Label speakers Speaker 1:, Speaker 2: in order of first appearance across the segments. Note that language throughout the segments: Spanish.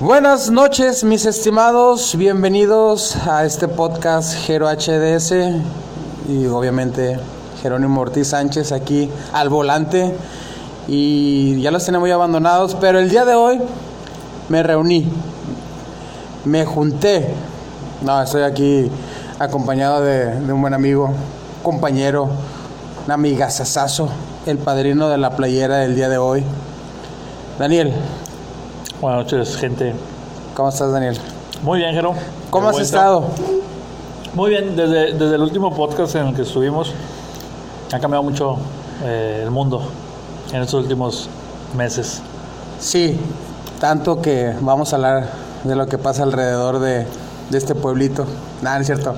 Speaker 1: Buenas noches, mis estimados. Bienvenidos a este podcast Gero HDS y obviamente Jerónimo Ortiz Sánchez aquí al volante. Y ya los tenía muy abandonados, pero el día de hoy me reuní, me junté. No, estoy aquí acompañado de, de un buen amigo, compañero, un amigazazazo, el padrino de la playera del día de hoy. Daniel,
Speaker 2: Buenas noches, gente.
Speaker 1: ¿cómo estás, Daniel?
Speaker 2: Muy bien, Jero.
Speaker 1: ¿Cómo
Speaker 2: De
Speaker 1: has
Speaker 2: vuelta.
Speaker 1: estado?
Speaker 2: Muy bien, desde, desde el último podcast en el que estuvimos, ha cambiado mucho eh, el mundo en estos últimos meses.
Speaker 1: Sí, tanto que vamos a hablar de lo que pasa alrededor de, de este pueblito. Nada, no es cierto.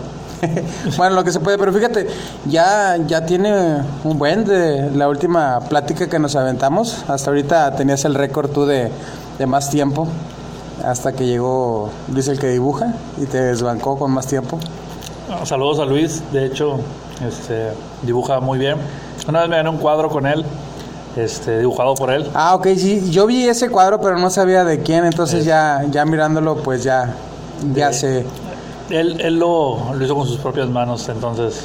Speaker 1: bueno, lo que se puede, pero fíjate, ya, ya tiene un buen de la última plática que nos aventamos. Hasta ahorita tenías el récord tú de, de más tiempo, hasta que llegó Luis el que dibuja y te desbancó con más tiempo.
Speaker 2: Saludos a Luis, de hecho, este, dibuja muy bien. Una vez me gané un cuadro con él, este, dibujado por él.
Speaker 1: Ah, ok, sí, yo vi ese cuadro, pero no sabía de quién, entonces ya, ya mirándolo, pues ya, ya
Speaker 2: Sí.
Speaker 1: sé.
Speaker 2: Él, él lo, lo hizo con sus propias manos, entonces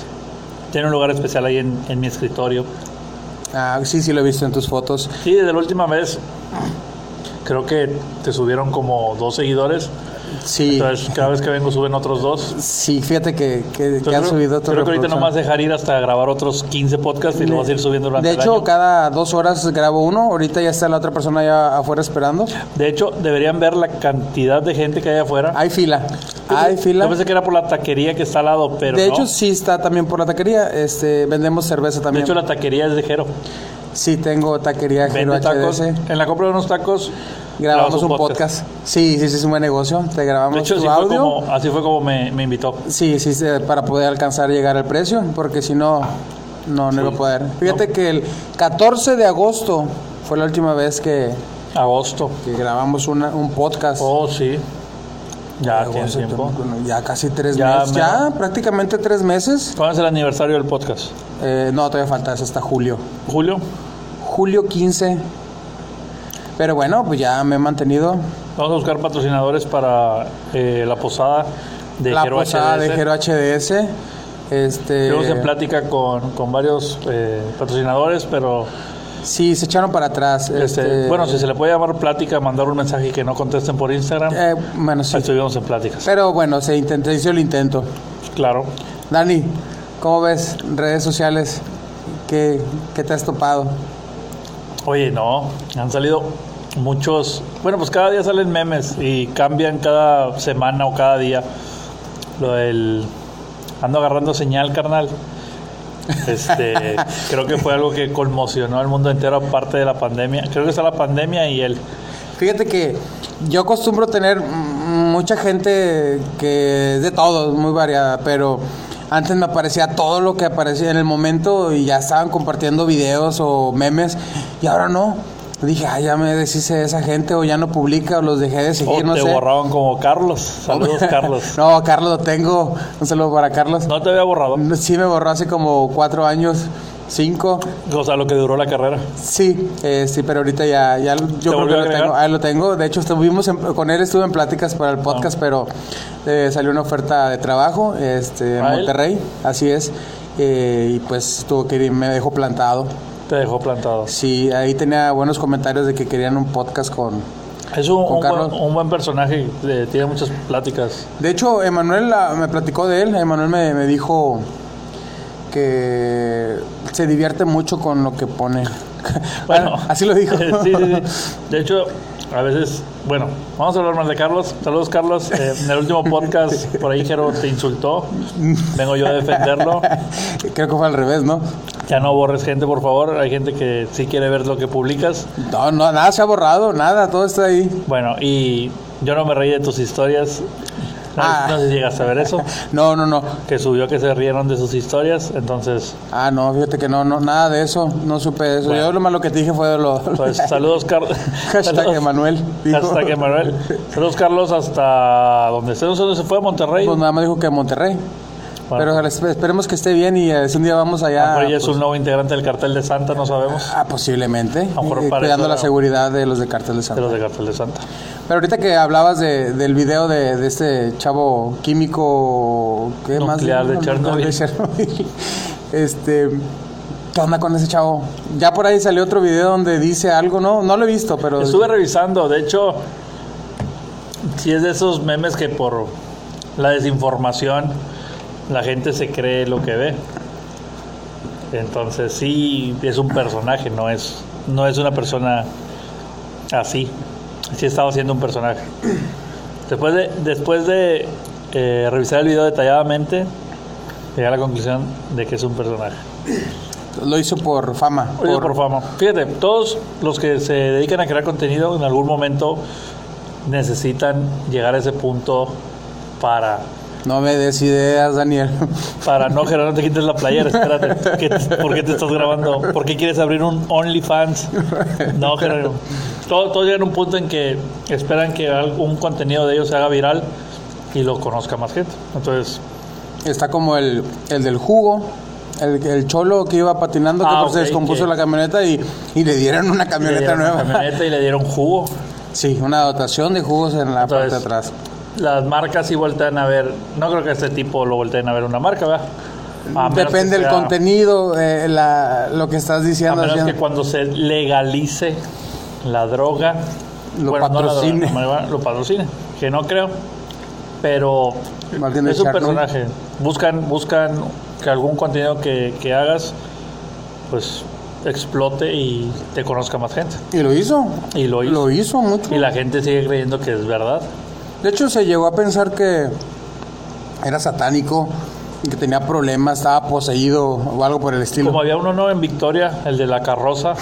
Speaker 2: tiene un lugar especial ahí en, en mi escritorio.
Speaker 1: Ah, sí, sí lo he visto en tus fotos.
Speaker 2: Y desde la última vez, creo que te subieron como dos seguidores.
Speaker 1: Sí.
Speaker 2: Entonces, cada vez que vengo suben otros dos.
Speaker 1: Sí, fíjate que, que, que
Speaker 2: Entonces,
Speaker 1: han
Speaker 2: creo-
Speaker 1: subido otro
Speaker 2: Creo que ahorita nomás dejar ir hasta grabar otros 15 podcasts y lo vas a ir subiendo durante
Speaker 1: De
Speaker 2: el
Speaker 1: hecho,
Speaker 2: año.
Speaker 1: cada dos horas grabo uno. Ahorita ya está la otra persona ya afuera esperando.
Speaker 2: De hecho, deberían ver la cantidad de gente que hay afuera.
Speaker 1: Hay fila. Hay
Speaker 2: Yo
Speaker 1: fila.
Speaker 2: pensé que era por la taquería que está al lado, pero
Speaker 1: De
Speaker 2: no.
Speaker 1: hecho, sí está también por la taquería. Este, vendemos cerveza
Speaker 2: de
Speaker 1: también.
Speaker 2: hecho, la taquería es de Jero.
Speaker 1: Sí, tengo taquería Giro
Speaker 2: Vende tacos.
Speaker 1: HDS.
Speaker 2: En la compra de unos tacos
Speaker 1: Grabamos
Speaker 2: grabas
Speaker 1: un podcast. Sí, sí, sí, es un buen negocio. Te grabamos
Speaker 2: De hecho,
Speaker 1: tu
Speaker 2: así fue,
Speaker 1: audio.
Speaker 2: como, así fue como me, me invitó.
Speaker 1: Sí, sí, se- para poder alcanzar a llegar al precio, porque si no, no, no iba a poder. Fíjate que el 14 de agosto fue la última vez que,
Speaker 2: Agosto.
Speaker 1: que grabamos una- un podcast.
Speaker 2: Oh, sí. Ya
Speaker 1: Agosto,
Speaker 2: tiene tiempo.
Speaker 1: bueno, ya casi tres
Speaker 2: Ya,
Speaker 1: meses. Ya prácticamente tres meses.
Speaker 2: ¿Cuándo es el aniversario del podcast?
Speaker 1: Eh, no, todavía falta, es hasta julio.
Speaker 2: ¿Julio?
Speaker 1: Julio 15. Pero bueno, pues ya me he mantenido.
Speaker 2: Vamos a buscar patrocinadores para eh, la posada de
Speaker 1: la
Speaker 2: Jero
Speaker 1: posada de
Speaker 2: HDS.
Speaker 1: Gero HDS. Este,
Speaker 2: Estuvimos en plática con, con varios eh, patrocinadores, pero
Speaker 1: sí, se echaron para atrás.
Speaker 2: este,
Speaker 1: este,
Speaker 2: bueno, si se le puede llamar plática, mandar un mensaje y que no contesten por Instagram,
Speaker 1: eh, bueno, sí.
Speaker 2: estuvimos en pláticas.
Speaker 1: Pero bueno, se intentó, hizo el intento.
Speaker 2: Claro.
Speaker 1: Dani, ¿cómo ves redes sociales? ¿Qué, qué te has topado?
Speaker 2: Oye, no, han salido muchos. Bueno, pues cada día salen memes y cambian cada semana o cada día. Lo del. Ando agarrando señal, carnal. Este, creo que fue algo que conmocionó al mundo entero, aparte de la pandemia. Creo que está la pandemia y el.
Speaker 1: Fíjate que yo acostumbro tener mm, mucha gente que es de todo, muy variada, pero antes me aparecía todo lo que aparecía en el momento y ya estaban compartiendo videos o memes y ahora no. Dije, ah, ya me deshice de esa gente o ya no publica o los dejé de
Speaker 2: O
Speaker 1: seguir, no
Speaker 2: oh, te
Speaker 1: sé.
Speaker 2: borraban como Carlos. Saludos, Carlos.
Speaker 1: no, Carlos lo tengo. Un saludo para Carlos.
Speaker 2: No te había borrado.
Speaker 1: Sí, me borró hace como cuatro años, cinco.
Speaker 2: O sea, lo que duró la carrera.
Speaker 1: Sí, eh, sí, pero ahorita ya, ya lo- yo creo
Speaker 2: volvió
Speaker 1: que lo
Speaker 2: a agregar? Ah.
Speaker 1: tengo. Ahí lo tengo. De hecho, estuvimos en- con él, estuve en pláticas para el podcast, pero eh, salió una oferta de trabajo este, en
Speaker 2: ¿A él?
Speaker 1: Monterrey, así es. eh, y pues tuvo que ir, y me dejó plantado.
Speaker 2: Te dejó plantado.
Speaker 1: Sí, ahí tenía buenos comentarios de que querían un podcast con...
Speaker 2: Es un,
Speaker 1: Con
Speaker 2: un buen,
Speaker 1: Carlos.
Speaker 2: un buen personaje. eh, tiene muchas pláticas.
Speaker 1: De hecho, Emanuel ah, me platicó de él. Emanuel me, me dijo que se divierte mucho con lo que pone.
Speaker 2: Bueno,
Speaker 1: así lo dijo.
Speaker 2: sí, sí, sí. De hecho, a veces, bueno, vamos a hablar más de Carlos. Saludos, Carlos. Eh, en el último podcast, por ahí Jero te insultó. Vengo yo a defenderlo.
Speaker 1: Creo que fue al revés, ¿no?
Speaker 2: Ya no borres gente, por favor. Hay gente que sí quiere ver lo que publicas.
Speaker 1: No, no, nada se ha borrado, nada, todo está ahí.
Speaker 2: Bueno, y yo no me reí de tus historias. No,
Speaker 1: Ah.
Speaker 2: no sé si llegas a ver eso.
Speaker 1: No, no, no.
Speaker 2: Que subió que se rieron de sus historias. Entonces,
Speaker 1: Ah, no, fíjate que no, no, nada de eso, no supe de eso. Yo lo malo que te dije fue de lo...
Speaker 2: Pues saludos, Carlos.
Speaker 1: Hashtag Emanuel. dijo.
Speaker 2: Hashtag Emanuel. Saludos, Carlos, hasta donde estés. No sé dónde se fue, a Monterrey.
Speaker 1: Pues nada más dijo que Monterrey.
Speaker 2: Bueno,
Speaker 1: Pero esp- esperemos que esté bien y eh, si un día vamos allá.
Speaker 2: a lo mejor ella es
Speaker 1: pues,
Speaker 2: un nuevo integrante del cartel de Santa, no sabemos.
Speaker 1: ah, posiblemente.
Speaker 2: mejor
Speaker 1: eh,
Speaker 2: para
Speaker 1: cuidando
Speaker 2: eso
Speaker 1: la
Speaker 2: era-
Speaker 1: seguridad de los de Cartel de
Speaker 2: De
Speaker 1: Santa.
Speaker 2: los de cartel de Santa.
Speaker 1: Pero ahorita que hablabas de- del video de, de este chavo químico. ¿Qué más?
Speaker 2: Nuclear de Chernobyl.
Speaker 1: de Chernobyl. Este. ¿Qué onda con ese chavo? Ya por ahí salió otro video donde dice algo, ¿no? No lo he visto, pero.
Speaker 2: Estuve revisando, de hecho, si es de esos memes que por la desinformación la gente se cree lo que ve. Entonces sí es un personaje, no es, no es una persona así. Sí estaba siendo un personaje. Después de, después de eh, revisar el video detalladamente, llegué a la conclusión de que es un personaje.
Speaker 1: Lo hizo por fama.
Speaker 2: Oye, por, fama. Fíjate, todos los que se dedican a crear contenido en algún momento necesitan llegar a ese punto para
Speaker 1: No me des ideas, Daniel.
Speaker 2: para no Gerardo, no te quites la playera, espérate. ¿Qué te- ¿Por qué te estás grabando? ¿Por qué quieres abrir un OnlyFans? No, Gerardo. Todo, todo llega a un punto en que esperan que algún contenido de ellos se haga viral y lo conozca más gente. Entonces,
Speaker 1: Está como el, el del jugo, el, el cholo que iba patinando, que
Speaker 2: Ah,
Speaker 1: por- se
Speaker 2: ok,
Speaker 1: descompuso
Speaker 2: que-
Speaker 1: la camioneta y, y le dieron una
Speaker 2: le
Speaker 1: camioneta
Speaker 2: dieron una
Speaker 1: nueva.
Speaker 2: camioneta y le dieron jugo.
Speaker 1: Sí, una dotación de jugos en la parte de
Speaker 2: Entonces,
Speaker 1: atrás.
Speaker 2: Las marcas sí voltean a ver. No creo que este tipo lo volteen a ver una marca, ¿verdad? A menos
Speaker 1: Depende del
Speaker 2: que sea-
Speaker 1: contenido, eh, la- lo que estás
Speaker 2: A
Speaker 1: diciendo.
Speaker 2: menos
Speaker 1: haciendo.
Speaker 2: que cuando se legalice la droga,
Speaker 1: Lo
Speaker 2: no la droga,
Speaker 1: patrocine.
Speaker 2: ¿cómo le va? lo patrocine, que no creo, pero
Speaker 1: Más bien de
Speaker 2: es un
Speaker 1: Shark, ¿no?
Speaker 2: personaje. Buscan, buscan que algún contenido que, que hagas, pues explote y te conozca más gente.
Speaker 1: Y lo hizo.
Speaker 2: Y lo hizo.
Speaker 1: Lo hizo mucho.
Speaker 2: Y la gente sigue creyendo que es verdad.
Speaker 1: De hecho, se llegó a pensar que era satánico, que tenía problemas, estaba poseído o algo por el estilo.
Speaker 2: Como había uno nuevo en Victoria, el de la carroza,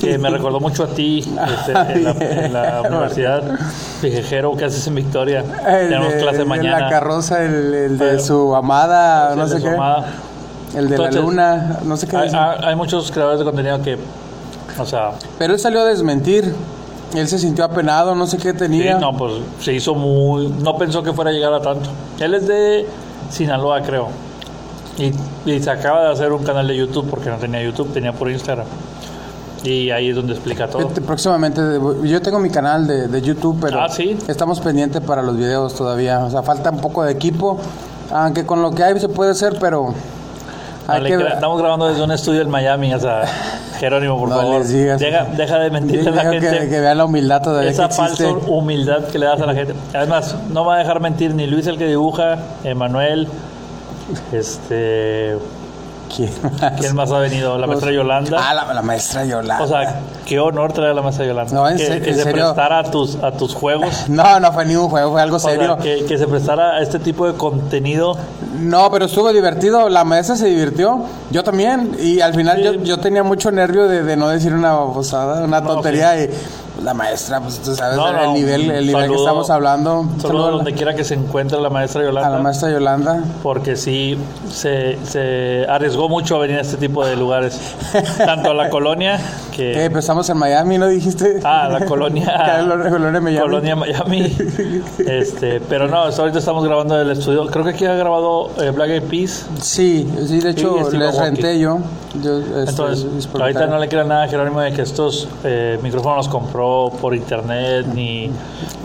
Speaker 2: que me recordó mucho a ti este, en, la, en la universidad. Dije, Jero, ¿qué haces en Victoria?
Speaker 1: El
Speaker 2: Tenemos
Speaker 1: de-
Speaker 2: clase
Speaker 1: el de
Speaker 2: mañana.
Speaker 1: la carroza, el, el de
Speaker 2: Pero-
Speaker 1: su amada, no
Speaker 2: el
Speaker 1: sé
Speaker 2: de su
Speaker 1: qué.
Speaker 2: amada.
Speaker 1: El de la
Speaker 2: Entonces,
Speaker 1: luna, no sé qué.
Speaker 2: Hay,
Speaker 1: dice.
Speaker 2: hay- hay muchos creadores de contenido que, o sea,
Speaker 1: Pero él salió a desmentir. Él se sintió apenado, no sé qué
Speaker 2: sí,
Speaker 1: tenía.
Speaker 2: no, pues se hizo muy, no pensó que fuera a llegar a tanto. Él es de Sinaloa, creo. Y, y se acaba de hacer un canal de YouTube porque no tenía YouTube, tenía por Instagram. Y ahí es donde explica todo.
Speaker 1: Este, Próximamente, de- yo tengo mi canal de, de YouTube, pero
Speaker 2: Ah, ¿sí?
Speaker 1: estamos pendientes para los videos todavía. O sea, falta un poco de equipo, aunque con lo que hay se puede hacer, pero hay
Speaker 2: Dale,
Speaker 1: que
Speaker 2: gra- estamos grabando desde un estudio en Miami, o sea, Jerónimo, por
Speaker 1: No
Speaker 2: favor.
Speaker 1: les digas.
Speaker 2: Deja, deja de
Speaker 1: yo
Speaker 2: mentirle a la
Speaker 1: creo que,
Speaker 2: gente.
Speaker 1: que vean la humildad todavía
Speaker 2: Esa
Speaker 1: que existe.
Speaker 2: falsa humildad que le das a la gente. Además, no va a dejar mentir ni Luis el que dibuja, Emanuel, este,
Speaker 1: ¿Quién más?
Speaker 2: ¿quién más ha venido? La
Speaker 1: Los-
Speaker 2: maestra Yolanda.
Speaker 1: Ah, la, la maestra Yolanda.
Speaker 2: O sea, qué honor traer a la maestra Yolanda.
Speaker 1: No, en
Speaker 2: que,
Speaker 1: se-
Speaker 2: que
Speaker 1: en
Speaker 2: se
Speaker 1: serio.
Speaker 2: prestara a tus, a tus juegos.
Speaker 1: no, no fue ni un juego, fue algo
Speaker 2: O sea,
Speaker 1: serio.
Speaker 2: que, que se prestara a este tipo de contenido.
Speaker 1: No, pero estuvo divertido. La maestra se divirtió. Yo también. Y al final
Speaker 2: Sí.
Speaker 1: yo, yo tenía mucho nervio de, de no decir una babosada, una
Speaker 2: No,
Speaker 1: tontería. Y la maestra, pues tú sabes,
Speaker 2: No,
Speaker 1: el- el
Speaker 2: no,
Speaker 1: nivel,
Speaker 2: un
Speaker 1: el nivel que
Speaker 2: saludo.
Speaker 1: estamos hablando. Un
Speaker 2: Solo
Speaker 1: saludo a
Speaker 2: donde quiera que se encuentre la maestra
Speaker 1: la, a la
Speaker 2: Yolanda.
Speaker 1: maestra Yolanda.
Speaker 2: porque sí se, se arriesgó mucho a venir a este tipo de lugares, tanto a la colonia
Speaker 1: Eh,
Speaker 2: que
Speaker 1: pero estamos en Miami, ¿no dijiste?
Speaker 2: ah, la colonia
Speaker 1: Colonia- Colonia Miami.
Speaker 2: Colonia Miami. Este, pero no, hasta ahorita estamos grabando del estudio. Creo que aquí ha grabado eh, Black Eyed Peas.
Speaker 1: Sí, sí, de hecho
Speaker 2: Sí, es
Speaker 1: les
Speaker 2: Milwaukee.
Speaker 1: renté yo. yo, este,
Speaker 2: Entonces,
Speaker 1: mis
Speaker 2: ahorita
Speaker 1: propietarios.
Speaker 2: no le crean nada a Jerónimo de que estos eh, micrófonos los compró por internet, ni,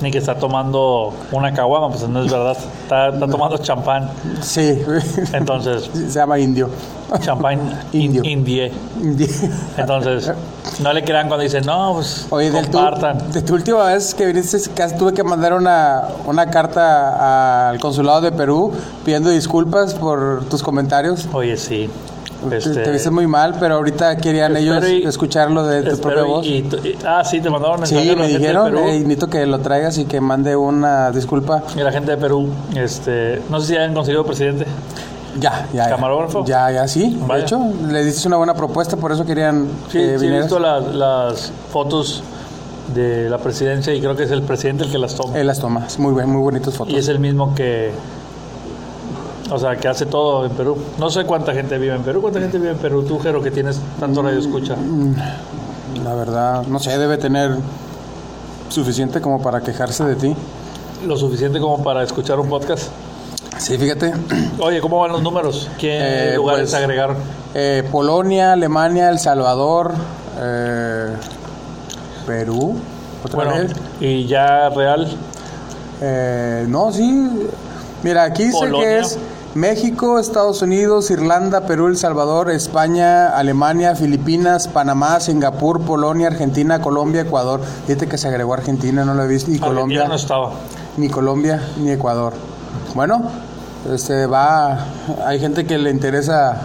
Speaker 2: ni que está tomando una caguama, pues no es verdad. Está, está tomando champán.
Speaker 1: Sí,
Speaker 2: Entonces,
Speaker 1: se llama Indio.
Speaker 2: champán
Speaker 1: Indio.
Speaker 2: in- indie.
Speaker 1: Indio.
Speaker 2: Entonces, no le crean cuando dicen, no, pues
Speaker 1: Oye, del tu-
Speaker 2: compartan.
Speaker 1: de tu última vez que viniste, casi tuve que mandar una, una carta al consulado de Perú pidiendo disculpas por tus comentarios.
Speaker 2: Oye, sí.
Speaker 1: Te-
Speaker 2: Este,
Speaker 1: te viste muy mal, pero ahorita querían
Speaker 2: espero
Speaker 1: ellos
Speaker 2: y-
Speaker 1: escucharlo de tu propia
Speaker 2: espero
Speaker 1: voz.
Speaker 2: y- y tú- y- ah, sí, te mandaron mensaje.
Speaker 1: sí,
Speaker 2: a la
Speaker 1: me
Speaker 2: gente de
Speaker 1: dijeron,
Speaker 2: Perú.
Speaker 1: "Ey, necesito que lo traigas y que mande una disculpa.
Speaker 2: Y la gente de Perú, este, no sé si han conseguido presidente.
Speaker 1: Ya, ya. ya.
Speaker 2: ¿Camarógrafo?
Speaker 1: Ya, ya, sí. De
Speaker 2: Vaya.
Speaker 1: hecho, le diste una buena propuesta, por eso querían
Speaker 2: Sí,
Speaker 1: que
Speaker 2: sí he
Speaker 1: vinieras.
Speaker 2: visto las, las fotos de la presidencia y creo que es el presidente el que las toma.
Speaker 1: Él las toma, es muy, buen- muy bonitas fotos.
Speaker 2: y es el mismo que, o sea, que hace todo en Perú. No sé cuánta gente vive en Perú. ¿Cuánta gente vive en Perú? Tú, Jero, que tienes
Speaker 1: Mm,
Speaker 2: tanto radio escucha.
Speaker 1: La verdad, no sé, debe tener suficiente como para quejarse de ti.
Speaker 2: Lo suficiente como para escuchar un podcast.
Speaker 1: Sí, fíjate.
Speaker 2: Oye, ¿cómo van los números? ¿Qué
Speaker 1: Eh,
Speaker 2: lugares
Speaker 1: pues,
Speaker 2: agregaron?
Speaker 1: Eh, Polonia, Alemania, El Salvador, eh, Perú, otra
Speaker 2: Bueno,
Speaker 1: vez.
Speaker 2: y ya Real,
Speaker 1: Eh, no, sí. Mira, aquí dice
Speaker 2: Polonia.
Speaker 1: que es México, Estados Unidos, Irlanda, Perú, El Salvador, España, Alemania, Filipinas, Panamá, Singapur, Polonia, Argentina, Colombia, Ecuador. Fíjate que se agregó Argentina, no lo he visto. Y
Speaker 2: Colombia
Speaker 1: Colombia,
Speaker 2: no estaba.
Speaker 1: ni Colombia, ni Ecuador. Bueno, este va. Hay gente que le interesa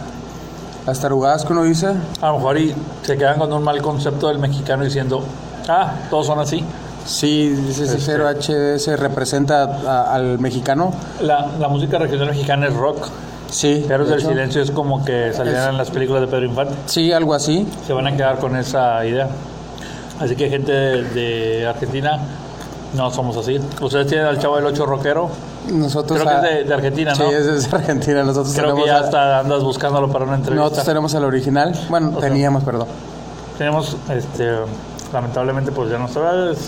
Speaker 1: las tarugadas que uno dice.
Speaker 2: A lo mejor y se quedan con un mal concepto del mexicano diciendo, ah, todos son así.
Speaker 1: Sí, dice
Speaker 2: Este.
Speaker 1: 0HDS representa a- al mexicano.
Speaker 2: La, la música regional mexicana es rock.
Speaker 1: Sí.
Speaker 2: Perros
Speaker 1: de
Speaker 2: del
Speaker 1: hecho.
Speaker 2: Silencio es como que salieran
Speaker 1: Es-
Speaker 2: las películas de Pedro Infante.
Speaker 1: Sí, algo así.
Speaker 2: Se van a quedar con esa idea. Así que gente de, de Argentina, no somos así. Ustedes tienen al chavo del 8 rockero.
Speaker 1: Nosotros
Speaker 2: Creo que
Speaker 1: a-
Speaker 2: es de, de Argentina,
Speaker 1: Sí,
Speaker 2: ¿no?
Speaker 1: es es Argentina. Nosotros
Speaker 2: Creo que
Speaker 1: tenemos
Speaker 2: ya
Speaker 1: a-
Speaker 2: hasta andas buscándolo para una entrevista.
Speaker 1: nosotros tenemos al original. Bueno,
Speaker 2: O sea.
Speaker 1: teníamos, perdón.
Speaker 2: Tenemos, este, lamentablemente, pues ya no sabes.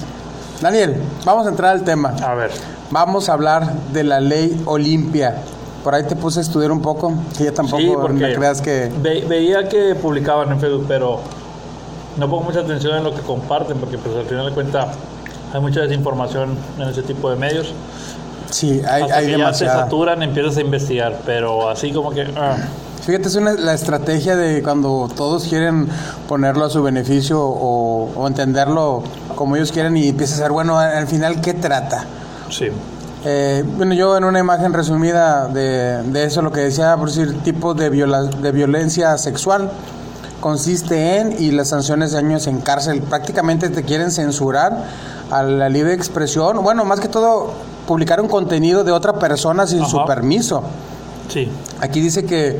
Speaker 1: Daniel, vamos a entrar al tema.
Speaker 2: A ver,
Speaker 1: Vamos a hablar de la ley Olimpia. Por ahí te puse a estudiar un poco. Que ya tampoco
Speaker 2: Sí, porque-
Speaker 1: me creas que.
Speaker 2: ve- veía que publicaban en Facebook, pero no pongo mucha atención en lo que comparten, porque pues al final de cuentas hay mucha desinformación en ese tipo de medios.
Speaker 1: Sí, hay,
Speaker 2: Hasta
Speaker 1: hay
Speaker 2: que ya te
Speaker 1: demasiada.
Speaker 2: saturan, empiezas a investigar, pero así como que... ah.
Speaker 1: Fíjate, es una, la estrategia de cuando todos quieren ponerlo a su beneficio o, o entenderlo como ellos quieren y empieza a ser, bueno, al final, ¿qué trata?
Speaker 2: sí.
Speaker 1: Eh, bueno, yo en una imagen resumida de, de eso, lo que decía, ah, por decir, tipos de, viola- de violencia sexual consiste en y las sanciones de años en cárcel. Prácticamente te quieren censurar a la libre expresión. Bueno, más que todo, publicar un contenido de otra persona sin su
Speaker 2: Ajá.
Speaker 1: permiso.
Speaker 2: Sí.
Speaker 1: Aquí dice que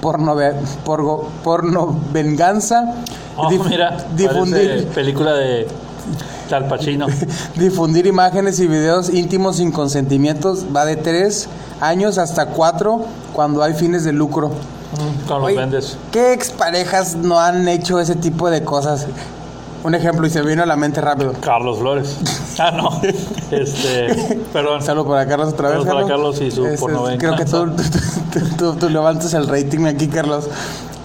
Speaker 1: porno, ve- porgo- porno venganza.
Speaker 2: Oh,
Speaker 1: dif-
Speaker 2: mira,
Speaker 1: difundir
Speaker 2: parece película de Al Pacino.
Speaker 1: Difundir imágenes y videos íntimos sin consentimientos va de 3 años hasta 4 cuando hay fines de lucro.
Speaker 2: Mm, Con los
Speaker 1: Oye,
Speaker 2: vendes.
Speaker 1: ¿Qué exparejas no han hecho ese tipo de cosas? Un ejemplo y se vino a la mente rápido.
Speaker 2: Carlos Flores. Ah, no. Este, perdón.
Speaker 1: Saludos para Carlos otra vez.
Speaker 2: Saludos para Carlos y su porno
Speaker 1: Creo que tú,
Speaker 2: venganza.
Speaker 1: tú- tú- tú- tú levantas el rating aquí, Carlos.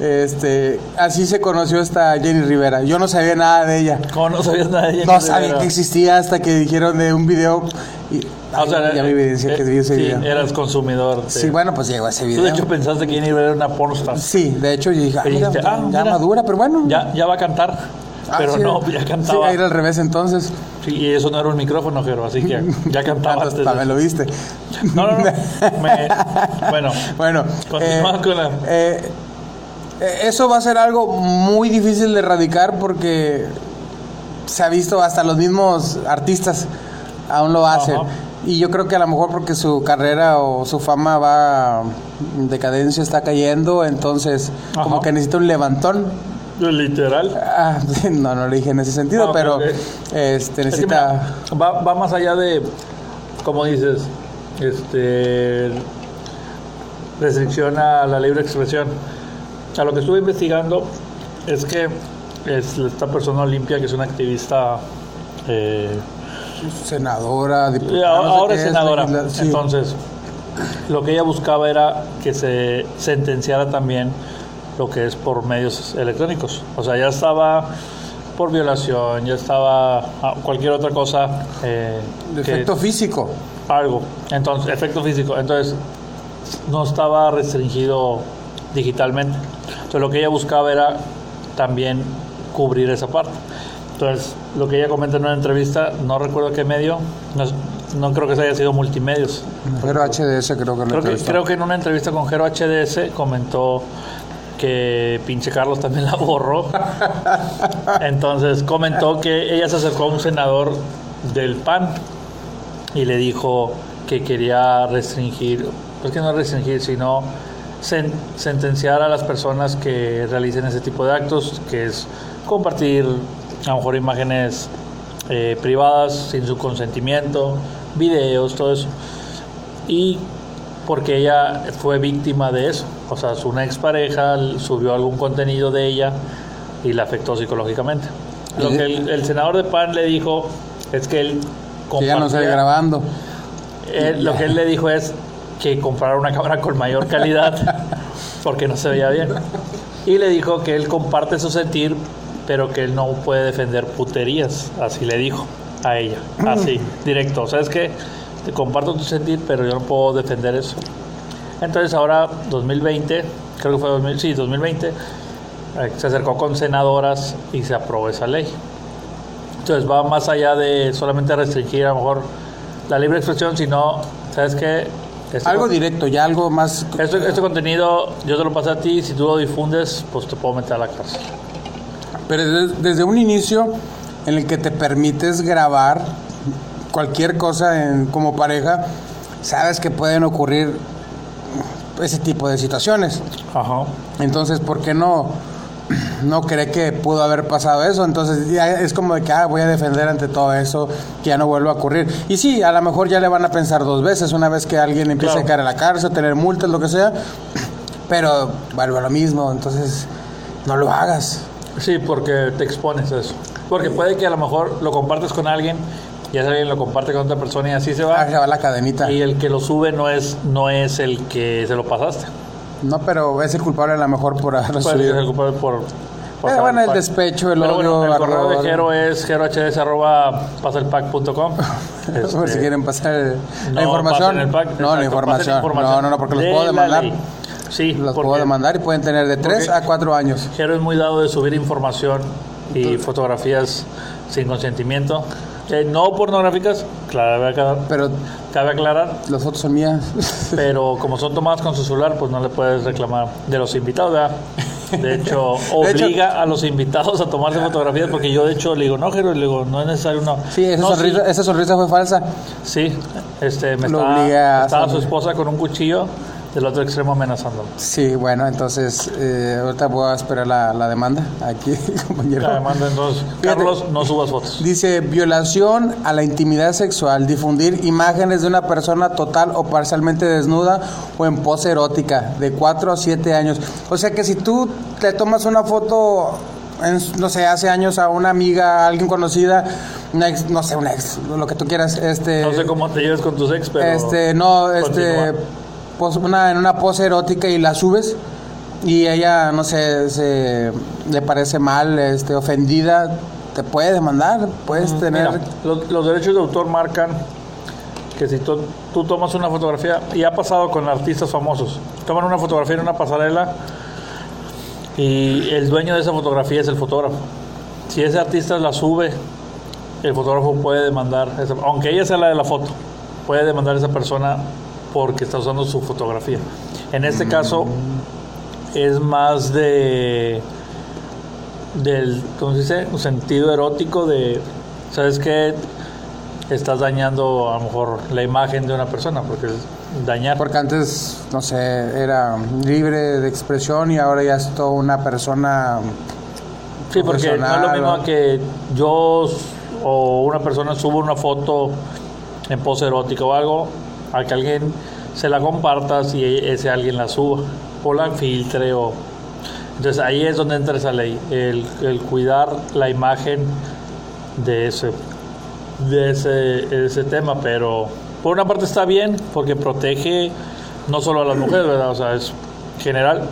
Speaker 1: Este, así se conoció esta Jenny Rivera. Yo no sabía nada de ella.
Speaker 2: ¿Cómo no sabías nada de ella?
Speaker 1: No sabía que existía hasta que dijeron de un video y
Speaker 2: Ah,
Speaker 1: ay, ya me evidencia que vi ese
Speaker 2: eh, sí,
Speaker 1: video.
Speaker 2: eras consumidor.
Speaker 1: Sí, bueno, pues llegó ese
Speaker 2: Tú
Speaker 1: video.
Speaker 2: de hecho pensaste que iba a una pornstar.
Speaker 1: sí, de hecho yo dije, ah,
Speaker 2: Y
Speaker 1: mira,
Speaker 2: dijiste,
Speaker 1: ya
Speaker 2: ah, mira.
Speaker 1: madura, pero bueno.
Speaker 2: Ya, ya va a cantar.
Speaker 1: Ah,
Speaker 2: pero
Speaker 1: sí,
Speaker 2: no, ya
Speaker 1: Sí,
Speaker 2: cantaba.
Speaker 1: ahí era al revés entonces.
Speaker 2: Sí, y eso no era un micrófono, Jero, así que ya cantaba
Speaker 1: Ah,
Speaker 2: antes. de-
Speaker 1: también lo viste.
Speaker 2: No, no, no. Me- bueno,
Speaker 1: Bueno,
Speaker 2: Continuamos con la-
Speaker 1: eh, eh, eso va a ser algo muy difícil de erradicar porque se ha visto hasta los mismos artistas aún lo hacen.
Speaker 2: Ajá.
Speaker 1: Y yo creo que a lo mejor porque su carrera o su fama va en decadencia, está cayendo, entonces como
Speaker 2: Ajá.
Speaker 1: que necesita un levantón.
Speaker 2: literal.
Speaker 1: Ah, no, no le dije en ese sentido,
Speaker 2: Ah, ok,
Speaker 1: pero
Speaker 2: ok.
Speaker 1: este
Speaker 2: Es que
Speaker 1: necesita...
Speaker 2: mira, va, va más allá de, como dices, este, restricción a la libre expresión. A lo que estuve investigando es que es esta persona Olimpia, que es una activista, eh,
Speaker 1: Senadora,
Speaker 2: y
Speaker 1: diputada. no
Speaker 2: a-
Speaker 1: sé
Speaker 2: ahora
Speaker 1: qué
Speaker 2: es
Speaker 1: es,
Speaker 2: senadora.
Speaker 1: legisla- sí.
Speaker 2: Entonces, lo que ella buscaba era que se sentenciara también lo que es por medios electrónicos. O sea, ya estaba por violación, ya estaba ah, cualquier otra cosa. eh, que-
Speaker 1: Defecto físico.
Speaker 2: algo. Entonces, efecto físico. Entonces, no estaba restringido digitalmente. Entonces, lo que ella buscaba era también cubrir esa parte. Entonces, lo que ella comenta en una entrevista, no recuerdo qué medio, no, es- no creo que se haya sido multimedios.
Speaker 1: Pero HDS creo que lo
Speaker 2: Creo que,
Speaker 1: entrevistó.
Speaker 2: creo que en una entrevista con Jero HDS comentó que pinche Carlos también la borró. Entonces comentó que ella se acercó a un senador del PAN y le dijo que quería restringir, pues que no restringir, sino sen- sentenciar a las personas que realicen ese tipo de actos, que es compartir a lo mejor imágenes eh, privadas sin su consentimiento, videos, todo eso y porque ella fue víctima de eso. O sea, su expareja l- subió algún contenido de ella y la afectó psicológicamente. Lo que el, el senador de PAN le dijo es que él
Speaker 1: Que ya no sale
Speaker 2: compartía-
Speaker 1: grabando.
Speaker 2: él- lo que él le dijo es que comprara una cámara con mayor calidad porque no se veía bien. Y le dijo que él comparte su sentir, pero que él no puede defender puterías. Así le dijo a ella. Así, directo. ¿Sabes qué? Te comparto tu sentir, pero yo no puedo defender eso. Entonces ahora, 2020, creo que fue 2000, sí, 2020, eh, se acercó con senadoras y se aprobó esa ley. Entonces va más allá de solamente restringir a lo mejor la libre expresión, sino, ¿sabes qué? Este
Speaker 1: Algo directo, ya algo más.
Speaker 2: este, este contenido yo te lo pasé a ti, si tú lo difundes, pues te puedo meter a la cárcel.
Speaker 1: Pero des- desde un inicio en el que te permites grabar cualquier cosa en- como pareja, sabes que pueden ocurrir ese tipo de situaciones.
Speaker 2: Ajá.
Speaker 1: Entonces, ¿por qué no? No cree que pudo haber pasado eso, entonces ya es como de que ah, voy a defender ante todo eso, que ya no vuelva a ocurrir. Y sí, a lo mejor ya le van a pensar dos veces una vez que alguien empiece
Speaker 2: Claro.
Speaker 1: a caer a la cárcel, tener multas, lo que sea, pero vuelve a lo mismo, entonces no lo hagas.
Speaker 2: Sí, porque te expones a eso. Porque puede que a lo mejor lo compartes con alguien, ya alguien lo comparte con otra persona y así se
Speaker 1: Ah, se
Speaker 2: va.
Speaker 1: va la cadenita.
Speaker 2: Y el que lo sube no es, no es el que se lo pasaste.
Speaker 1: No, pero es el culpable a lo mejor por haberlo
Speaker 2: Puede que se
Speaker 1: subido.
Speaker 2: ocupe por, por
Speaker 1: Eh,
Speaker 2: saber
Speaker 1: bueno, el
Speaker 2: cuál.
Speaker 1: despecho, el
Speaker 2: Pero bueno,
Speaker 1: odio,
Speaker 2: el correo
Speaker 1: arroba-
Speaker 2: de Jero es jerohds.pasalpack.com.
Speaker 1: Por si
Speaker 2: Este,
Speaker 1: quieren pasar el-
Speaker 2: no
Speaker 1: la información.
Speaker 2: pasen el pack,
Speaker 1: no,
Speaker 2: exacto,
Speaker 1: la información.
Speaker 2: pasen información
Speaker 1: No, no, no, porque los
Speaker 2: de
Speaker 1: puedo
Speaker 2: la
Speaker 1: demandar.
Speaker 2: ley. Sí,
Speaker 1: Los
Speaker 2: porque
Speaker 1: puedo demandar y pueden tener de 3
Speaker 2: porque-
Speaker 1: a 4 años.
Speaker 2: Jero es muy dado de subir información y fotografías sin consentimiento. Eh, no pornográficas, claro, cabe aclarar,
Speaker 1: Pero
Speaker 2: cabe aclarar,
Speaker 1: las fotos son mías.
Speaker 2: pero como son tomadas con su celular, pues no le puedes reclamar de los invitados, ¿verdad? De hecho,
Speaker 1: De hecho-
Speaker 2: obliga a los invitados a tomarse fotografías, porque yo de hecho le digo, no, Jero, le digo, no es necesario, no.
Speaker 1: Sí, esa,
Speaker 2: No,
Speaker 1: sonrisa, esa sonrisa fue falsa.
Speaker 2: Sí, este, me
Speaker 1: Lo
Speaker 2: estaba,
Speaker 1: obliga a
Speaker 2: estaba su
Speaker 1: hacer-
Speaker 2: esposa con un cuchillo del otro extremo amenazándolo.
Speaker 1: Sí, bueno, entonces eh, ahorita voy a esperar la, la demanda aquí, compañero.
Speaker 2: Además, entonces,
Speaker 1: Fíjate.
Speaker 2: Carlos, no subas fotos.
Speaker 1: Dice, violación a la intimidad sexual, difundir imágenes de una persona total o parcialmente desnuda o en pose erótica, de 4 a 7 años. O sea que si tú te tomas una foto, en, no sé, hace años a una amiga, a alguien conocida, una ex- no sé, una ex, lo que tú quieras, este...
Speaker 2: No sé cómo te lleves con tus ex, pero...
Speaker 1: Este, no, este,
Speaker 2: continúa.
Speaker 1: pos- una, en una pose erótica y la subes y ella, no sé, se, le parece mal, este, ofendida, te puede demandar, puedes tener...
Speaker 2: Mira, lo- los derechos de autor marcan que si tú, tú tomas una fotografía, y ha pasado con artistas famosos, toman una fotografía en una pasarela y el dueño de esa fotografía es el fotógrafo. Si ese artista la sube, el fotógrafo puede demandar, esa- aunque ella sea la de la foto, puede demandar a esa persona porque está usando su fotografía. En este caso, es más de del, ¿cómo se dice? Un sentido erótico de, ¿sabes qué? Estás dañando a lo mejor la imagen de una persona, porque es dañar.
Speaker 1: Porque antes, no sé, era libre de expresión y ahora ya es toda una persona...
Speaker 2: sí, porque no es lo
Speaker 1: profesional,
Speaker 2: mismo
Speaker 1: ¿no?
Speaker 2: que yo s- o una persona suba una foto en pose erótica o algo, a que alguien se la comparta si e- ese alguien la suba, o la filtre, o... Entonces ahí es donde entra esa ley, el, el cuidar la imagen de ese de ese, ese tema, pero por una parte está bien porque protege no solo a las mujeres, ¿verdad? O sea, es general,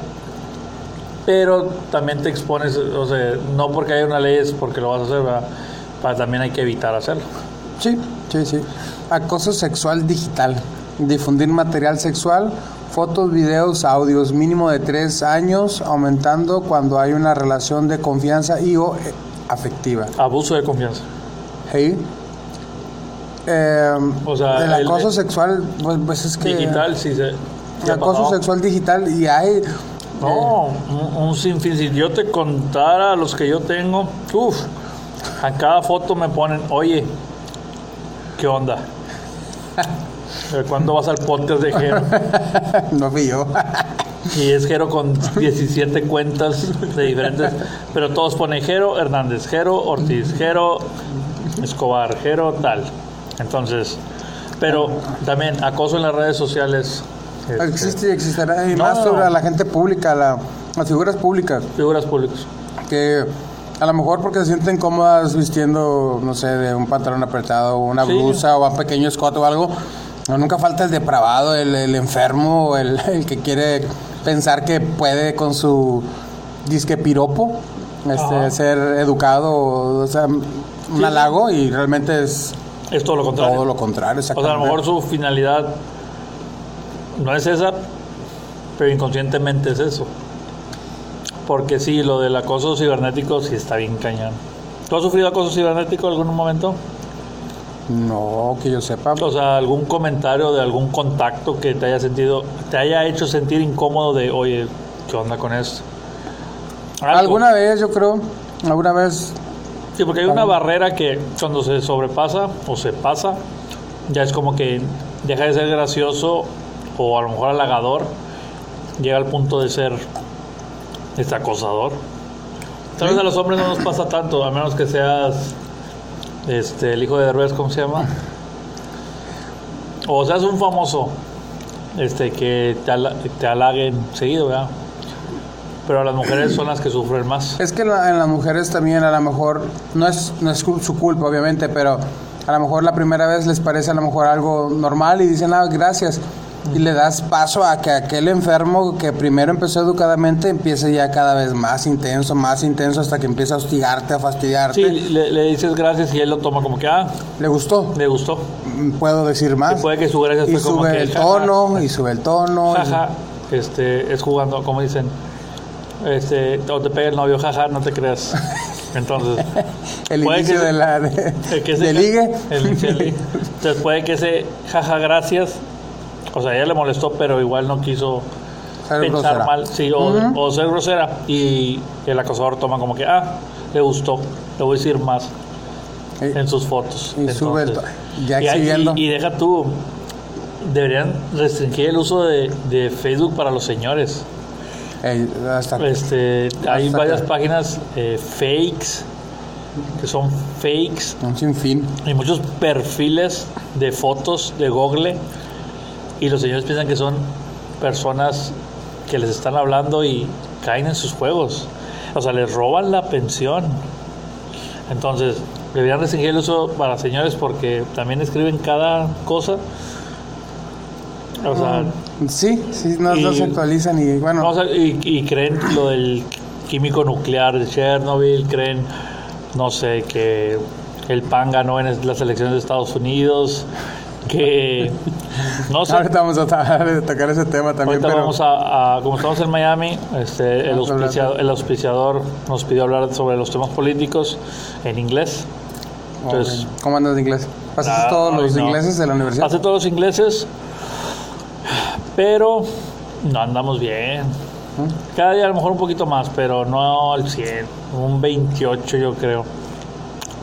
Speaker 2: pero también te expones, o sea, no porque haya una ley es porque lo vas a hacer, ¿verdad? Para, también hay que evitar hacerlo.
Speaker 1: Sí, sí, sí. Acoso sexual digital. Difundir material sexual, fotos, videos, audios, mínimo de tres años, aumentando cuando hay una relación de confianza y o eh, afectiva.
Speaker 2: Abuso de confianza.
Speaker 1: Hey. Eh,
Speaker 2: O sea,
Speaker 1: el
Speaker 2: el-
Speaker 1: acoso sexual, pues, pues es que...
Speaker 2: Digital, sí se...
Speaker 1: El acoso
Speaker 2: no,
Speaker 1: sexual digital y hay...
Speaker 2: No, un, un sinfín. Si yo te contara los que yo tengo, uff, a cada foto me ponen, oye, ¿qué onda? Eh, ¿Cuándo vas al podcast de Jero?
Speaker 1: no fui yo.
Speaker 2: Y es Jero con 17 cuentas de diferentes, pero todos ponen Jero Hernández, Jero Ortiz, Jero Escobar, Jero tal. Entonces, pero también acoso en las redes sociales. este,
Speaker 1: Ah, Existe y existirá. Y
Speaker 2: No,
Speaker 1: más
Speaker 2: no,
Speaker 1: sobre
Speaker 2: no.
Speaker 1: la gente pública, la- las figuras públicas.
Speaker 2: Figuras públicas.
Speaker 1: que a lo mejor porque se sienten cómodas vistiendo, no sé, de un pantalón apretado, una
Speaker 2: Sí.
Speaker 1: blusa o un pequeño escote o algo, No, nunca falta el depravado, el, el enfermo, el, el que quiere pensar que puede con su disque piropo
Speaker 2: Ajá.
Speaker 1: este, ser educado, o sea, un halago y realmente es
Speaker 2: Es todo lo contrario.
Speaker 1: todo lo contrario.
Speaker 2: o sea, a lo
Speaker 1: exactamente.
Speaker 2: mejor su finalidad no es esa, pero inconscientemente es eso. Porque sí, lo del acoso cibernético sí está bien cañón. ¿Tú has sufrido acoso cibernético en algún momento?
Speaker 1: No, que yo sepa.
Speaker 2: O sea, algún comentario de algún contacto que te haya sentido, te haya hecho sentir incómodo de, oye, ¿qué onda con esto? Algo.
Speaker 1: Alguna vez, yo creo, alguna vez
Speaker 2: Sí, porque hay una barrera que cuando se sobrepasa o se pasa, ya es como que deja de ser gracioso o a lo mejor halagador, llega al punto de ser este acosador. Tal vez a los hombres no nos pasa tanto, a menos que seas este, el hijo de Derbez, ¿cómo se llama? O seas un famoso este, que te, hala- te halaguen seguido, ¿verdad? Pero a las mujeres son las que sufren más.
Speaker 1: Es que la- en las mujeres también a lo mejor no es, no es cul- su culpa, obviamente, pero a lo mejor la primera vez les parece a lo mejor algo normal y dicen, ah, gracias. Y le das paso a que aquel enfermo que primero empezó educadamente empiece ya cada vez más intenso, más intenso, hasta que empieza a hostigarte, a fastidiarte.
Speaker 2: Sí, le, le dices gracias y él lo toma como que, ah,
Speaker 1: Le gustó,
Speaker 2: le gustó.
Speaker 1: Mm, puedo decir
Speaker 2: Y
Speaker 1: más.
Speaker 2: puede que su gracias
Speaker 1: Y
Speaker 2: fue como que,
Speaker 1: sube el
Speaker 2: "Ja, ja,
Speaker 1: tono, y sube el tono.
Speaker 2: jaja, este, es jugando, como dicen, este, o te pega el novio, jaja, no te creas. Entonces,
Speaker 1: El
Speaker 2: Puede
Speaker 1: inicio
Speaker 2: que-
Speaker 1: de la... De,
Speaker 2: el que se-
Speaker 1: de ligue.
Speaker 2: el inicio del ligue. Entonces puede que ese, jaja, gracias, o sea, ella le molestó, pero igual no quiso
Speaker 1: Ser
Speaker 2: pensar
Speaker 1: grosera.
Speaker 2: mal, sí, o,
Speaker 1: Ujú.
Speaker 2: o ser grosera. Y el acosador toma como que, ah, le gustó, le voy a decir más
Speaker 1: Eh,
Speaker 2: en sus fotos.
Speaker 1: Y sube el
Speaker 2: Entonces,
Speaker 1: to- ya
Speaker 2: y-
Speaker 1: exhibiendo.
Speaker 2: Y, y deja tú, deberían restringir el uso de, de Facebook para los señores.
Speaker 1: Ey, hasta
Speaker 2: Este, hay
Speaker 1: Hasta
Speaker 2: varias
Speaker 1: que-
Speaker 2: páginas eh, fakes, que son fakes,
Speaker 1: un sinfín.
Speaker 2: y muchos perfiles de fotos de Google, y los señores piensan que son personas que les están hablando y caen en sus juegos. O sea, les roban la pensión. Entonces, deberían restringir el uso para señores porque también escriben cada cosa. O sea,
Speaker 1: Sí, sí, no, no
Speaker 2: Y-
Speaker 1: se actualizan y bueno,
Speaker 2: o sea, y, y creen lo del químico nuclear de Chernobyl, creen, no sé, que el PAN ganó en las elecciones de Estados Unidos, que, no sé,
Speaker 1: ahorita vamos a ta- tocar ese tema también,
Speaker 2: ahorita
Speaker 1: pero
Speaker 2: vamos a, a- como estamos en Miami, este, el,
Speaker 1: Vamos a hablar de-
Speaker 2: auspiciado- el auspiciador nos pidió hablar sobre los temas políticos en inglés. Entonces,
Speaker 1: Ok. ¿cómo andas de inglés? ¿Pasas
Speaker 2: pues, Ah,
Speaker 1: todos los
Speaker 2: ay, no.
Speaker 1: ingleses de la universidad?
Speaker 2: hace todos los ingleses, pero no andamos bien. Cada día a lo mejor un poquito más, pero no al 100, un 28 yo creo.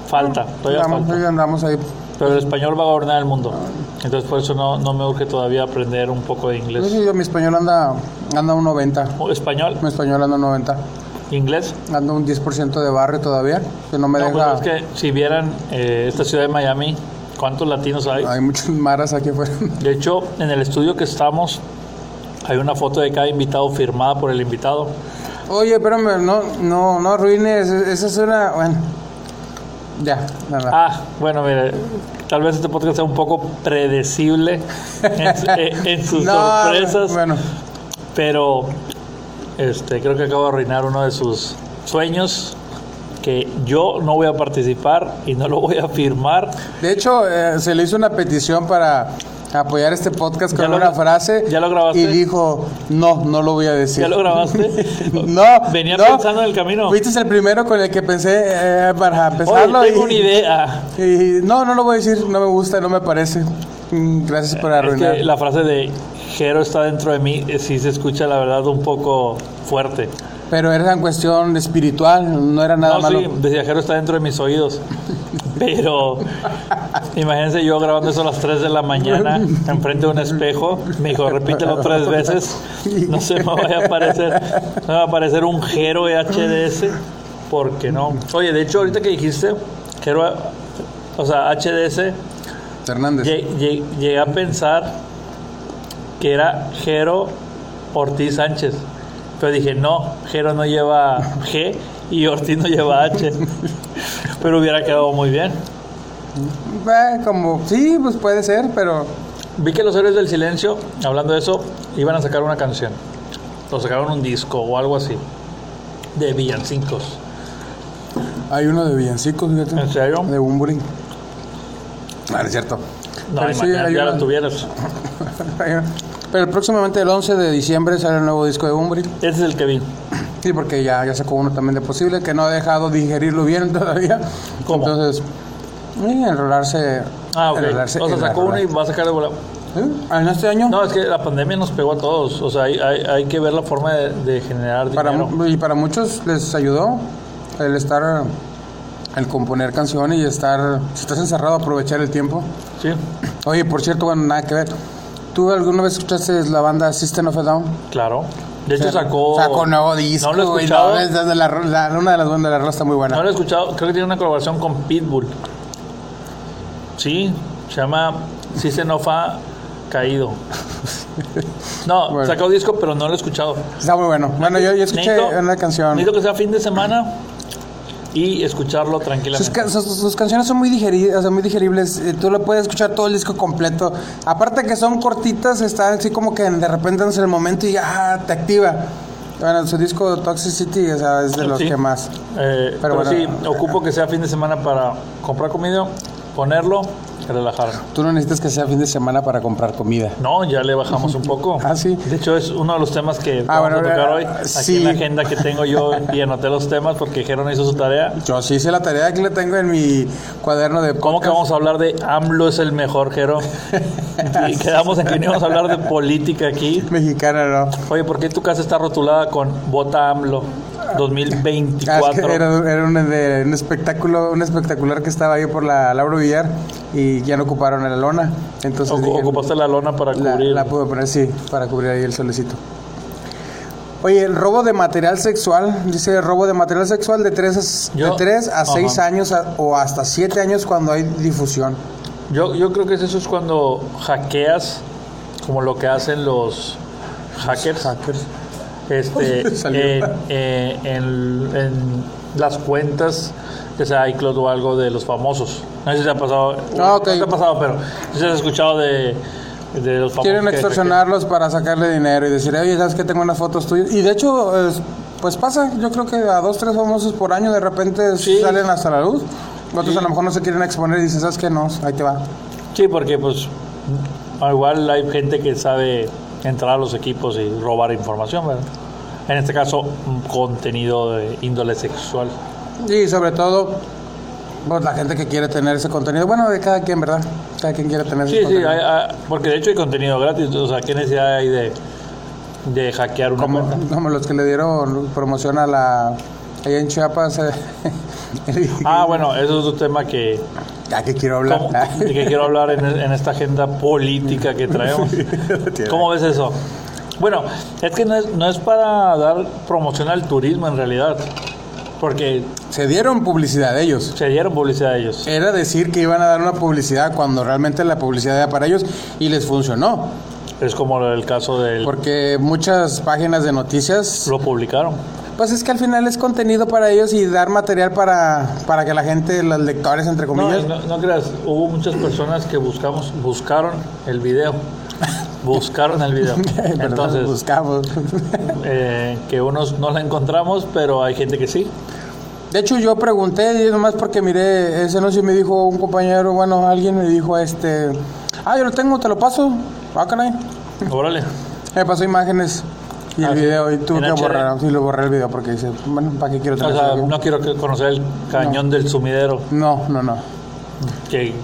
Speaker 2: Falta, todavía
Speaker 1: Andamos,
Speaker 2: falta.
Speaker 1: sí, andamos ahí.
Speaker 2: Pero el español va a gobernar el mundo. Entonces por eso no, no me urge todavía aprender un poco de
Speaker 1: Yo
Speaker 2: inglés.
Speaker 1: sí, yo, mi español anda, anda un 90.
Speaker 2: ¿O ¿Español?
Speaker 1: Mi español anda un 90.
Speaker 2: ¿Inglés?
Speaker 1: Anda un 10% de barrio todavía, que no me
Speaker 2: No,
Speaker 1: deja.
Speaker 2: pues es que si vieran eh, esta ciudad de Miami, ¿cuántos latinos hay?
Speaker 1: Hay muchos maras aquí afuera.
Speaker 2: De hecho, en el estudio que estamos hay una foto de cada invitado firmada por el invitado.
Speaker 1: Oye, espérame, no, no, no arruines. e-, Esa es una. Bueno, ya, nada.
Speaker 2: Ah, bueno, mire, tal vez este podcast sea un poco predecible en, en- en Ah, sus
Speaker 1: No,
Speaker 2: sorpresas,
Speaker 1: Bueno,
Speaker 2: pero este, creo que acabo de arruinar uno de sus sueños que yo no voy a participar y no lo voy a firmar.
Speaker 1: de hecho, eh, se le hizo una petición para apoyar este podcast
Speaker 2: Ya
Speaker 1: con
Speaker 2: lo
Speaker 1: una
Speaker 2: gra-
Speaker 1: frase.
Speaker 2: ya lo grabaste.
Speaker 1: Y dijo, no, no lo voy a decir.
Speaker 2: ¿Ya lo grabaste?
Speaker 1: No,
Speaker 2: Venía
Speaker 1: no.
Speaker 2: pensando en el camino. Oye,
Speaker 1: Fuiste el primero con el que pensé eh, para empezarlo.
Speaker 2: tengo
Speaker 1: y-
Speaker 2: una idea.
Speaker 1: y no, no lo voy a decir, no me gusta, no me parece. Mm, Gracias por
Speaker 2: Es
Speaker 1: arruinar.
Speaker 2: que la frase de Jero está dentro de mí, eh, sí se escucha la verdad un poco fuerte.
Speaker 1: Pero era en cuestión espiritual, no era nada
Speaker 2: no,
Speaker 1: malo.
Speaker 2: sí, decía Jero está dentro de mis oídos. Pero imagínense yo grabando eso a las 3 de la mañana enfrente de un espejo. Me dijo, repítelo tres veces. No se me vaya a aparecer, no me va a aparecer un Jero HDS. Porque no. Oye, de hecho, ahorita que dijiste, Jero, o sea, HDS,
Speaker 1: Fernández.
Speaker 2: lle- lle- llegué a pensar que era Jero Ortiz Sánchez. Pero dije, no, Jero no lleva G y Ortiz no lleva H. Pero hubiera quedado muy bien.
Speaker 1: Eh, como, sí, pues puede ser, pero
Speaker 2: Vi que los héroes del silencio, hablando de eso, iban a sacar una canción. O sacaron un disco o algo así. De villancicos.
Speaker 1: Hay uno de villancicos, fíjate.
Speaker 2: ¿En serio?
Speaker 1: De Bumburi. Ah, no es cierto.
Speaker 2: No,
Speaker 1: Pero sí,
Speaker 2: imagínate,
Speaker 1: hay
Speaker 2: ya
Speaker 1: una-
Speaker 2: lo tuvieras.
Speaker 1: Pero próximamente el 11 de diciembre sale el nuevo disco de Bumburi.
Speaker 2: Ese es el que vi.
Speaker 1: Sí, porque ya, ya sacó uno también de posible, que no ha dejado digerirlo bien todavía.
Speaker 2: ¿Cómo?
Speaker 1: Entonces, eh, enrolarse.
Speaker 2: Ah, ok.
Speaker 1: enrolarse,
Speaker 2: o sea, sacó uno y va a sacar de volado.
Speaker 1: ¿Sí? Ah, En este año,
Speaker 2: No, es que la pandemia nos pegó a todos. O sea, hay, hay- hay que ver la forma de, de generar
Speaker 1: para,
Speaker 2: dinero.
Speaker 1: mu- y para muchos les ayudó el estar, el componer canciones y estar, si estás encerrado, aprovechar el tiempo.
Speaker 2: Sí,
Speaker 1: Oye, por cierto, bueno, nada que ver. ¿Tú alguna vez escuchaste la banda System of a Down?
Speaker 2: claro. De hecho, sacó.
Speaker 1: Sacó nuevo disco.
Speaker 2: No lo he
Speaker 1: güey,
Speaker 2: escuchado.
Speaker 1: no, es de la ro- la- una de las bandas de la rola está muy buena.
Speaker 2: No lo he escuchado, creo que tiene una colaboración con Pitbull. Sí, se llama Cisenofa Caído. No,
Speaker 1: Bueno.
Speaker 2: sacó disco, pero no lo he escuchado.
Speaker 1: Está muy bueno. Bueno, yo, yo escuché
Speaker 2: Necesito-
Speaker 1: una canción.
Speaker 2: Necesito que sea fin de semana y escucharlo
Speaker 1: Sus,
Speaker 2: tranquilamente.
Speaker 1: ca- sus- sus canciones son muy, digeridas, o sea, muy digeribles, eh, tú lo puedes escuchar todo el disco completo. Aparte que son cortitas, están así como que de repente en el momento y ah, te activa. Bueno, su disco Toxicity o sea, es de los
Speaker 2: Sí.
Speaker 1: que más.
Speaker 2: Eh, pero
Speaker 1: bueno.
Speaker 2: sí, ocupo que sea fin de semana para comprar comida, ponerlo y relajarme.
Speaker 1: Tú no necesitas que sea fin de semana para comprar comida.
Speaker 2: No, ya le bajamos un poco.
Speaker 1: Ah, sí.
Speaker 2: De hecho, es uno de los temas que
Speaker 1: Ah,
Speaker 2: vamos
Speaker 1: bueno,
Speaker 2: a tocar
Speaker 1: eh,
Speaker 2: hoy. Aquí
Speaker 1: sí.
Speaker 2: en la agenda que tengo yo y anoté los temas porque Jerónimo hizo su tarea.
Speaker 1: Yo sí hice la tarea que le tengo en mi cuaderno de
Speaker 2: ¿Cómo que
Speaker 1: podcast.
Speaker 2: vamos a hablar de AMLO es el mejor, Jero? Y quedamos en que no íbamos a hablar de política aquí.
Speaker 1: Mexicana, ¿no?
Speaker 2: Oye, ¿por qué tu casa está rotulada con Vota AMLO
Speaker 1: Ah, es que
Speaker 2: 2024?
Speaker 1: era, era un, de- un espectáculo, un espectacular que estaba ahí por la Lauro Villar y ya no ocuparon la lona. Entonces
Speaker 2: Ocu-
Speaker 1: dije,
Speaker 2: Ocupaste la lona para
Speaker 1: La,
Speaker 2: cubrir.
Speaker 1: la pude poner, sí, para cubrir ahí el solecito. Oye, el robo de material sexual, dice robo de material sexual de 3 a,
Speaker 2: Yo-
Speaker 1: de tres a
Speaker 2: ajá.
Speaker 1: 6 años a- o hasta 7 años cuando hay difusión.
Speaker 2: Yo, yo creo que eso es cuando hackeas, como lo que hacen los hackers,
Speaker 1: Hackers.
Speaker 2: este,
Speaker 1: Salió.
Speaker 2: en, eh, en- en las cuentas, ya sea iCloud o algo de los famosos. No sé si te ha pasado,
Speaker 1: Ah, ok.
Speaker 2: no te ha pasado, pero si has escuchado de, de los famosos.
Speaker 1: Quieren
Speaker 2: que-
Speaker 1: extorsionarlos para sacarle dinero y decir, oye, ¿sabes que tengo unas fotos tuyas? Y de hecho, es- pues pasa, yo creo que a dos, tres famosos por año de repente
Speaker 2: Sí.
Speaker 1: salen hasta la luz. Otros a lo mejor no se quieren exponer y dicen, ¿sabes qué? No, ahí te va.
Speaker 2: Sí, porque pues ah, igual hay gente que sabe entrar a los equipos y robar información, ¿verdad? En este caso, un contenido de índole sexual.
Speaker 1: Y sobre todo, pues, la gente que quiere tener ese contenido. Bueno, de cada quien, ¿verdad? Cada quien quiere tener ese
Speaker 2: Sí, sí,
Speaker 1: contenido.
Speaker 2: hay- hay- porque de hecho hay contenido gratis, o sea, ¿qué necesidad hay de, de hackear una
Speaker 1: como,
Speaker 2: cuenta?
Speaker 1: como los que le dieron promoción a la... Allá en Chiapas. eh,
Speaker 2: Ah, bueno, eso es otro tema que,
Speaker 1: ya que quiero hablar.
Speaker 2: ¿cómo- de que quiero hablar en, en esta agenda política que traemos. ¿Cómo ves eso? Bueno, es que no es, no es para dar promoción al turismo en realidad, porque
Speaker 1: Se dieron publicidad ellos.
Speaker 2: se dieron publicidad a ellos.
Speaker 1: Era decir que iban a dar una publicidad cuando realmente la publicidad era para ellos y les funcionó.
Speaker 2: Es como el caso del...
Speaker 1: Porque muchas páginas de noticias,
Speaker 2: Lo publicaron.
Speaker 1: pues es que al final es contenido para ellos y dar material para, para que la gente, los lectores, entre
Speaker 2: No,
Speaker 1: comillas,
Speaker 2: no, no creas, hubo muchas personas que buscamos, buscaron el video. Buscaron el video.
Speaker 1: pero no los
Speaker 2: Entonces,
Speaker 1: buscamos.
Speaker 2: eh, que unos no la encontramos, pero hay gente que sí.
Speaker 1: De hecho, yo pregunté, y nomás porque miré ese anuncio y me dijo un compañero, bueno, alguien me dijo, este, ah, yo lo tengo, te lo paso. Ah, caray.
Speaker 2: Órale.
Speaker 1: Me pasó imágenes y el
Speaker 2: Ah, sí.
Speaker 1: video, y tuve
Speaker 2: En
Speaker 1: que
Speaker 2: HD.
Speaker 1: borrar, y lo borré el video porque dice, bueno, ¿para qué quiero
Speaker 2: O
Speaker 1: tener
Speaker 2: sea,
Speaker 1: eso aquí?
Speaker 2: no quiero que- conocer el cañón del sumidero,
Speaker 1: No, no, no.
Speaker 2: que,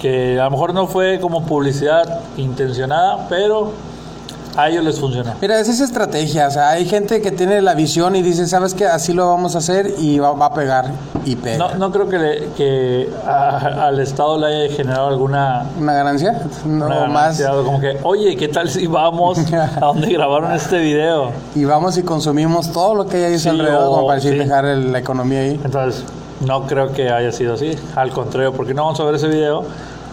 Speaker 2: que a lo mejor no fue como publicidad intencionada, pero a ellos les funcionó.
Speaker 1: Mira, esa es estrategia. O sea, hay gente que tiene la visión y dice, ¿sabes qué? Así lo vamos a hacer y va, va a pegar. Y pega.
Speaker 2: No, no creo que, le- que a- al Estado le haya generado alguna
Speaker 1: ¿Una ganancia? No,
Speaker 2: Una
Speaker 1: más.
Speaker 2: ganancia, Como que, oye, ¿qué tal si vamos a donde grabaron este video?
Speaker 1: Y vamos y consumimos todo lo que hay ahí
Speaker 2: Sí,
Speaker 1: alrededor
Speaker 2: o-
Speaker 1: como para decir,
Speaker 2: sí.
Speaker 1: dejar el- la economía ahí.
Speaker 2: Entonces, no creo que haya sido así. Al contrario, porque no vamos a ver ese video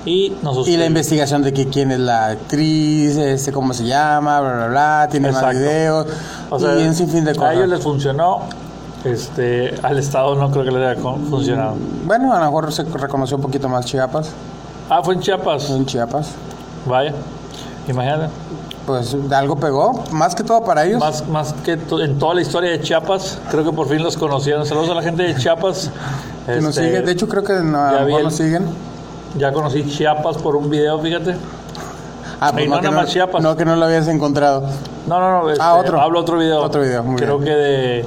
Speaker 2: y
Speaker 1: Y
Speaker 2: nos
Speaker 1: la
Speaker 2: suscribimos.
Speaker 1: investigación de que quién es la actriz, este, cómo se llama, bla, bla, bla, tiene más
Speaker 2: Exacto.
Speaker 1: videos,
Speaker 2: O sea,
Speaker 1: y un sinfín de
Speaker 2: A ellos
Speaker 1: cosas.
Speaker 2: les funcionó, este, al Estado no creo que le haya con- funcionado.
Speaker 1: Bueno, a lo mejor se reconoció un poquito más Chiapas,
Speaker 2: Ah, fue en Chiapas.
Speaker 1: en Chiapas.
Speaker 2: Vaya. Imagínate.
Speaker 1: Pues algo pegó, más que todo para ellos.
Speaker 2: Más, más que to- en toda la historia de Chiapas, creo que por fin los conocieron. Saludos a la gente de Chiapas.
Speaker 1: Que nos
Speaker 2: Este,
Speaker 1: siguen. De hecho, creo que no, a lo
Speaker 2: ya vi
Speaker 1: mejor
Speaker 2: el-
Speaker 1: nos siguen.
Speaker 2: Ya conocí Chiapas por un video, fíjate.
Speaker 1: Ah,
Speaker 2: Y no
Speaker 1: que
Speaker 2: nada más Chiapas.
Speaker 1: no que no lo habías encontrado.
Speaker 2: No, no, no. este,
Speaker 1: Ah, otro.
Speaker 2: Hablo otro video.
Speaker 1: Otro video, muy
Speaker 2: Creo
Speaker 1: bien.
Speaker 2: que de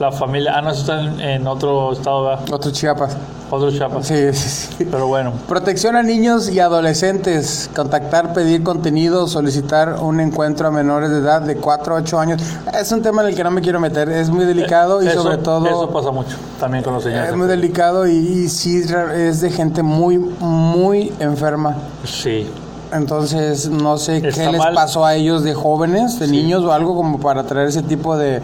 Speaker 2: la familia. Ah, no, eso está en, en otro estado, ¿verdad?
Speaker 1: Otro Chiapas.
Speaker 2: Otro Chiapas.
Speaker 1: Sí, sí, sí.
Speaker 2: Pero bueno,
Speaker 1: Protección a niños y adolescentes. Contactar, pedir contenido, solicitar un encuentro a menores de edad de 4 a 8 años. Es un tema en el que no me quiero meter. Es muy delicado y
Speaker 2: eso-
Speaker 1: sobre todo...
Speaker 2: Eso pasa mucho también con los
Speaker 1: Es
Speaker 2: señores.
Speaker 1: muy delicado y, y sí es de gente muy, muy enferma.
Speaker 2: Sí.
Speaker 1: Entonces, no sé
Speaker 2: Está
Speaker 1: qué les
Speaker 2: mal.
Speaker 1: pasó a ellos de jóvenes, de niños o algo como para traer ese tipo de,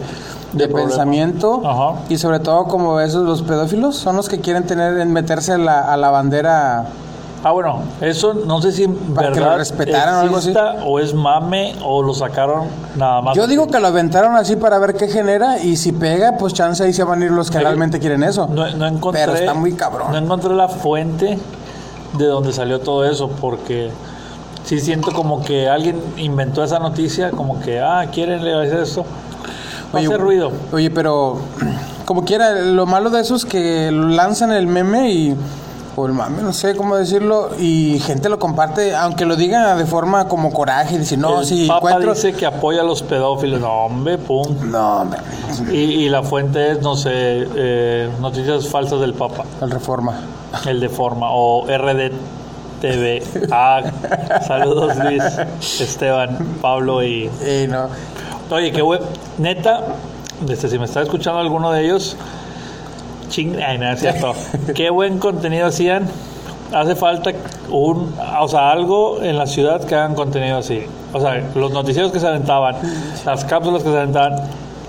Speaker 1: de
Speaker 2: problema.
Speaker 1: pensamiento.
Speaker 2: Ajá.
Speaker 1: Y sobre todo como esos, los pedófilos son los que quieren tener, en meterse a la, a la bandera.
Speaker 2: Ah, bueno, eso no sé si en
Speaker 1: Para que
Speaker 2: verdad
Speaker 1: lo respetaran o algo así.
Speaker 2: exista o es mame o lo sacaron nada más.
Speaker 1: Yo digo que lo aventaron así para ver qué genera y si pega, pues chance ahí se van a ir los que
Speaker 2: Sí.
Speaker 1: realmente quieren eso.
Speaker 2: No, no encontré,
Speaker 1: Pero está muy cabrón.
Speaker 2: No encontré la fuente de donde salió todo eso, porque sí siento como que alguien inventó esa noticia, como que, ah, quieren legalizar esto. No hace ruido.
Speaker 1: Oye, pero mm, como quiera, lo malo de eso es que lanzan el meme y. O el mame, no sé cómo decirlo. Y gente lo comparte, aunque lo diga de forma como coraje, decir, no,
Speaker 2: El
Speaker 1: si
Speaker 2: Papa
Speaker 1: encuentro.
Speaker 2: dice que apoya a los pedófilos. No, hombre, pum.
Speaker 1: No, hombre,
Speaker 2: Y, y la fuente es, no sé, eh, noticias falsas del Papa.
Speaker 1: el reforma.
Speaker 2: El de forma. O RDTV. Ah, saludos Luis, Esteban, Pablo y...
Speaker 1: Eh, no.
Speaker 2: Oye, qué web. Neta, desde si me está escuchando alguno de ellos, ching... Ay, no, es cierto. qué buen contenido hacían. Hace falta un... O sea, algo en la ciudad que hagan contenido así. O sea, los noticieros que se aventaban, las cápsulas que se aventaban,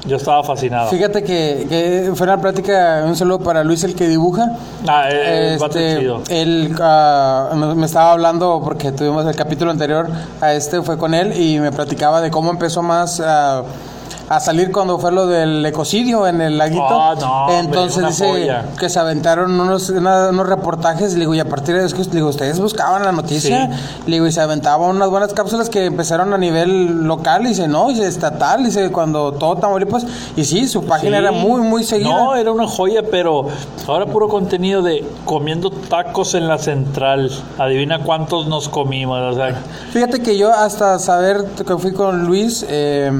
Speaker 2: yo estaba fascinado.
Speaker 1: Fíjate que, que fue una plática, un saludo para Luis, el que dibuja.
Speaker 2: Ah, eh, vato
Speaker 1: Este,
Speaker 2: chido.
Speaker 1: él ah, me, me estaba hablando porque tuvimos el capítulo anterior a este, fue con él y me platicaba de cómo empezó más a, a salir cuando fue lo del ecocidio en el laguito.
Speaker 2: Ah, no, hombre,
Speaker 1: Entonces
Speaker 2: una
Speaker 1: dice
Speaker 2: joya.
Speaker 1: que se aventaron unos, una- unos reportajes, le digo, y a partir de eso, pues, le digo, ustedes buscaban la noticia, le digo, y se aventaban unas buenas cápsulas que empezaron a nivel local, y dice, no, dice, estatal, dice, cuando todo Tamaulipas, y sí, su página
Speaker 2: Sí.
Speaker 1: era muy, muy seguida.
Speaker 2: No, era una joya, pero ahora puro contenido de comiendo tacos en la central. Adivina cuántos nos comimos. O sea,
Speaker 1: Fíjate que yo hasta saber que fui con Luis, eh,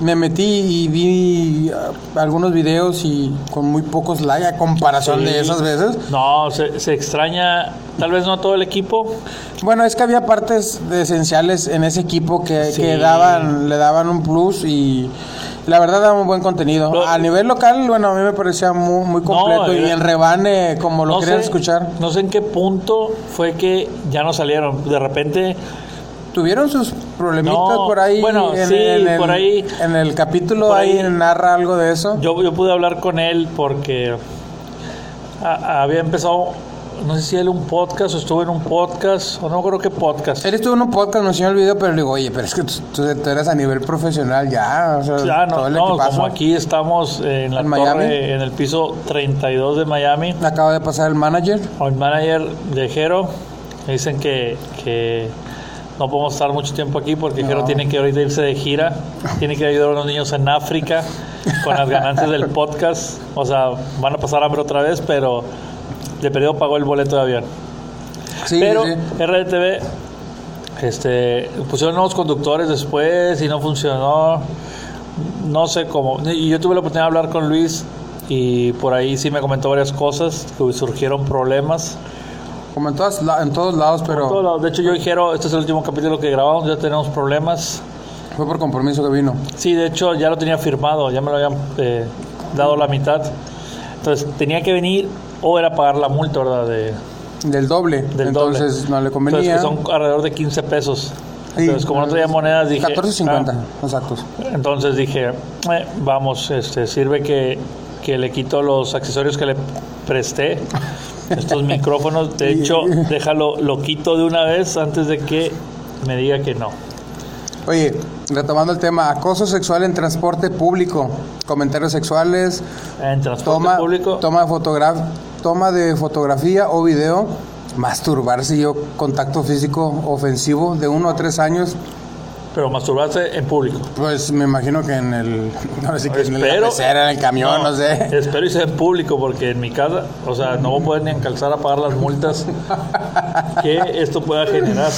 Speaker 1: me metí y vi ah, algunos videos y con muy pocos likes a comparación
Speaker 2: Sí.
Speaker 1: de esas veces.
Speaker 2: no, se, se extraña, tal vez no todo el equipo.
Speaker 1: Bueno, es que había partes de esenciales en ese equipo que,
Speaker 2: Sí.
Speaker 1: que daban, le daban un plus y la verdad daban buen contenido.
Speaker 2: Lo-
Speaker 1: a nivel local, bueno, a mí me parecía muy, muy completo y
Speaker 2: era-
Speaker 1: en rebane, como lo
Speaker 2: no
Speaker 1: querían
Speaker 2: sé-
Speaker 1: escuchar,
Speaker 2: No sé en qué punto fue que ya no salieron. De repente,
Speaker 1: tuvieron sus problemitas
Speaker 2: No,
Speaker 1: por ahí.
Speaker 2: bueno, sí,
Speaker 1: el,
Speaker 2: por ahí-
Speaker 1: En el capítulo
Speaker 2: por
Speaker 1: ahí,
Speaker 2: ahí-
Speaker 1: narra algo de eso.
Speaker 2: yo, yo pude hablar con él porque a- había empezado, no sé si él un podcast o estuvo en un podcast, o no creo que podcast.
Speaker 1: Él estuvo en un podcast, me enseñó el video, pero le digo, oye, pero es que tú, tú- tú eres a nivel profesional ya, o sea,
Speaker 2: Ah, no,
Speaker 1: todo el
Speaker 2: no,
Speaker 1: equipazo.
Speaker 2: como aquí estamos en la
Speaker 1: ¿En
Speaker 2: torre,
Speaker 1: Miami?
Speaker 2: en el piso 32 de Miami,
Speaker 1: Acaba de pasar el manager.
Speaker 2: el manager de Jero, me dicen que, que no podemos estar mucho tiempo aquí porque Jero tiene que ahorita irse de gira, tiene que ayudar a los niños en África con las ganancias del podcast, o sea, van a pasar hambre otra vez, pero de periodo pagó el boleto de avión.
Speaker 1: Sí,
Speaker 2: Pero
Speaker 1: sí.
Speaker 2: RTV este, pusieron nuevos conductores después y no funcionó. No sé cómo. Y yo tuve la oportunidad de hablar con Luis y por ahí sí me comentó varias cosas, que surgieron problemas.
Speaker 1: Como en, todas la- en todos lados, pero
Speaker 2: Todos lados. De hecho, yo dijeron, este es el último capítulo que grabamos, ya tenemos problemas.
Speaker 1: fue por compromiso que vino.
Speaker 2: Sí, de hecho ya lo tenía firmado, ya me lo habían eh, dado la mitad. Entonces tenía que venir o era pagar la multa, ¿verdad? De,
Speaker 1: Del doble.
Speaker 2: del
Speaker 1: Entonces
Speaker 2: doble.
Speaker 1: no le convenía.
Speaker 2: Entonces, pues, que son alrededor de 15 pesos.
Speaker 1: Sí,
Speaker 2: entonces, como no traía monedas, dije.
Speaker 1: 14.50, exactos.
Speaker 2: ah, entonces dije, eh, vamos, este, sirve que, que le quito los accesorios que le presté. Estos micrófonos, de hecho, déjalo, lo quito de una vez antes de que me diga que no.
Speaker 1: Oye, retomando el tema, acoso sexual en transporte público, comentarios sexuales,
Speaker 2: En transporte
Speaker 1: toma,
Speaker 2: público.
Speaker 1: toma, de fotogra- toma de fotografía o video masturbarse yo contacto físico ofensivo de uno a tres años
Speaker 2: Pero masturbarse en público.
Speaker 1: pues me imagino que en el ahora sí que en la
Speaker 2: Espero-
Speaker 1: pecera, en el camión no, sé
Speaker 2: Espero y sea en público, porque en mi casa, o sea, no voy a poder ni alcanzar a pagar las multas que esto pueda generar.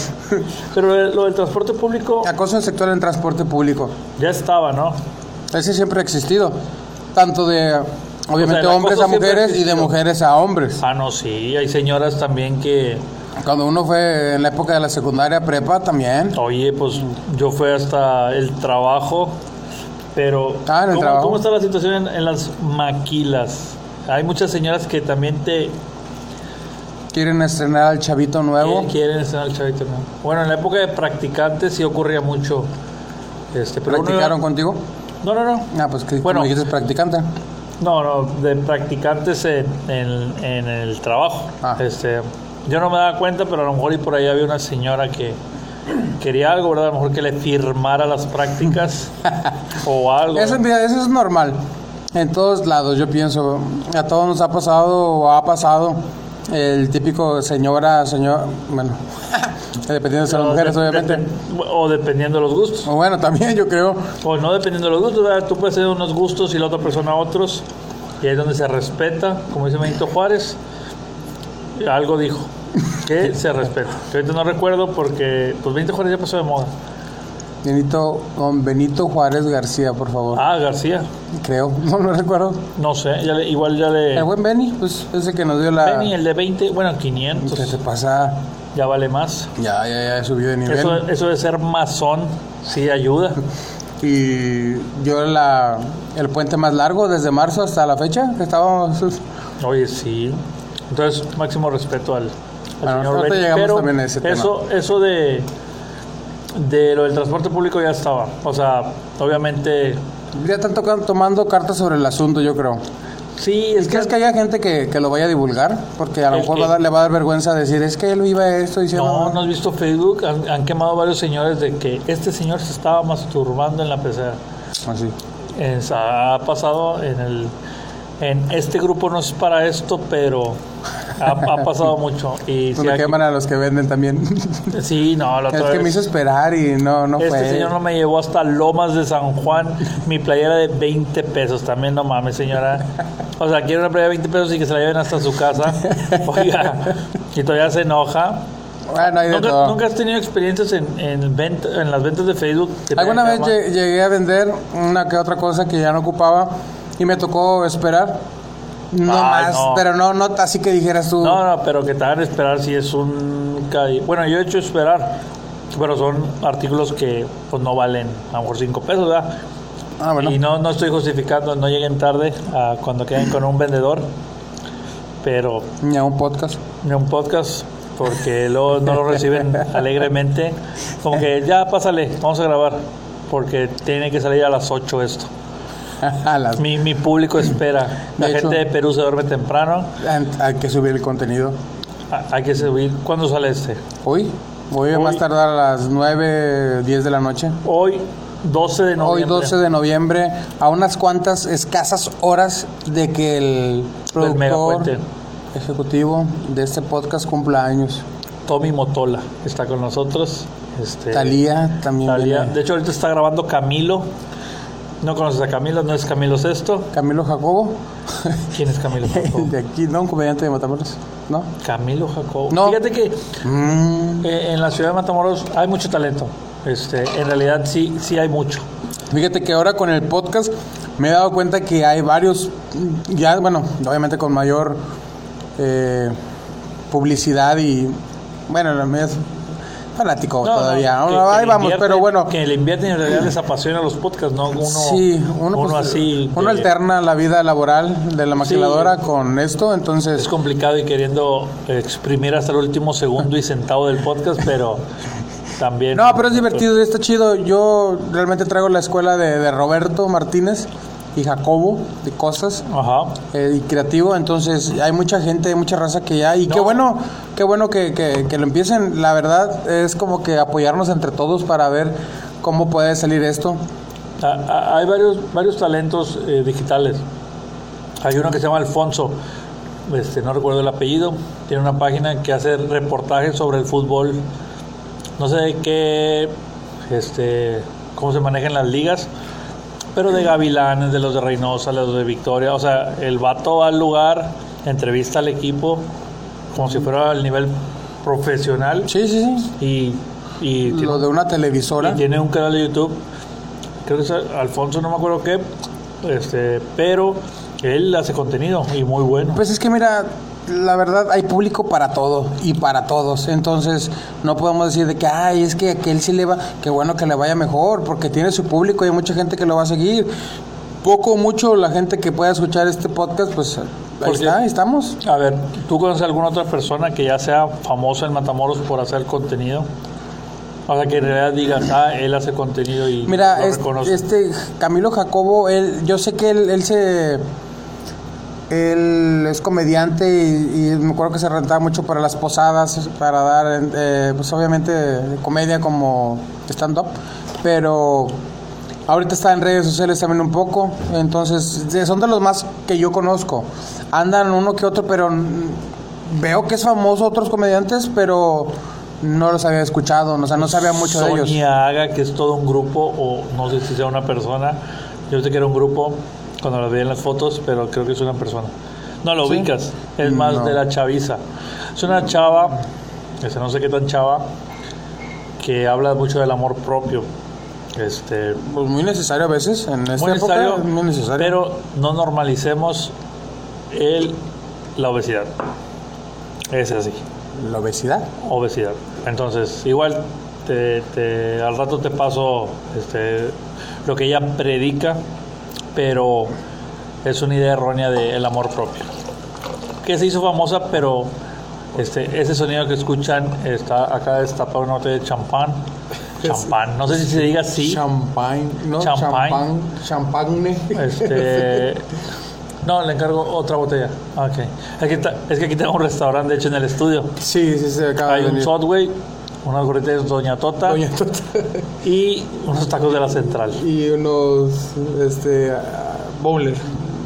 Speaker 2: Pero lo del- lo del transporte público
Speaker 1: acoso sexual en transporte público
Speaker 2: ya estaba, ¿no?
Speaker 1: ese siempre ha existido tanto de obviamente
Speaker 2: el acoso
Speaker 1: hombres a
Speaker 2: siempre ha
Speaker 1: mujeres y de
Speaker 2: existido.
Speaker 1: mujeres a hombres
Speaker 2: Ah, no, sí, hay señoras también que,
Speaker 1: cuando uno fue en la época de la secundaria prepa también
Speaker 2: oye, pues yo fui hasta el trabajo, pero
Speaker 1: Ah, en el
Speaker 2: ¿cómo,
Speaker 1: trabajo.
Speaker 2: cómo está la situación en, en las maquilas? Hay muchas señoras que también te
Speaker 1: quieren estrenar al chavito nuevo
Speaker 2: quieren, quieren estar al chavito, ¿no? Bueno, en la época de practicantes sí ocurría mucho. Este, pero uno
Speaker 1: practicaron contigo
Speaker 2: No, no, no.
Speaker 1: ah pues que
Speaker 2: Bueno.
Speaker 1: me dijiste practicante
Speaker 2: No, no, de practicantes en, en- en el trabajo.
Speaker 1: Ah.
Speaker 2: Este, yo no me daba cuenta, pero a lo mejor y por ahí había una señora que quería algo, ¿verdad? A lo mejor que le firmara las prácticas o algo.
Speaker 1: Eso, mira, eso es normal. En todos lados, yo pienso. A todos nos ha pasado o ha pasado el típico señora, señor. Bueno, dependiendo de si son
Speaker 2: O
Speaker 1: mujeres,
Speaker 2: de-
Speaker 1: obviamente.
Speaker 2: depen- o dependiendo de los gustos.
Speaker 1: O bueno, también yo creo.
Speaker 2: O no dependiendo de los gustos, ¿verdad? Tú puedes tener unos gustos y la otra persona otros. Y ahí es donde se respeta, como dice Benito Juárez. Algo dijo que se respeta. Que ahorita no recuerdo porque, pues Benito Juárez ya pasó de moda.
Speaker 1: Benito, don Benito Juárez García, por favor.
Speaker 2: Ah, García.
Speaker 1: Creo, no lo recuerdo.
Speaker 2: No sé, ya le- igual ya le...
Speaker 1: El buen Benny, pues ese que nos dio la.
Speaker 2: Penny, el de 20, bueno,
Speaker 1: ¿Qué
Speaker 2: 500,
Speaker 1: te pasa?
Speaker 2: ya vale más.
Speaker 1: Ya, ya, ya subió de nivel.
Speaker 2: Eso, eso de ser masón sí ayuda.
Speaker 1: Y yo la. El puente más largo desde marzo hasta la fecha que estábamos.
Speaker 2: Oye, sí. Entonces, máximo respeto al, al
Speaker 1: Bueno,
Speaker 2: señor
Speaker 1: ahorita
Speaker 2: Benny,
Speaker 1: llegamos
Speaker 2: pero
Speaker 1: también a ese tema.
Speaker 2: eso, eso de, de lo del transporte público ya estaba. O sea, obviamente,
Speaker 1: Ya están tocan- tomando cartas sobre el asunto, yo creo.
Speaker 2: sí,
Speaker 1: ¿Y
Speaker 2: es que...
Speaker 1: crees que haya gente que, que lo vaya a divulgar? Porque a lo
Speaker 2: ¿El
Speaker 1: mejor
Speaker 2: qué?
Speaker 1: va a dar- le va a dar vergüenza decir, es que él iba a esto y
Speaker 2: No, no has visto Facebook, han, han quemado varios señores de que este señor se estaba masturbando en la pecera.
Speaker 1: Así.
Speaker 2: Es- ha pasado en el en este grupo no es para esto pero ha, ha pasado mucho y sí,
Speaker 1: Donde
Speaker 2: aquí-
Speaker 1: queman a los que venden también.
Speaker 2: sí, no la
Speaker 1: es
Speaker 2: otra
Speaker 1: que me
Speaker 2: vez,
Speaker 1: hizo esperar y no, no
Speaker 2: este
Speaker 1: fue.
Speaker 2: señor no me llevó hasta Lomas de San Juan mi playera de 20 pesos también no mames señora o sea quiere una playera de 20 pesos y que se la lleven hasta su casa oiga y todavía se enoja
Speaker 1: Bueno, hay de
Speaker 2: ¿Nunca,
Speaker 1: todo.
Speaker 2: nunca has tenido experiencias en, en, venta- en las ventas de Facebook que te
Speaker 1: Alguna vez
Speaker 2: llaman?
Speaker 1: lle- llegué a vender una que otra cosa que ya no ocupaba y me tocó esperar. No
Speaker 2: Ay,
Speaker 1: más,
Speaker 2: no.
Speaker 1: pero no, no así que dijeras tú.
Speaker 2: No, no, pero que te hagan esperar si es un... cadi- Bueno, yo he hecho esperar, pero son artículos que pues no valen a lo mejor 5 pesos, ¿verdad?
Speaker 1: ah, bueno.
Speaker 2: Y no, no estoy justificando, no lleguen tarde a cuando queden con un vendedor, pero
Speaker 1: Ni a un podcast.
Speaker 2: ni un podcast, porque luego no lo reciben alegremente. Como que ya pásale, vamos a grabar, porque tiene que salir a las 8 esto.
Speaker 1: a las,
Speaker 2: Mi, mi público espera. La
Speaker 1: De hecho-
Speaker 2: gente de Perú se duerme temprano,
Speaker 1: an- hay que subir el contenido.
Speaker 2: a- hay que subir. ¿Cuándo sale este?
Speaker 1: Hoy, hoy a más
Speaker 2: Hoy.
Speaker 1: tardar a las 9, 10 de la noche.
Speaker 2: Hoy, 12 de
Speaker 1: Hoy
Speaker 2: noviembre.
Speaker 1: 12 de noviembre, a unas cuantas escasas horas de que el productor
Speaker 2: megapuente.
Speaker 1: ejecutivo de este podcast cumpla años.
Speaker 2: Tommy Motola está con nosotros. Este,
Speaker 1: Talía también
Speaker 2: Thalía.
Speaker 1: viene.
Speaker 2: De hecho, ahorita está grabando Camilo. No conoces a Camilo, no es Camilo Sexto.
Speaker 1: Camilo Jacobo,
Speaker 2: ¿Quién es Camilo Jacobo?
Speaker 1: de aquí, ¿no? Un comediante de Matamoros, ¿no?
Speaker 2: Camilo Jacobo.
Speaker 1: No.
Speaker 2: Fíjate que
Speaker 1: Mm,
Speaker 2: eh, en la ciudad de Matamoros hay mucho talento. Este, en realidad sí, sí hay mucho.
Speaker 1: Fíjate que ahora con el podcast me he dado cuenta que hay varios, mm, ya, bueno, obviamente con mayor eh, publicidad y, bueno, no, me es fanático
Speaker 2: No,
Speaker 1: Pues todavía.
Speaker 2: no, que-
Speaker 1: Ahora
Speaker 2: que
Speaker 1: ahí
Speaker 2: le
Speaker 1: vamos,
Speaker 2: invierten-
Speaker 1: pero bueno.
Speaker 2: Que le invierten en realidad les apasiona los podcasts, ¿no? Uno,
Speaker 1: sí, uno,
Speaker 2: uno
Speaker 1: pues,
Speaker 2: así.
Speaker 1: uno
Speaker 2: de-
Speaker 1: alterna la vida laboral de la maquiladora con esto,
Speaker 2: Es
Speaker 1: entonces
Speaker 2: complicado y queriendo exprimir hasta el último segundo y centavo del podcast, pero también.
Speaker 1: no, pero es divertido, está chido. Yo realmente traigo la escuela de, de Roberto Martínez y Jacobo de cosas
Speaker 2: Ajá.
Speaker 1: eh, y creativo, entonces hay mucha gente, hay mucha raza que ya y qué
Speaker 2: No.
Speaker 1: bueno, qué bueno que, que- que lo empiecen. La verdad es como que apoyarnos entre todos para ver cómo puede salir esto.
Speaker 2: A- a- hay varios, varios talentos eh, digitales. Hay uno que se llama Alfonso, este, no recuerdo el apellido, tiene una página que hace reportajes sobre el fútbol, no sé de qué, este, cómo se manejan las ligas, pero de Gavilanes, de los de Reynosa, de los de Victoria, o sea, el vato va al lugar, entrevista al equipo, como si fuera al nivel profesional,
Speaker 1: Sí, sí, sí.
Speaker 2: y, y tiene-
Speaker 1: Lo de una
Speaker 2: y
Speaker 1: televisora.
Speaker 2: tiene un canal de YouTube, creo que es Alfonso, no me acuerdo qué, este, pero él hace contenido y muy bueno.
Speaker 1: Pues es que mira, la verdad hay público para todo y para todos. Entonces no podemos decir de que, ay, es que aquel sí le va, que bueno que le vaya mejor, porque tiene su público y hay mucha gente que lo va a seguir. Poco o mucho la gente que pueda escuchar este podcast, pues ahí
Speaker 2: Porque-
Speaker 1: está, ahí estamos.
Speaker 2: A ver, ¿tú conoces alguna otra persona que ya sea famosa en Matamoros por hacer contenido? O sea, que en realidad digas, ah, él hace contenido y
Speaker 1: Mira,
Speaker 2: lo
Speaker 1: es-
Speaker 2: reconoce.
Speaker 1: este Camilo Jacobo, él, yo sé que él, él se. Él es comediante y, y me acuerdo que se rentaba mucho para las posadas, para dar, eh, pues obviamente, comedia como stand-up, pero ahorita está en redes sociales también un poco, entonces de- son de los más que yo conozco. Andan uno que otro, pero mm, veo que es famoso otros comediantes, pero no los había escuchado, o sea, no sabía mucho de ellos.
Speaker 2: Sonia Haga, que es todo un grupo, o no sé si sea una persona. Yo sé que era un grupo cuando lo vi en las fotos, pero creo que es una persona. No lo
Speaker 1: Sí.
Speaker 2: ubicas, es más
Speaker 1: No.
Speaker 2: de la chaviza. Es una chava, ese no sé qué tan chava, que habla mucho del amor propio. Este,
Speaker 1: Pues muy necesario a veces en esta
Speaker 2: muy
Speaker 1: época.
Speaker 2: necesario,
Speaker 1: muy necesario.
Speaker 2: pero no normalicemos el, la obesidad. Es así,
Speaker 1: la obesidad.
Speaker 2: obesidad. Entonces, igual te- te- al rato te paso este, lo que ella predica, pero es una idea errónea del amor propio. Que se hizo famosa, pero este, ese sonido que escuchan está acá destapado una botella de champán. Champán, no sé si se diga así.
Speaker 1: Champagne, no,
Speaker 2: Champagne.
Speaker 1: champán, champagne.
Speaker 2: Este. No, le encargo otra botella. Ah, Ok. Aquí está- es que aquí tengo un restaurante, de hecho, en el estudio.
Speaker 1: Sí, sí, se acaba
Speaker 2: Hay
Speaker 1: de
Speaker 2: un
Speaker 1: venir.
Speaker 2: Subway, unas gorritas de Doña Tota
Speaker 1: Ah, Doña Tota.
Speaker 2: y unos tacos de la central.
Speaker 1: y unos este ah, bowler.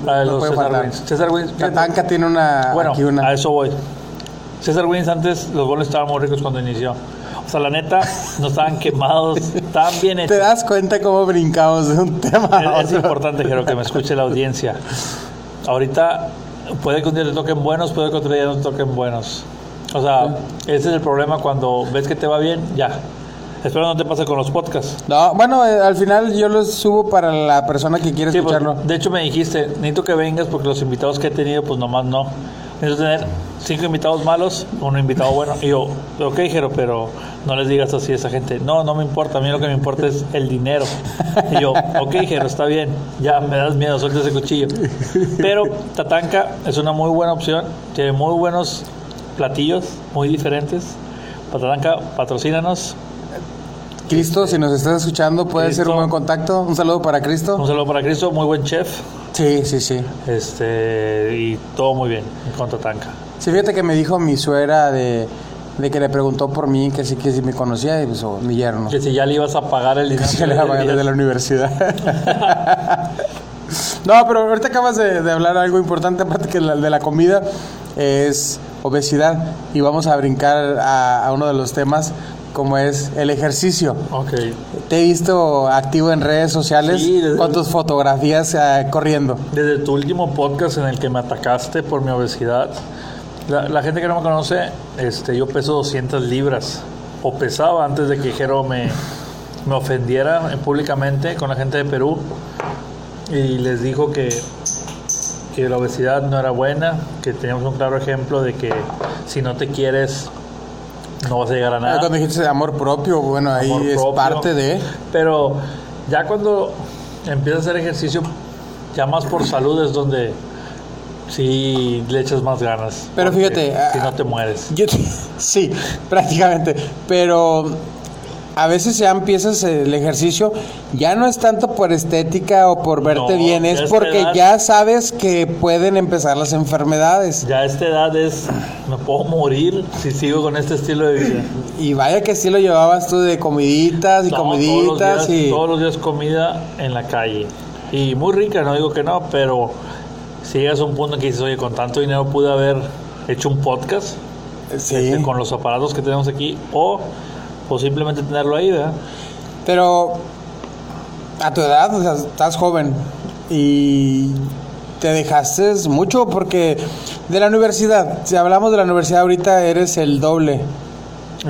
Speaker 2: La de
Speaker 1: No
Speaker 2: los
Speaker 1: puede
Speaker 2: César
Speaker 1: faltar.
Speaker 2: Wings. César Wings. fíjate,
Speaker 1: Catanca tiene una
Speaker 2: bueno,
Speaker 1: aquí una.
Speaker 2: a eso voy. César Wings antes, los goles estaban muy ricos cuando inició. O sea, la neta, no estaban quemados, estaban bien
Speaker 1: Te
Speaker 2: hechos.
Speaker 1: das cuenta cómo brincamos de un tema a
Speaker 2: Es, es
Speaker 1: otro.
Speaker 2: importante, Jero, que me escuche la audiencia. Ahorita puede que un día te toquen buenos, puede que otro día no te toquen buenos. O sea, ese es el problema cuando ves que te va bien, ya. Espero no te pase con los podcasts.
Speaker 1: No, bueno, eh, al final yo los subo para la persona que quiere
Speaker 2: Sí, pues,
Speaker 1: escucharlo.
Speaker 2: de hecho me dijiste, necesito que vengas porque los invitados que he tenido, pues nomás no. Necesito tener cinco invitados malos, un invitado bueno. Y yo, ok, Jero, pero no les digas así a esa gente. No, no me importa, a mí lo que me importa es el dinero. Y yo, ok, Jero, está bien, ya me das miedo, suelta ese cuchillo. Pero Tatanka es una muy buena opción, tiene muy buenos platillos, muy diferentes. Tatanka, patrocínanos.
Speaker 1: Cristo, si nos estás escuchando, puede ser
Speaker 2: Cristo. Pues,
Speaker 1: un buen contacto. Un saludo para
Speaker 2: Un
Speaker 1: Cristo.
Speaker 2: saludo para Cristo, muy buen chef.
Speaker 1: Sí, sí, sí.
Speaker 2: Este, y todo muy bien con Tatanka.
Speaker 1: Sí, fíjate que me dijo mi suegra de, de que le preguntó por mí, que sí, que si me conocía, y pues, o mi yerno.
Speaker 2: Que si ya le ibas a pagar el dinero.
Speaker 1: Sí, que le iba a pagar
Speaker 2: que
Speaker 1: desde la
Speaker 2: debías.
Speaker 1: universidad. no, pero ahorita acabas de, de hablar algo importante, aparte que la, de la comida es obesidad, y vamos a brincar a, a uno de los temas, como es el ejercicio.
Speaker 2: Ok.
Speaker 1: Te he visto activo en redes sociales
Speaker 2: Sí, desde-
Speaker 1: con tus fotografías eh, corriendo.
Speaker 2: Desde tu último podcast en el que me atacaste por mi obesidad, la, la gente que no me conoce, este, yo peso 200 libras. O pesaba antes de que Jero me, me ofendiera eh, públicamente con la gente de Perú. Y les dijo que, que la obesidad no era buena, que teníamos un claro ejemplo de que si no te quieres, no vas a llegar a nada.
Speaker 1: Cuando dijiste amor propio, bueno, ahí
Speaker 2: Ah. amor
Speaker 1: es
Speaker 2: propio.
Speaker 1: parte de...
Speaker 2: Pero ya cuando empiezas a hacer ejercicio, ya más por salud es donde sí le echas más ganas.
Speaker 1: Pero
Speaker 2: Porque
Speaker 1: fíjate,
Speaker 2: Si
Speaker 1: ah,
Speaker 2: no te mueres.
Speaker 1: Yo te- sí, prácticamente. Pero a veces ya empiezas el ejercicio, ya no es tanto por estética o por verte
Speaker 2: No,
Speaker 1: bien, es
Speaker 2: ya a esta
Speaker 1: porque
Speaker 2: edad-
Speaker 1: ya sabes que pueden empezar las enfermedades.
Speaker 2: Ya a esta edad es, me puedo morir si sigo con este estilo de vida.
Speaker 1: Y vaya que sí lo llevabas tú de comiditas y
Speaker 2: No, todos los
Speaker 1: comiditas
Speaker 2: días-
Speaker 1: y...
Speaker 2: Todos los días comida en la calle. Y muy rica, no digo que no, pero Si llegas a un punto en que dices, oye, con tanto dinero pude haber hecho un podcast
Speaker 1: Sí.
Speaker 2: con los aparatos que tenemos aquí o, o simplemente tenerlo ahí, ¿verdad?
Speaker 1: Pero a tu edad, o sea, estás joven y te dejaste mucho porque de la universidad, si hablamos de la universidad ahorita, eres el doble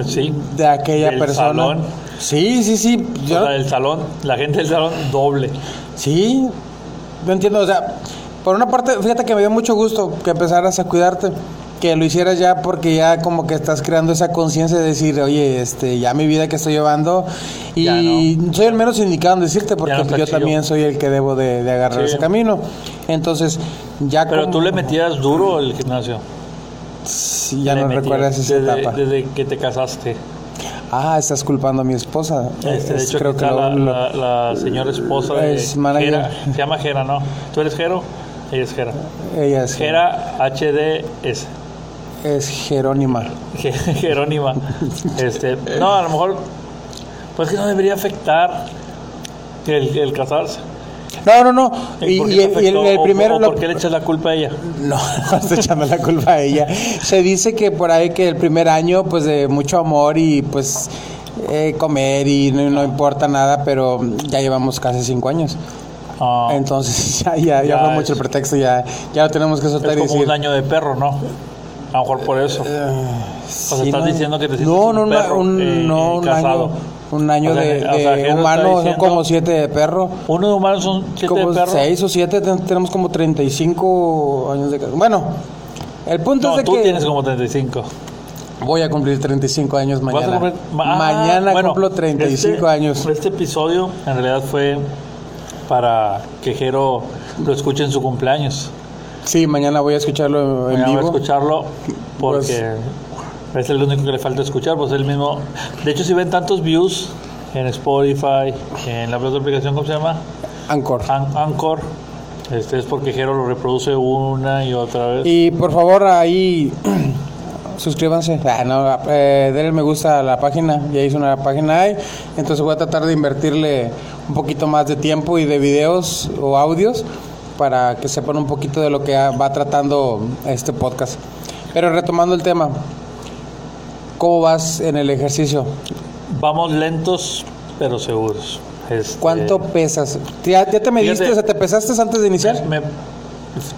Speaker 2: Sí.
Speaker 1: de aquella
Speaker 2: Del
Speaker 1: persona.
Speaker 2: salón.
Speaker 1: Sí, sí, sí. Yo,
Speaker 2: O sea, el salón, la gente del salón doble.
Speaker 1: Sí, no entiendo, o sea, por una parte, fíjate que me dio mucho gusto que empezaras a cuidarte, que lo hicieras ya porque ya como que estás creando esa conciencia de decir, oye, este, ya mi vida que estoy llevando
Speaker 2: Ya
Speaker 1: y
Speaker 2: no.
Speaker 1: soy el menos indicado en decirte porque
Speaker 2: Ya no está
Speaker 1: yo
Speaker 2: chido.
Speaker 1: también soy el que debo de, de agarrar
Speaker 2: Sí.
Speaker 1: ese camino. Entonces, ya
Speaker 2: Pero
Speaker 1: como-
Speaker 2: tú le metías duro al gimnasio.
Speaker 1: Sí, ya
Speaker 2: Le
Speaker 1: no
Speaker 2: metías
Speaker 1: recuerdas esa
Speaker 2: desde,
Speaker 1: etapa.
Speaker 2: Desde que te casaste.
Speaker 1: Ah, estás culpando a mi esposa.
Speaker 2: Este, de
Speaker 1: Es-
Speaker 2: hecho, creo que
Speaker 1: lo-
Speaker 2: la,
Speaker 1: lo-
Speaker 2: la- la señora esposa de
Speaker 1: es manager.
Speaker 2: Jera. Se llama Jera, ¿no? ¿Tú eres Jero? Ella es Jera.
Speaker 1: ella es,
Speaker 2: Jera HDS.
Speaker 1: es Jerónima.
Speaker 2: Je- Jerónima. Este, no, a lo mejor. Pues que no debería afectar el, el casarse.
Speaker 1: No, no, no.
Speaker 2: ¿Y
Speaker 1: Y,
Speaker 2: por qué
Speaker 1: y
Speaker 2: te
Speaker 1: el, y el-
Speaker 2: afectó?
Speaker 1: el
Speaker 2: ¿O-
Speaker 1: primero...
Speaker 2: o
Speaker 1: lo-
Speaker 2: ¿Por qué le echas la culpa a ella?
Speaker 1: No, no estoy echando la culpa a ella. Se dice que por ahí que el primer año, pues de mucho amor y pues eh, comer y no, no importa nada, pero ya llevamos casi cinco años.
Speaker 2: Ah,
Speaker 1: Entonces ya, ya, ya
Speaker 2: Ya
Speaker 1: fue mucho
Speaker 2: es-
Speaker 1: el pretexto, ya, ya lo tenemos que
Speaker 2: es
Speaker 1: soltar y
Speaker 2: como
Speaker 1: decir.
Speaker 2: un daño de perro, ¿no? A lo mejor por eso.
Speaker 1: Eh,
Speaker 2: O sea,
Speaker 1: sí,
Speaker 2: estás
Speaker 1: no,
Speaker 2: diciendo que te sientes
Speaker 1: no,
Speaker 2: un
Speaker 1: no, no,
Speaker 2: perro,
Speaker 1: un,
Speaker 2: eh,
Speaker 1: no, un
Speaker 2: casado.
Speaker 1: año, un año
Speaker 2: O sea,
Speaker 1: de,
Speaker 2: o sea, Jero
Speaker 1: de
Speaker 2: está
Speaker 1: humano, son
Speaker 2: diciendo-
Speaker 1: como siete de perro.
Speaker 2: Uno de humanos son siete
Speaker 1: como
Speaker 2: de perro.
Speaker 1: seis o siete, ten- tenemos como 35 años de ca- Bueno, el punto
Speaker 2: No,
Speaker 1: es de
Speaker 2: tú
Speaker 1: que...
Speaker 2: tienes como 35.
Speaker 1: Voy a cumplir 35 años
Speaker 2: Vas a
Speaker 1: mañana.
Speaker 2: cumplir- Ah,
Speaker 1: mañana
Speaker 2: bueno,
Speaker 1: cumplo 35
Speaker 2: este-
Speaker 1: años.
Speaker 2: Este episodio en realidad fue para que Jero lo escuche en su cumpleaños.
Speaker 1: Sí, mañana voy a escucharlo en- en
Speaker 2: Mañana va a
Speaker 1: vivo. Pues-
Speaker 2: escucharlo porque es el único que le falta escuchar, pues él mismo. De hecho, si ven tantos views en Spotify, en la otra aplicación, ¿cómo se llama?
Speaker 1: Anchor.
Speaker 2: An- Anchor. Este es porque Jero lo reproduce una y otra vez.
Speaker 1: Y por favor, ahí suscríbanse. Ah, no, eh, denle me gusta a la página. Ya hice una página ahí. Entonces voy a tratar de invertirle un poquito más de tiempo y de videos o audios para que sepan un poquito de lo que va tratando este podcast. Pero retomando el tema, ¿cómo vas en el ejercicio?
Speaker 2: Vamos lentos, pero seguros. Este,
Speaker 1: ¿Cuánto pesas? ¿Ya, ya te mediste?
Speaker 2: Fíjate.
Speaker 1: o sea, ¿te pesaste antes de iniciar?
Speaker 2: Me-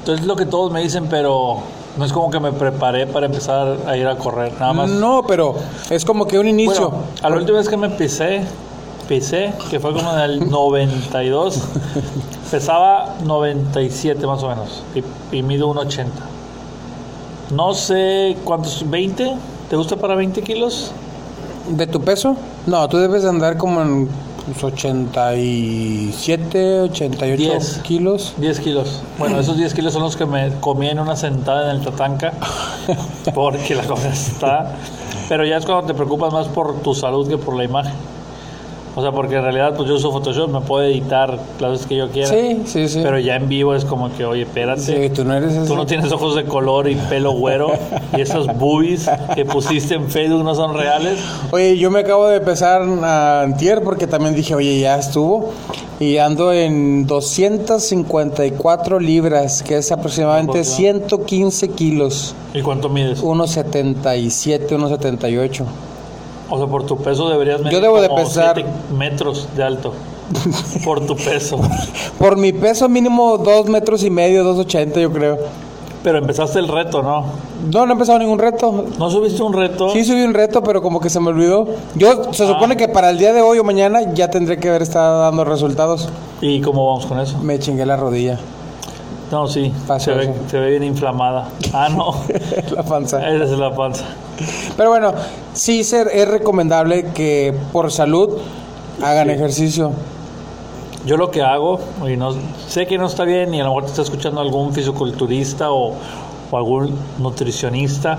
Speaker 2: es lo que todos me dicen, pero no es como que me preparé para empezar a ir a correr, nada más.
Speaker 1: No, pero es como que un inicio.
Speaker 2: Bueno, a la última vez que me pisé, pisé, que fue como en el 92, pesaba 97 más o menos y, y mido 1,80. No sé cuántos, 20, ¿te gusta para 20 kilos?
Speaker 1: ¿De tu peso? No, tú debes de andar como en pues, 87, 88
Speaker 2: Diez.
Speaker 1: kilos.
Speaker 2: 10 kilos. Bueno, esos 10 kilos son los que me comí en una sentada en el Tatanca, porque la comida está. Pero ya es cuando te preocupas más por tu salud que por la imagen. O sea, porque en realidad, pues yo uso Photoshop, me puedo editar las veces que yo quiera.
Speaker 1: Sí, sí, sí.
Speaker 2: Pero ya en vivo es como que, oye, espérate.
Speaker 1: Sí, tú no eres ese.
Speaker 2: Tú no tienes ojos de color y pelo güero. y esos boobies que pusiste en Facebook no son reales.
Speaker 1: Oye, yo me acabo de pesar antier porque también dije, oye, ya estuvo. Y ando en 254 libras, que es aproximadamente
Speaker 2: Ojo.
Speaker 1: 115 kilos.
Speaker 2: ¿Y cuánto mides?
Speaker 1: 1,77, 1,78.
Speaker 2: O sea, por tu peso deberías medir
Speaker 1: debo de
Speaker 2: como
Speaker 1: pesar-
Speaker 2: siete metros de alto. Por tu peso.
Speaker 1: Por mi peso mínimo dos metros y medio, 2,80 yo creo.
Speaker 2: Pero empezaste el reto, ¿no?
Speaker 1: No, no he empezado ningún reto.
Speaker 2: ¿No Ah. subiste un reto?
Speaker 1: Sí subí un reto, pero como que se me olvidó. Yo se supone que para el día de hoy o mañana ya tendré que haber estado dando resultados.
Speaker 2: ¿Y cómo vamos con eso?
Speaker 1: Me chingué la rodilla,
Speaker 2: No, sí.
Speaker 1: Pasó
Speaker 2: Se ve,
Speaker 1: eso.
Speaker 2: se ve bien inflamada. Ah, no.
Speaker 1: la panza.
Speaker 2: Esa es la panza.
Speaker 1: Pero bueno, sí ser, es recomendable que por salud hagan ejercicio.
Speaker 2: Yo lo que hago, y no, sé que no está bien, y a lo mejor te está escuchando algún fisiculturista o, o algún nutricionista,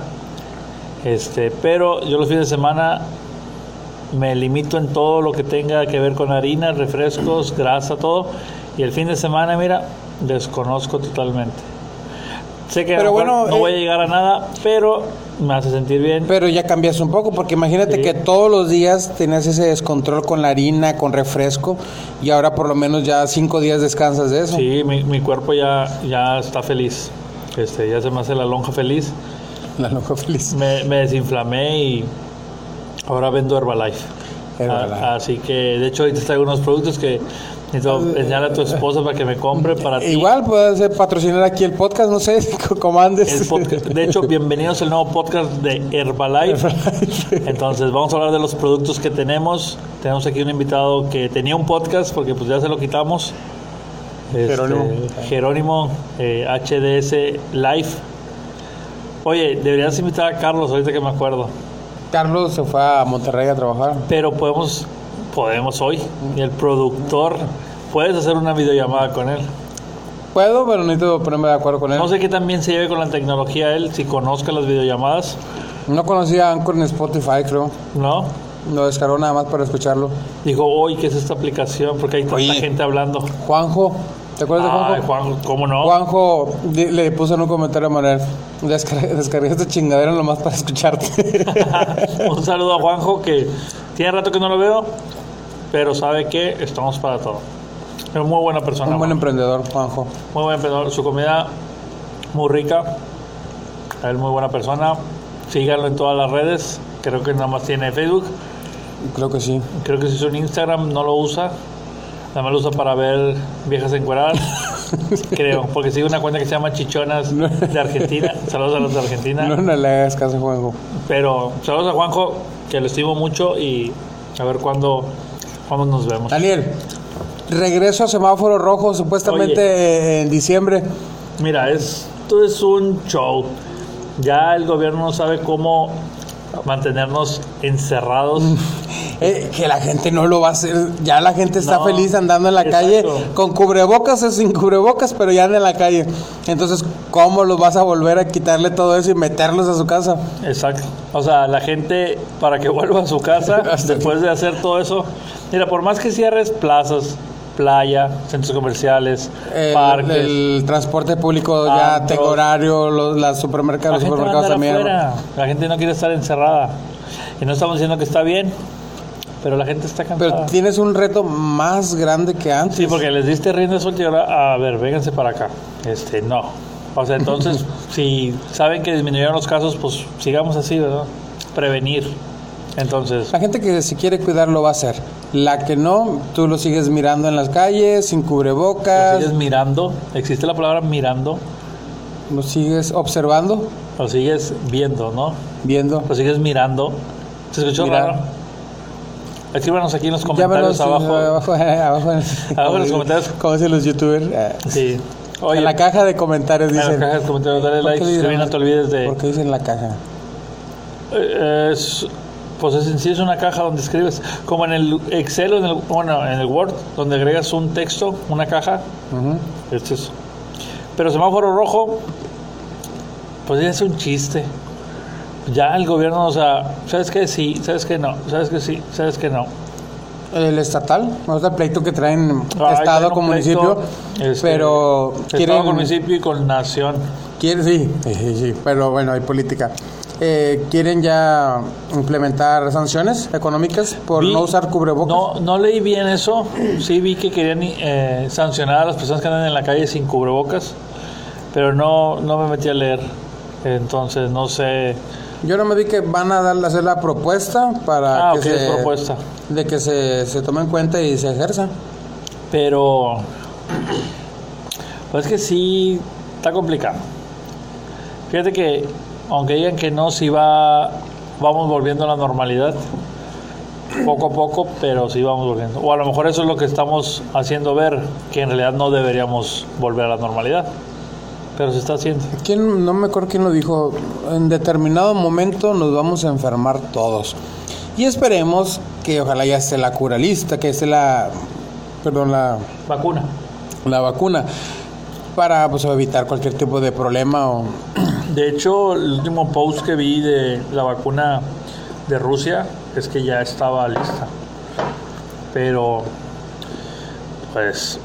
Speaker 2: este, pero yo los fines de semana me limito en todo lo que tenga que ver con harina, refrescos, grasa, todo, y el fin de semana, mira, desconozco totalmente. Sé que a
Speaker 1: Pero
Speaker 2: lo mejor
Speaker 1: bueno,
Speaker 2: no
Speaker 1: eh,
Speaker 2: voy a llegar a nada, pero me hace sentir bien.
Speaker 1: Pero ya cambias un poco, porque imagínate
Speaker 2: Sí.
Speaker 1: que todos los días tenías ese descontrol con la harina, con refresco, y ahora por lo menos ya cinco días descansas de eso.
Speaker 2: Sí, mi, mi cuerpo ya, ya está feliz. Este, ya se me hace la lonja feliz.
Speaker 1: La loca feliz.
Speaker 2: Me, me desinflamé y ahora vendo Herbalife.
Speaker 1: Herbalife.
Speaker 2: A- así que, de hecho, hoy te traigo unos productos que necesito
Speaker 1: Eh.
Speaker 2: enseñar a tu esposa para que me compre para ti.
Speaker 1: Igual puedes eh, patrocinar aquí el podcast, no sé, como andes.
Speaker 2: El podcast- De hecho, bienvenidos al nuevo podcast de Herbalife. Entonces, vamos a hablar de los productos que tenemos. Tenemos aquí un invitado que tenía un podcast porque pues ya se lo quitamos. Este,
Speaker 1: Jerónimo.
Speaker 2: Jerónimo, eh, HDS Live. Oye, deberías invitar a Carlos ahorita que me acuerdo.
Speaker 1: Carlos se fue a Monterrey a trabajar.
Speaker 2: Pero podemos, podemos hoy. Y el productor, puedes hacer una videollamada con él.
Speaker 1: Puedo, pero necesito ponerme de acuerdo con él.
Speaker 2: No sé qué también se lleve con la tecnología él, si conozca las videollamadas,
Speaker 1: No conocía a Anchor en Spotify, creo.
Speaker 2: ¿no?
Speaker 1: Lo descargó nada más para escucharlo.
Speaker 2: Dijo, hoy, ¿qué es esta aplicación? Porque hay tanta
Speaker 1: Oye.
Speaker 2: gente hablando.
Speaker 1: Juanjo, ¿te acuerdas de
Speaker 2: Ay,
Speaker 1: Juanjo?
Speaker 2: Juan, ¿cómo no?
Speaker 1: Juanjo di- le puso en un comentario a Manuel, descargué, descargué esta chingadera nomás para escucharte.
Speaker 2: Un saludo a Juanjo, que tiene rato que no lo veo, pero sabe que estamos para todo. Es muy buena persona.
Speaker 1: un buen
Speaker 2: Juanjo.
Speaker 1: emprendedor, Juanjo.
Speaker 2: Muy buen emprendedor. Su comida muy rica. Él muy buena persona. Síganlo en todas las redes. Creo que nada más tiene Facebook.
Speaker 1: Creo que sí.
Speaker 2: Creo que si es un Instagram no lo usa. Nada más lo usa para ver viejas encueradas. creo, porque sigue una cuenta que se llama Chichonas de Argentina. Saludos a los de Argentina.
Speaker 1: No, no le hagas caso, Juanjo.
Speaker 2: Pero saludos a Juanjo, que lo estimo mucho y a ver cuándo, cuándo nos vemos.
Speaker 1: Daniel, regreso a semáforo rojo supuestamente eh, en diciembre.
Speaker 2: Mira, esto es un show. Ya el gobierno no sabe cómo mantenernos encerrados.
Speaker 1: Eh, que la gente no lo va a hacer. Ya la gente está
Speaker 2: No,
Speaker 1: feliz andando en la
Speaker 2: exacto.
Speaker 1: calle con cubrebocas o sin cubrebocas, pero ya anda en la calle. Entonces, ¿cómo los vas a volver a quitarle todo eso y meterlos a su casa?
Speaker 2: Exacto. O sea, la gente para que vuelva a su casa
Speaker 1: Hasta
Speaker 2: después de hacer todo eso. Mira, por más que cierres plazas, playa, centros comerciales,
Speaker 1: El,
Speaker 2: parques.
Speaker 1: el transporte público ya
Speaker 2: Antros.
Speaker 1: tengo horario, los las
Speaker 2: la
Speaker 1: supermercados, los
Speaker 2: gente va a
Speaker 1: supermercados también.
Speaker 2: andar afuera. La gente no quiere estar encerrada. Y no estamos diciendo que está bien, pero la gente está
Speaker 1: Pero
Speaker 2: cansada.
Speaker 1: tienes un reto más grande que antes.
Speaker 2: Ah. Sí, porque les diste rienda suelta y ahora, a ver, vénganse para acá. Este, no. O sea, entonces, si saben que disminuyeron los casos, pues sigamos así, ¿verdad? Prevenir. Entonces,
Speaker 1: La gente que se quiere cuidar lo va a hacer. La que no, tú lo sigues mirando en las calles, sin
Speaker 2: lo
Speaker 1: cubrebocas,
Speaker 2: sigues mirando. ¿Existe la palabra mirando?
Speaker 1: lo sigues observando,
Speaker 2: Lo sigues viendo, ¿no?
Speaker 1: viendo.
Speaker 2: Lo sigues mirando. ¿Se escuchó
Speaker 1: Mirar.
Speaker 2: raro? Escríbanos aquí en los
Speaker 1: Llámenos
Speaker 2: comentarios
Speaker 1: eh,
Speaker 2: abajo.
Speaker 1: abajo, abajo en-
Speaker 2: Abajo en los comentarios.
Speaker 1: Como dicen los youtubers. eh,
Speaker 2: Sí. Oye,
Speaker 1: en la caja de comentarios
Speaker 2: en la
Speaker 1: dicen.
Speaker 2: caja de comentarios, dale
Speaker 1: ¿Por qué
Speaker 2: like,
Speaker 1: le
Speaker 2: suscríbete,
Speaker 1: dirán-
Speaker 2: no te olvides de...
Speaker 1: ¿Por qué dicen la caja?
Speaker 2: Eh, es- pues es, en sí es una caja donde escribes, como en el Excel o en el, bueno, en el Word, donde agregas un texto, una caja.
Speaker 1: Ujú.
Speaker 2: Este es. Pero semáforo rojo, pues ya es un chiste. Ya el gobierno, o sea, ¿sabes qué? Sí, ¿sabes qué? No, ¿sabes qué? Sí, ¿sabes qué? No.
Speaker 1: El estatal, ahorita el pleito que traen
Speaker 2: Ah, hay
Speaker 1: estado
Speaker 2: un
Speaker 1: con
Speaker 2: pleito,
Speaker 1: municipio,
Speaker 2: este,
Speaker 1: pero
Speaker 2: Estado
Speaker 1: quieren,
Speaker 2: con municipio y con nación.
Speaker 1: quieren- sí, sí, sí, sí, pero bueno, hay política. Eh, quieren ya implementar sanciones económicas por
Speaker 2: Vi-
Speaker 1: no usar cubrebocas.
Speaker 2: No, no leí bien eso. Sí vi que querían eh, sancionar a las personas que andan en la calle sin cubrebocas, pero no, no me metí a leer. Entonces no sé.
Speaker 1: Yo no me vi que van a dar, hacer la propuesta para
Speaker 2: Ah,
Speaker 1: que
Speaker 2: ok, es
Speaker 1: se,
Speaker 2: propuesta.
Speaker 1: de que se, se tome en cuenta y se ejerza.
Speaker 2: Pero pues es que sí está complicado. Fíjate que aunque digan que no, sí va vamos volviendo a la normalidad. Poco a poco, pero sí vamos volviendo. O a lo mejor eso es lo que estamos haciendo ver, que en realidad no deberíamos volver a la normalidad. Pero se está haciendo.
Speaker 1: ¿Quién, no me acuerdo quién lo dijo, en determinado momento nos vamos a enfermar todos. Y esperemos que ojalá ya esté la cura lista, que esté la, perdón, la,
Speaker 2: Vacuna.
Speaker 1: la vacuna para pues, evitar cualquier tipo de problema. O...
Speaker 2: De hecho, el último post que vi de la vacuna de Rusia es que ya estaba lista. Pero, pues,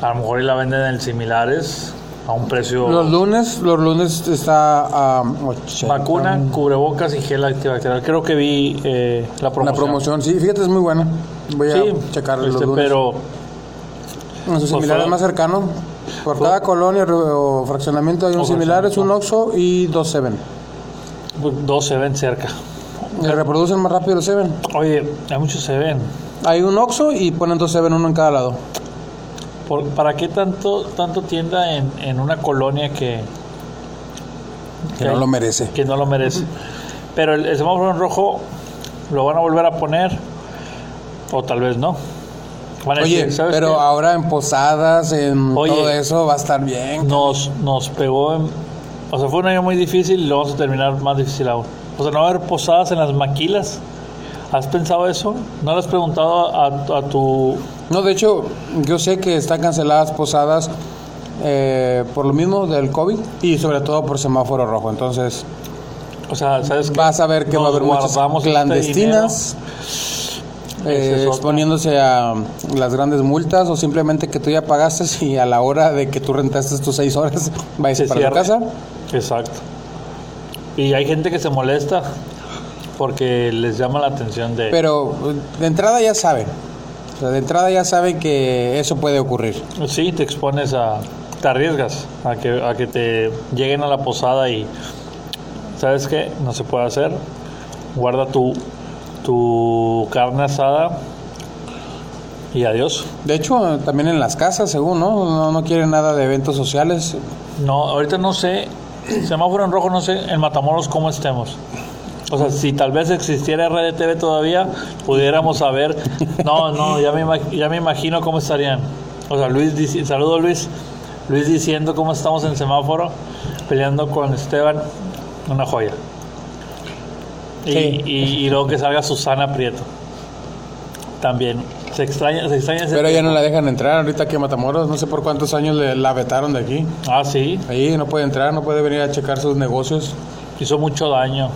Speaker 2: a lo mejor y la venden en similares a un precio.
Speaker 1: Los lunes, los lunes está ah, a 80.
Speaker 2: Vacuna, cubrebocas y gel antibacterial. Creo que vi eh, la promoción.
Speaker 1: La promoción, sí, fíjate, es muy buena. Voy
Speaker 2: Sí,
Speaker 1: a checar los
Speaker 2: este,
Speaker 1: lunes.
Speaker 2: pero
Speaker 1: En su
Speaker 2: Pues
Speaker 1: similar
Speaker 2: fue-
Speaker 1: más cercano, por cada colonia o fraccionamiento hay un
Speaker 2: O
Speaker 1: similar, es un
Speaker 2: fraccionamiento.
Speaker 1: Oxxo y dos Seven.
Speaker 2: pues, dos se ven cerca.
Speaker 1: Y reproducen más rápido el Seven.
Speaker 2: Oye, hay muchos se ven.
Speaker 1: Hay un Oxxo y ponen dos Seven, uno en cada lado.
Speaker 2: Por- ¿Para qué tanto tanto tienda en, en una colonia que,
Speaker 1: Que no
Speaker 2: hay-
Speaker 1: lo merece.
Speaker 2: que no lo merece? Pero el, el semáforo en rojo lo van a volver a poner o tal vez no. Van a
Speaker 1: Oye,
Speaker 2: decir, ¿sabes
Speaker 1: pero
Speaker 2: qué?
Speaker 1: ahora en posadas, en
Speaker 2: Oye.
Speaker 1: todo eso va a estar bien.
Speaker 2: nos, nos pegó en... O sea, fue un año muy difícil y lo vamos a terminar más difícil aún. O sea, no va a haber posadas en las maquilas. ¿Has pensado eso? ¿No le has preguntado a, a tu...
Speaker 1: No, de hecho, yo sé que están canceladas posadas eh, por lo mismo del COVID y sobre todo por semáforo rojo. Entonces,
Speaker 2: O sea, ¿sabes qué?
Speaker 1: vas a ver que va a
Speaker 2: Nos
Speaker 1: haber muchas
Speaker 2: guardamos este
Speaker 1: clandestinas eh,
Speaker 2: Esa es otra.
Speaker 1: exponiéndose a las grandes multas o simplemente que tú ya pagaste y a la hora de que tú rentaste tus seis horas vais
Speaker 2: Se
Speaker 1: para tu
Speaker 2: cierra.
Speaker 1: casa.
Speaker 2: Exacto. Y hay gente que se molesta porque les llama la atención de...
Speaker 1: Pero eh, de entrada ya saben. O sea, de entrada ya saben que eso puede ocurrir.
Speaker 2: Sí, te expones a... Te arriesgas a que, a que te lleguen a la posada y... ¿Sabes qué? No se puede hacer. Guarda tu, tu carne asada y adiós.
Speaker 1: De hecho, eh, también en las casas, según, ¿no? No, no quieren nada de eventos sociales.
Speaker 2: No, ahorita no sé, semáforo en rojo, no sé en Matamoros cómo estemos. O sea, si tal vez existiera RDTV todavía, pudiéramos saber. No, no, ya me, ima- ya me imagino cómo estarían. O sea, Luis, dici- saludo Luis. Luis diciendo cómo estamos en semáforo, peleando con Esteban, una joya. Y,
Speaker 1: Sí.
Speaker 2: y, y luego que salga Susana Prieto. También. Se extraña, se extraña ese
Speaker 1: Pero ya
Speaker 2: tiempo.
Speaker 1: no la dejan entrar ahorita que Matamoros, no sé por cuántos años le, la vetaron de aquí.
Speaker 2: Ah, sí.
Speaker 1: Ahí no puede entrar, no puede venir a checar sus negocios.
Speaker 2: hizo mucho daño.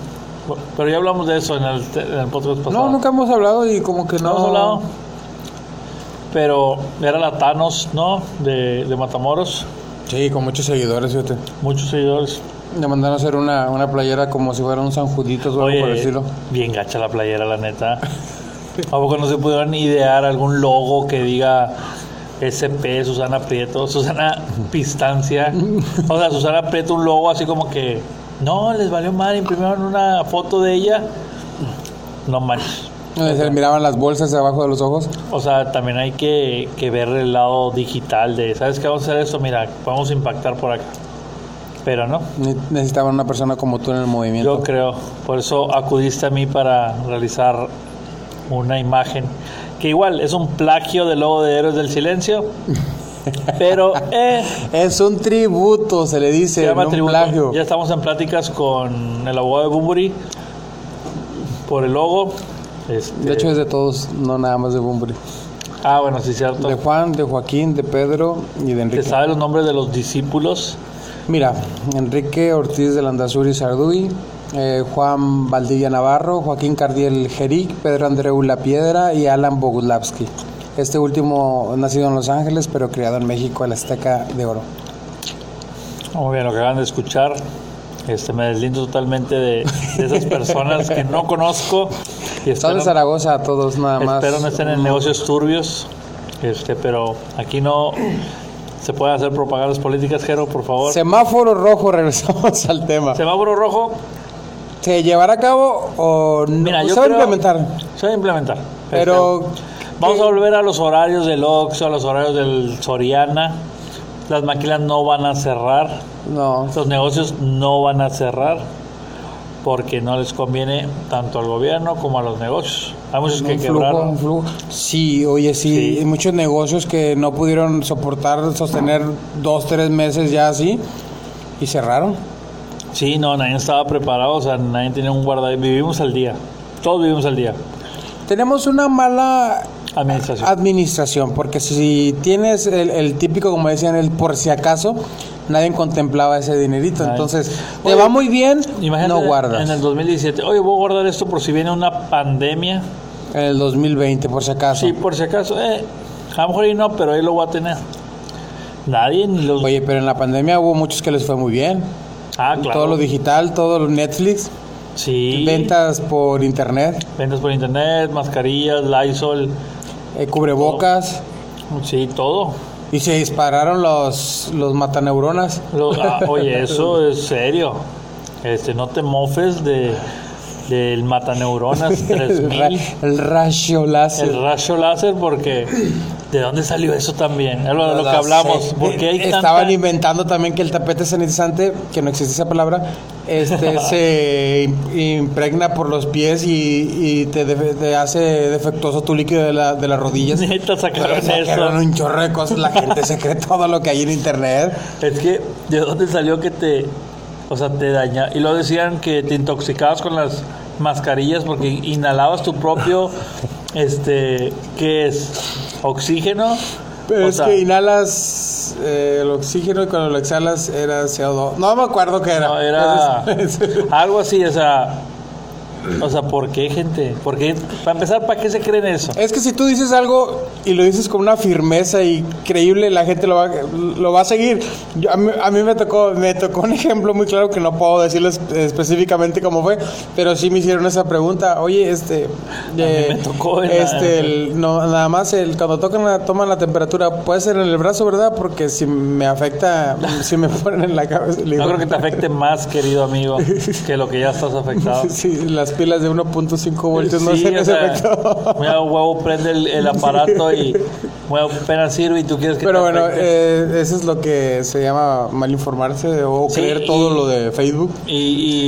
Speaker 2: Pero ya hablamos de eso en el, te- en el podcast pasado.
Speaker 1: No, nunca hemos hablado y como que no.
Speaker 2: No Pues hemos hablado. Pero era la Thanos, ¿no? De, de Matamoros.
Speaker 1: Sí, con muchos seguidores, fíjate.
Speaker 2: Muchos seguidores.
Speaker 1: Le mandaron a hacer una, una playera como si fuera un San Juditos o
Speaker 2: eh,
Speaker 1: algo por el estilo.
Speaker 2: bien gacha la playera, la neta. ¿A poco no se pudieron idear algún logo que diga SP, Susana Prieto, Susana Pistancia? O sea, Susana Prieto, un logo así como que... No, les valió mal, imprimieron una foto de ella. No manches.
Speaker 1: Donde se le miraban las bolsas de abajo de los ojos.
Speaker 2: O sea, también hay que, que ver el lado digital de, ¿sabes qué? Vamos a hacer esto, mira, vamos a impactar por acá. Pero no,
Speaker 1: Ne- Necesitaban una persona como tú en el movimiento.
Speaker 2: yo creo. Por eso acudiste a mí para realizar una imagen, que igual es un plagio del logo de Héroes del Silencio, pero eh,
Speaker 1: Es un tributo, se le dice,
Speaker 2: se llama
Speaker 1: no un
Speaker 2: tributo.
Speaker 1: plagio.
Speaker 2: Ya estamos en pláticas con el abogado de Bumburi por el logo. Este,
Speaker 1: De hecho es de todos, no nada más de Bumbri.
Speaker 2: ah, bueno, sí, cierto.
Speaker 1: De Juan, de Joaquín, de Pedro y de
Speaker 2: Te
Speaker 1: Enrique.
Speaker 2: sabe los nombres de los discípulos.
Speaker 1: Mira, Enrique Ortiz de Landazuri Sarduy, eh, Juan Valdilla Navarro, Joaquín Cardiel Jeric, Pedro Andreu La Piedra y Alan Boguslavski. Este último nacido en Los Ángeles, pero criado en México, el Azteca de Oro.
Speaker 2: Muy bien, lo que acaban de escuchar. Este, me deslindo totalmente de, de esas personas que no conozco. Y
Speaker 1: Saludos
Speaker 2: espero,
Speaker 1: de Zaragoza a todos, nada más.
Speaker 2: espero no estén en negocios turbios. Este, pero aquí no se pueden hacer propagandas políticas, Jero, por favor.
Speaker 1: Semáforo rojo, regresamos al tema.
Speaker 2: Semáforo rojo
Speaker 1: ¿Se llevará a cabo o no?
Speaker 2: Mira, yo
Speaker 1: se va
Speaker 2: creo-
Speaker 1: a implementar,
Speaker 2: se va a implementar.
Speaker 1: pero
Speaker 2: Este, vamos a volver a los horarios del Oxxo, a los horarios del Soriana. Las maquilas no van a cerrar.
Speaker 1: no.
Speaker 2: Los negocios no van a cerrar porque no les conviene tanto al gobierno como a los negocios. Hay muchos que
Speaker 1: un flujo,
Speaker 2: quebraron.
Speaker 1: un flujo. Sí, oye, sí,
Speaker 2: Sí.
Speaker 1: Hay muchos negocios que no pudieron soportar, sostener dos, tres meses ya así y cerraron.
Speaker 2: Sí, no, nadie estaba preparado, o sea, nadie tenía un guarda. Vivimos al día. Todos vivimos al día.
Speaker 1: Tenemos una mala
Speaker 2: Administración.
Speaker 1: Ah, administración, porque si tienes el, el típico, como decían, el por si acaso, nadie contemplaba ese dinerito.
Speaker 2: Nadie.
Speaker 1: Entonces, te
Speaker 2: Oye,
Speaker 1: va muy bien,
Speaker 2: Imagínate
Speaker 1: ah, no guardas.
Speaker 2: en el 2017, oye, voy a guardar esto por si viene una pandemia.
Speaker 1: 2020, por si acaso. Ah.
Speaker 2: Sí, por si acaso, eh, a lo mejor ahí no, pero ahí lo voy a tener. Nadie, ni los...
Speaker 1: Oye, pero en la pandemia hubo muchos que les fue muy bien.
Speaker 2: ah, claro.
Speaker 1: Todo lo digital, todo lo Netflix,
Speaker 2: Sí.
Speaker 1: ventas por internet,
Speaker 2: Ventas por internet, mascarillas, Lysol,
Speaker 1: eh, cubrebocas.
Speaker 2: sí, todo.
Speaker 1: Y se dispararon los, los mataneuronas.
Speaker 2: Lo- ah, oye, eso es serio. Este, no te mofes de del mataneuronas
Speaker 1: El, ra-
Speaker 2: 3000,
Speaker 1: el ratio láser.
Speaker 2: el rayo láser porque ¿de dónde salió eso también? Es lo, lo que
Speaker 1: Las-
Speaker 2: hablamos,
Speaker 1: eh,
Speaker 2: porque hay
Speaker 1: Estaban
Speaker 2: tanta-
Speaker 1: inventando también que el tapete sanitizante, que no existe esa palabra, este se im- impregna por los pies y, y te, defe- te hace defectuoso tu líquido de, la- de las rodillas.
Speaker 2: neta sacaron
Speaker 1: Pero sacaron
Speaker 2: eso.
Speaker 1: un chorro de cosas, la gente se cree todo lo que hay en internet.
Speaker 2: Es que ¿de dónde salió que te o sea, te daña y lo decían que te intoxicabas con las mascarillas porque inhalabas tu propio este ¿qué es? oxígeno.
Speaker 1: Pero
Speaker 2: O
Speaker 1: es
Speaker 2: sea,
Speaker 1: que inhalas eh, el oxígeno y cuando lo exhalas era CO2. No me acuerdo qué era.
Speaker 2: No, era
Speaker 1: Es- es-
Speaker 2: algo así, o sea, o sea, ¿por qué, gente? ¿Por qué? Para empezar, ¿para qué se creen eso?
Speaker 1: Es que si tú dices algo y lo dices con una firmeza y creíble, la gente lo va, lo va a seguir. Yo- a, mí, a mí me tocó me tocó un ejemplo muy claro que no puedo decirles específicamente cómo fue, pero sí me hicieron esa pregunta. Oye, este, eh,
Speaker 2: me tocó en la-
Speaker 1: este, el- no, nada más el cuando tocan la, toman la temperatura puede ser en el brazo, ¿verdad? Porque si me afecta, si me ponen en la cabeza. le digo,
Speaker 2: No creo que te afecte más, querido amigo, que lo que ya estás afectado.
Speaker 1: Sí, las pilas de 1.5 voltios no
Speaker 2: Sí,
Speaker 1: se
Speaker 2: o
Speaker 1: les
Speaker 2: sea,
Speaker 1: afectó.
Speaker 2: mira, huevo prende el, el aparato y huevo apenas sirve y tú quieres que
Speaker 1: Pero
Speaker 2: te
Speaker 1: bueno,
Speaker 2: afecte.
Speaker 1: eh, eso es lo que se llama mal informarse o
Speaker 2: Sí,
Speaker 1: creer
Speaker 2: y-
Speaker 1: todo lo de Facebook.
Speaker 2: Y,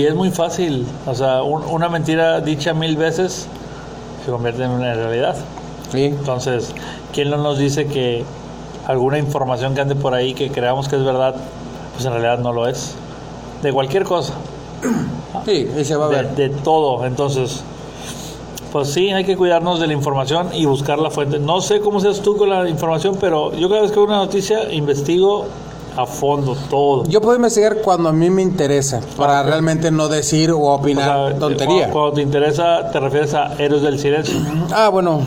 Speaker 2: y es muy fácil, o sea, un- una mentira dicha mil veces se convierte en una realidad.
Speaker 1: Sí.
Speaker 2: Entonces, ¿quién no nos dice que alguna información que ande por ahí que creamos que es verdad, pues en realidad no lo es? De cualquier cosa,
Speaker 1: Sí, y se va a
Speaker 2: de,
Speaker 1: ver.
Speaker 2: de todo. Entonces, pues sí, hay que cuidarnos de la información y buscar la fuente. No sé cómo seas tú con la información, pero yo cada vez que veo una noticia investigo a fondo todo.
Speaker 1: Yo puedo investigar cuando a mí me interesa, para realmente no decir Ah, o eh,
Speaker 2: O sea,
Speaker 1: opinar tontería.
Speaker 2: Cuando, cuando te interesa, te refieres a Héroes del Silencio.
Speaker 1: Ah, bueno.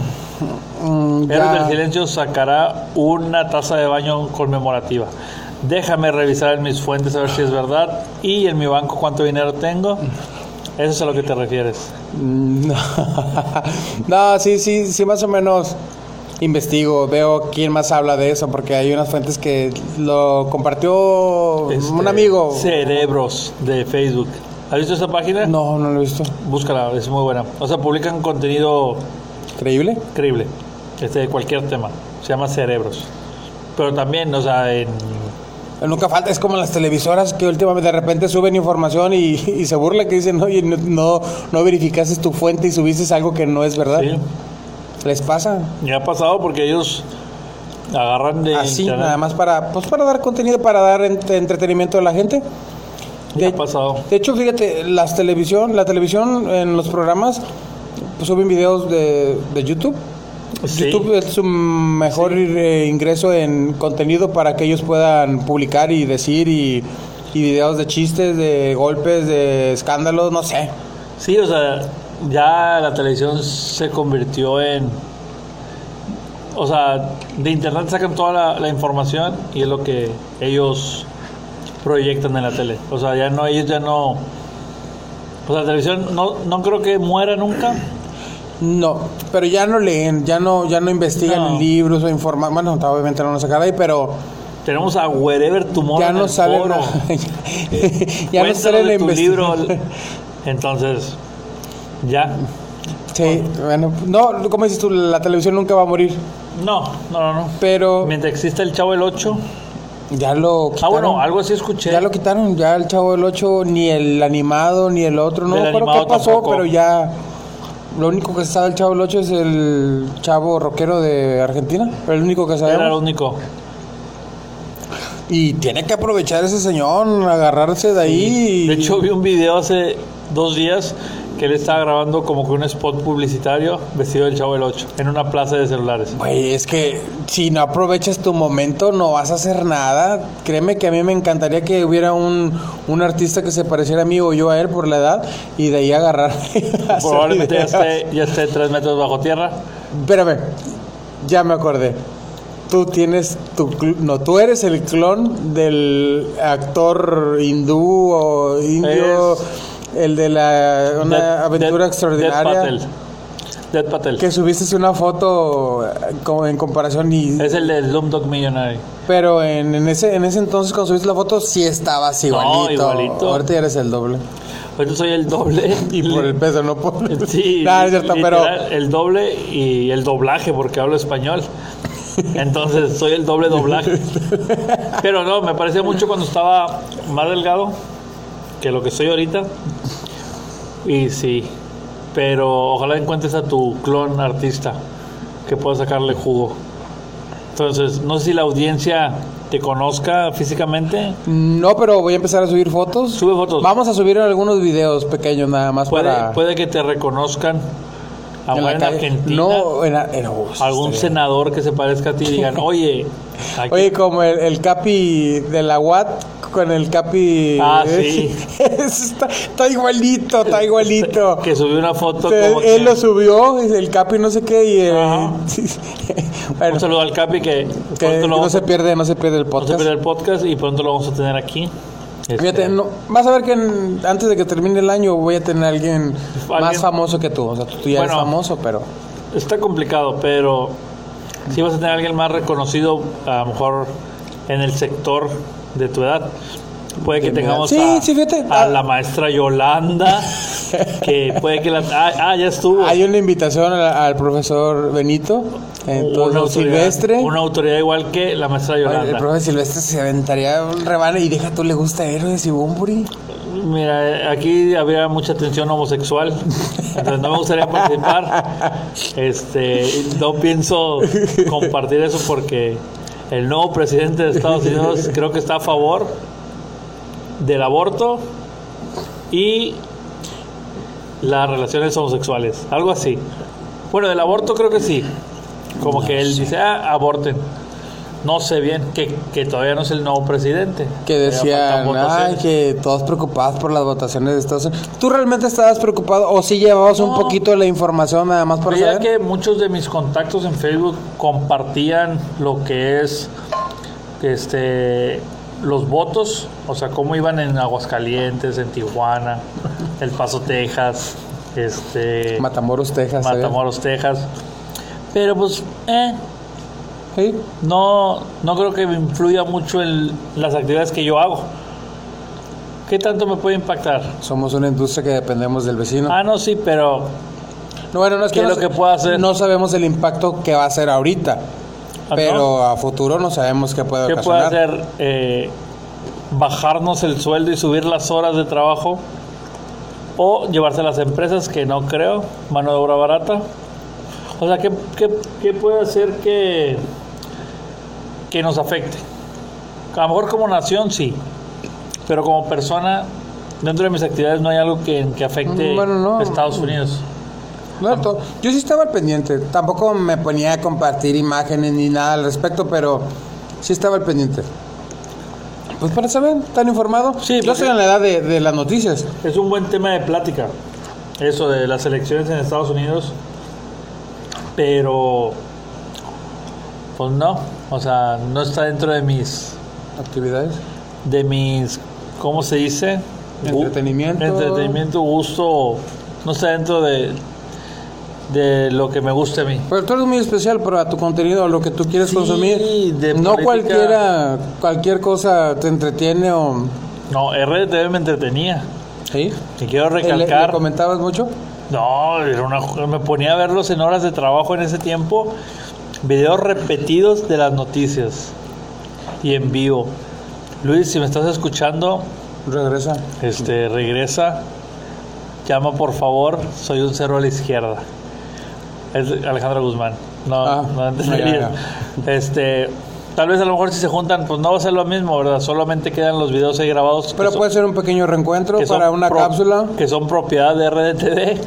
Speaker 1: mm,
Speaker 2: Héroes
Speaker 1: ya.
Speaker 2: del Silencio sacará una taza de baño conmemorativa. Déjame revisar en mis fuentes a ver si es verdad y en mi banco cuánto dinero tengo. Eso es a lo que te refieres.
Speaker 1: Mm, No. No, sí, sí, sí, más o menos investigo, veo quién más habla de eso, porque hay unas fuentes que lo compartió un
Speaker 2: Este,
Speaker 1: amigo.
Speaker 2: Cerebros de Facebook. ¿Has visto esa página?
Speaker 1: No, no lo he visto.
Speaker 2: Búscala, es muy buena. O sea, publican contenido
Speaker 1: Creíble.
Speaker 2: creíble, este, de cualquier tema. Se llama Cerebros. Pero también, o sea, en...
Speaker 1: Nunca falta, es como las televisoras que últimamente de repente suben información y, y se burlan que dicen, oye, no, no, no verificaste tu fuente y subiste algo que no es verdad.
Speaker 2: ¿sí?
Speaker 1: ¿Les pasa?
Speaker 2: Ya ha pasado porque ellos agarran de...
Speaker 1: Así,
Speaker 2: internet.
Speaker 1: nada más para, pues, para dar contenido, para dar ent- entretenimiento a la gente.
Speaker 2: Ya
Speaker 1: De,
Speaker 2: ha pasado.
Speaker 1: de hecho, fíjate, las televisión, la televisión en los programas pues, suben videos de, de YouTube.
Speaker 2: Pues Sí.
Speaker 1: YouTube es su mejor eh, ingreso en contenido para que ellos puedan publicar y decir y, y videos de chistes, de golpes, de escándalos, no sé.
Speaker 2: Sí, o sea, ya la televisión se convirtió en... O sea, de internet sacan toda la, la información y es lo que ellos proyectan en la tele. O sea, ya no, ellos ya no... O sea, la televisión no, no creo que muera nunca.
Speaker 1: No, pero ya no leen, ya no, ya no investigan
Speaker 2: No.
Speaker 1: libros o informan. Bueno, obviamente no nos sacan ahí, pero
Speaker 2: Tenemos a Wherever Tomorrow
Speaker 1: ya
Speaker 2: en
Speaker 1: no
Speaker 2: el
Speaker 1: salen.
Speaker 2: foro.
Speaker 1: ya no
Speaker 2: Cuéntanos
Speaker 1: salen a
Speaker 2: de tu
Speaker 1: investigar.
Speaker 2: libro. Entonces, ya.
Speaker 1: Sí, bueno, no, como dices tú, la televisión nunca va a morir,
Speaker 2: No, no, no, no.
Speaker 1: pero
Speaker 2: Mientras exista el Chavo el 8.
Speaker 1: ya lo
Speaker 2: Ah,
Speaker 1: quitaron.
Speaker 2: bueno, algo así escuché.
Speaker 1: Ya lo quitaron, ya el Chavo del 8, ni el animado, ni el otro, no
Speaker 2: El
Speaker 1: me acuerdo qué
Speaker 2: animado
Speaker 1: pasó,
Speaker 2: tampoco.
Speaker 1: pero ya lo único que sabe el Chavo del 8 es el chavo rockero de Argentina, el único que
Speaker 2: Era lo
Speaker 1: sabemos.
Speaker 2: único.
Speaker 1: Y tiene que aprovechar ese señor, agarrarse de ahí. y-
Speaker 2: De hecho, vi un video hace dos días que él estaba grabando como que un spot publicitario vestido del Chavo del 8 en una plaza de celulares.
Speaker 1: Güey, es que si no aprovechas tu momento no vas a hacer nada. Créeme que a mí me encantaría que hubiera un, un artista que se pareciera a mí o yo a él por la edad y de ahí agarrar.
Speaker 2: Probablemente ya
Speaker 1: hacer videos.
Speaker 2: esté, ya esté tres metros bajo tierra.
Speaker 1: Espérame, ya me acordé. Tú tienes tu cl- no, tú eres el clon del actor hindú o indio,
Speaker 2: Es-
Speaker 1: el de la una
Speaker 2: Dead-
Speaker 1: aventura
Speaker 2: Dead-
Speaker 1: extraordinaria.
Speaker 2: Dead Patel. Dead Patel.
Speaker 1: que subiste una foto eh, como en comparación y
Speaker 2: Es el de Slumdog Millionaire.
Speaker 1: pero en, en ese en ese entonces cuando subiste la foto sí estabas igualito.
Speaker 2: igualito.
Speaker 1: Ahorita ya eres el doble.
Speaker 2: Ahorita soy el doble.
Speaker 1: Y por el peso no por
Speaker 2: Sí,
Speaker 1: Nah, es cierto, pero
Speaker 2: literal, el doble y el doblaje, porque hablo español. Entonces, soy el doble doblaje. Pero no, me parecía mucho cuando estaba más delgado que lo que soy ahorita. Y sí, pero ojalá encuentres a tu clon artista que pueda sacarle jugo. Entonces, no sé si la audiencia te conozca físicamente.
Speaker 1: no, pero voy a empezar a subir fotos.
Speaker 2: Sube fotos.
Speaker 1: Vamos a subir algunos videos pequeños nada más
Speaker 2: Puede,
Speaker 1: para
Speaker 2: puede que te reconozcan.
Speaker 1: en
Speaker 2: Ahora
Speaker 1: la
Speaker 2: en
Speaker 1: calle.
Speaker 2: Argentina.
Speaker 1: No, en, la- en- oh, sí,
Speaker 2: algún
Speaker 1: estaría-
Speaker 2: senador que se parezca a ti y digan, oye, aquí-
Speaker 1: Oye, como el, el capi de la UAT con el capi
Speaker 2: Ah, sí.
Speaker 1: Eso está, está igualito, está igualito.
Speaker 2: que subió una foto
Speaker 1: Él,
Speaker 2: como que-
Speaker 1: él lo subió, el capi no sé qué y eh,
Speaker 2: Ajá.
Speaker 1: bueno,
Speaker 2: un saludo al Capi que,
Speaker 1: que
Speaker 2: pronto lo
Speaker 1: no
Speaker 2: vamos
Speaker 1: se
Speaker 2: a-
Speaker 1: pierde, no se pierde el
Speaker 2: vamos a
Speaker 1: podcast.
Speaker 2: ver el este. podcast y pronto lo vamos a tener aquí. Este,
Speaker 1: Fíjate, no- vas a ver que en- antes de que termine el año voy a tener a alguien, más
Speaker 2: Alguien-
Speaker 1: famoso que tú. O sea, tú, tú ya eres
Speaker 2: Bueno.
Speaker 1: famoso, pero
Speaker 2: Está complicado, pero si vas a tener a alguien más reconocido, a lo mejor en el sector de tu edad. Puede que
Speaker 1: De mi edad.
Speaker 2: tengamos
Speaker 1: Sí,
Speaker 2: a,
Speaker 1: sí, fíjate.
Speaker 2: a
Speaker 1: Ah.
Speaker 2: la maestra Yolanda, que puede que la... Ah, ah, ya estuvo.
Speaker 1: hay una invitación al, al profesor Benito,
Speaker 2: Una
Speaker 1: entonces
Speaker 2: autoridad-
Speaker 1: Silvestre.
Speaker 2: Una autoridad igual que la maestra
Speaker 1: Oye, El
Speaker 2: Yolanda.
Speaker 1: profe Silvestre se aventaría un rebane y deja tú le gusta Héroes y Bumburi.
Speaker 2: Mira, eh, aquí había mucha tensión homosexual, entonces no me gustaría participar. Este, y no pienso compartir eso porque el nuevo presidente de Estados Unidos creo que está a favor del aborto y las relaciones homosexuales, algo así. Bueno, del aborto creo que sí. Como que él dice, ah, aborten. No sé bien, que, que todavía no es el nuevo presidente.
Speaker 1: Que
Speaker 2: Todavía
Speaker 1: decían,
Speaker 2: faltan
Speaker 1: ay,
Speaker 2: votaciones".
Speaker 1: que todos preocupados por las votaciones de Estados Unidos. ¿Tú realmente estabas preocupado o sí llevabas un
Speaker 2: No.
Speaker 1: poquito de la información nada más para
Speaker 2: Veía
Speaker 1: saber?
Speaker 2: que muchos de mis contactos en Facebook compartían lo que es este los votos, o sea, cómo iban en Aguascalientes, en Tijuana, El Paso, Texas, este
Speaker 1: Matamoros, Texas. ¿eh?
Speaker 2: Matamoros, Texas. Pero pues eh,
Speaker 1: Sí.
Speaker 2: no no creo que me influya mucho en las actividades que yo hago. ¿Qué tanto me puede impactar?
Speaker 1: Somos una industria que dependemos del vecino.
Speaker 2: Ah, no, sí, pero
Speaker 1: no, bueno, no es
Speaker 2: ¿qué
Speaker 1: que,
Speaker 2: es
Speaker 1: no
Speaker 2: lo
Speaker 1: sa-
Speaker 2: que puedo hacer? Ah,
Speaker 1: no sabemos el impacto que va a hacer ahorita,
Speaker 2: ¿no?
Speaker 1: pero a futuro no sabemos qué puede
Speaker 2: ¿Qué puede
Speaker 1: ocasionar.
Speaker 2: hacer? Eh, ¿Bajarnos el sueldo y subir las horas de trabajo? ¿O llevarse a las empresas, que no creo, mano de obra barata? O sea, ¿qué, qué- qué puede hacer que, que nos afecte? A lo mejor como nación sí, pero como persona, dentro de mis actividades no hay algo que, que afecte
Speaker 1: Mm, bueno, no.
Speaker 2: Estados Unidos.
Speaker 1: No, to- yo sí estaba al pendiente. Tampoco me ponía a compartir imágenes ni nada al respecto, pero sí estaba al pendiente. Pues para saber, tan informado.
Speaker 2: Sí,
Speaker 1: yo
Speaker 2: pues
Speaker 1: estoy
Speaker 2: sí.
Speaker 1: en la edad de, de las noticias.
Speaker 2: Es un buen tema de plática, eso de las elecciones en Estados Unidos, pero pues no, o sea, no está dentro de mis,
Speaker 1: Actividades.
Speaker 2: de mis, ¿cómo se dice? Gu-
Speaker 1: Entretenimiento.
Speaker 2: Entretenimiento, gusto, no está dentro de, de lo que me guste a mí.
Speaker 1: Pero tú eres muy especial para tu contenido, lo que tú quieres
Speaker 2: Sí,
Speaker 1: consumir.
Speaker 2: de
Speaker 1: no
Speaker 2: política.
Speaker 1: cualquiera, cualquier cosa te entretiene o...
Speaker 2: No, RDTV me entretenía.
Speaker 1: ¿Sí?
Speaker 2: Y quiero
Speaker 1: ¿Le, le
Speaker 2: recalcar.
Speaker 1: comentabas mucho?
Speaker 2: No, era una- me ponía a verlos en horas de trabajo en ese tiempo, videos repetidos de las noticias y en vivo. Luis, si me estás escuchando,
Speaker 1: Regresa.
Speaker 2: este, regresa, llama por favor, soy un cero a la izquierda. Es Alejandra Guzmán. No,
Speaker 1: Ah,
Speaker 2: no entenderías. Este, tal vez a lo mejor si se juntan, pues no va a ser lo mismo, ¿verdad? Solamente quedan los videos ahí grabados. que
Speaker 1: Pero
Speaker 2: son-
Speaker 1: puede ser un pequeño reencuentro
Speaker 2: que son
Speaker 1: para una
Speaker 2: pro-
Speaker 1: cápsula.
Speaker 2: Que son propiedad de RDTV,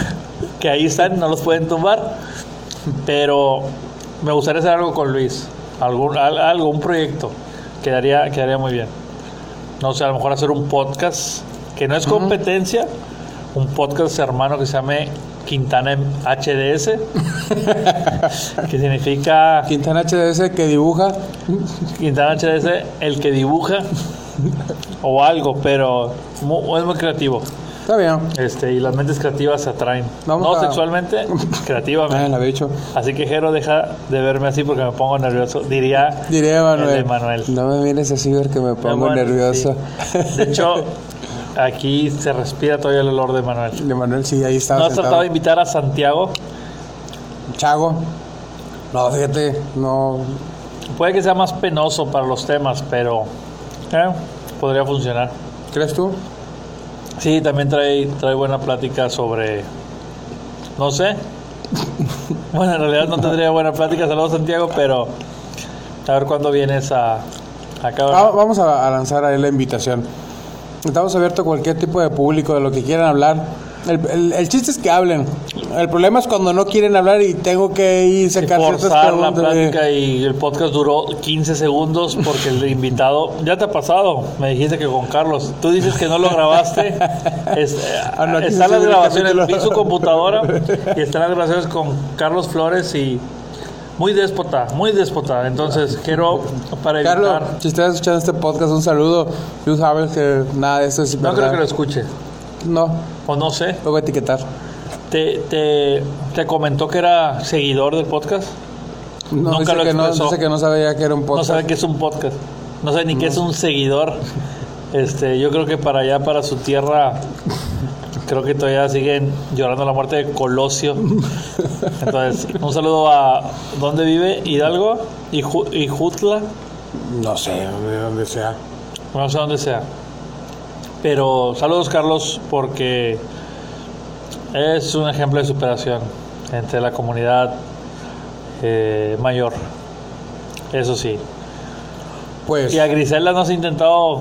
Speaker 2: que ahí están, no los pueden tumbar. Pero me gustaría hacer algo con Luis, algún, al- algo, un proyecto, quedaría, quedaría muy bien. No sé, a lo mejor hacer un podcast, que no es competencia, un podcast hermano que se llame Quintana en HDS, que significa
Speaker 1: Quintana HDS que dibuja.
Speaker 2: Quintana HDS el que dibuja o algo, pero mu- es muy creativo.
Speaker 1: Está bien.
Speaker 2: Este, y las mentes creativas se atraen.
Speaker 1: Vamos
Speaker 2: no
Speaker 1: a-
Speaker 2: sexualmente,
Speaker 1: Ah,
Speaker 2: creativamente.
Speaker 1: la había dicho.
Speaker 2: Así que Jero deja de verme así porque me pongo nervioso. Diría
Speaker 1: Diré a Manuel.
Speaker 2: El de Manuel.
Speaker 1: No me mires así porque me pongo
Speaker 2: Manuel,
Speaker 1: nervioso.
Speaker 2: sí. De hecho, aquí se respira todavía el olor de Manuel.
Speaker 1: De Manuel, sí, ahí
Speaker 2: ¿No
Speaker 1: estaba.
Speaker 2: has tratado de invitar a Santiago?
Speaker 1: Chago. No, fíjate, no.
Speaker 2: Puede que sea más penoso para los temas, pero eh, podría funcionar.
Speaker 1: ¿Crees tú?
Speaker 2: Sí, también trae, trae buena plática sobre... No sé. Bueno, en realidad no tendría buena plática. Saludos, Santiago, pero... A ver cuándo vienes a... Acá,
Speaker 1: Ah, vamos a, a lanzar ahí la invitación. Estamos abiertos a cualquier tipo de público, de lo que quieran hablar. El, el- el chiste es que hablen. El problema es cuando no quieren hablar y tengo que ir sacar ciertas
Speaker 2: forzar la
Speaker 1: preguntas de-
Speaker 2: plática y el podcast duró 15 segundos porque el invitado ya te ha pasado. Me dijiste que con Carlos, tú dices que no lo grabaste. Es-
Speaker 1: Ah, no, aquí se
Speaker 2: están las
Speaker 1: sube el
Speaker 2: grabaciones,
Speaker 1: capítulo.
Speaker 2: vi su computadora y están las grabaciones con Carlos Flores y muy déspota, muy déspota. Entonces, quiero para evitar.
Speaker 1: Carlos, si estás escuchando este podcast, un saludo. Tú sabes que nada de esto es
Speaker 2: no creo
Speaker 1: verdad.
Speaker 2: que lo escuche,
Speaker 1: No,
Speaker 2: o no sé.
Speaker 1: lo voy a etiquetar.
Speaker 2: ¿Te, te, te comentó que era seguidor del podcast?
Speaker 1: No,
Speaker 2: Nunca
Speaker 1: dice
Speaker 2: lo
Speaker 1: que no,
Speaker 2: expresó.
Speaker 1: dice que no sabía que era un
Speaker 2: No
Speaker 1: podcast.
Speaker 2: sabe qué es un podcast. No sabe ni qué es un seguidor. Este, yo creo que para allá, para su tierra, creo que todavía siguen llorando la muerte de Colosio. Entonces, un saludo a ¿dónde vive? Hidalgo y Ju- y Jutla.
Speaker 1: No sé, de dónde sea.
Speaker 2: No sé dónde sea. Pero saludos Carlos porque es un ejemplo de superación entre la comunidad eh, mayor. Eso sí,
Speaker 1: Pues.
Speaker 2: ¿Y a Griselda no has intentado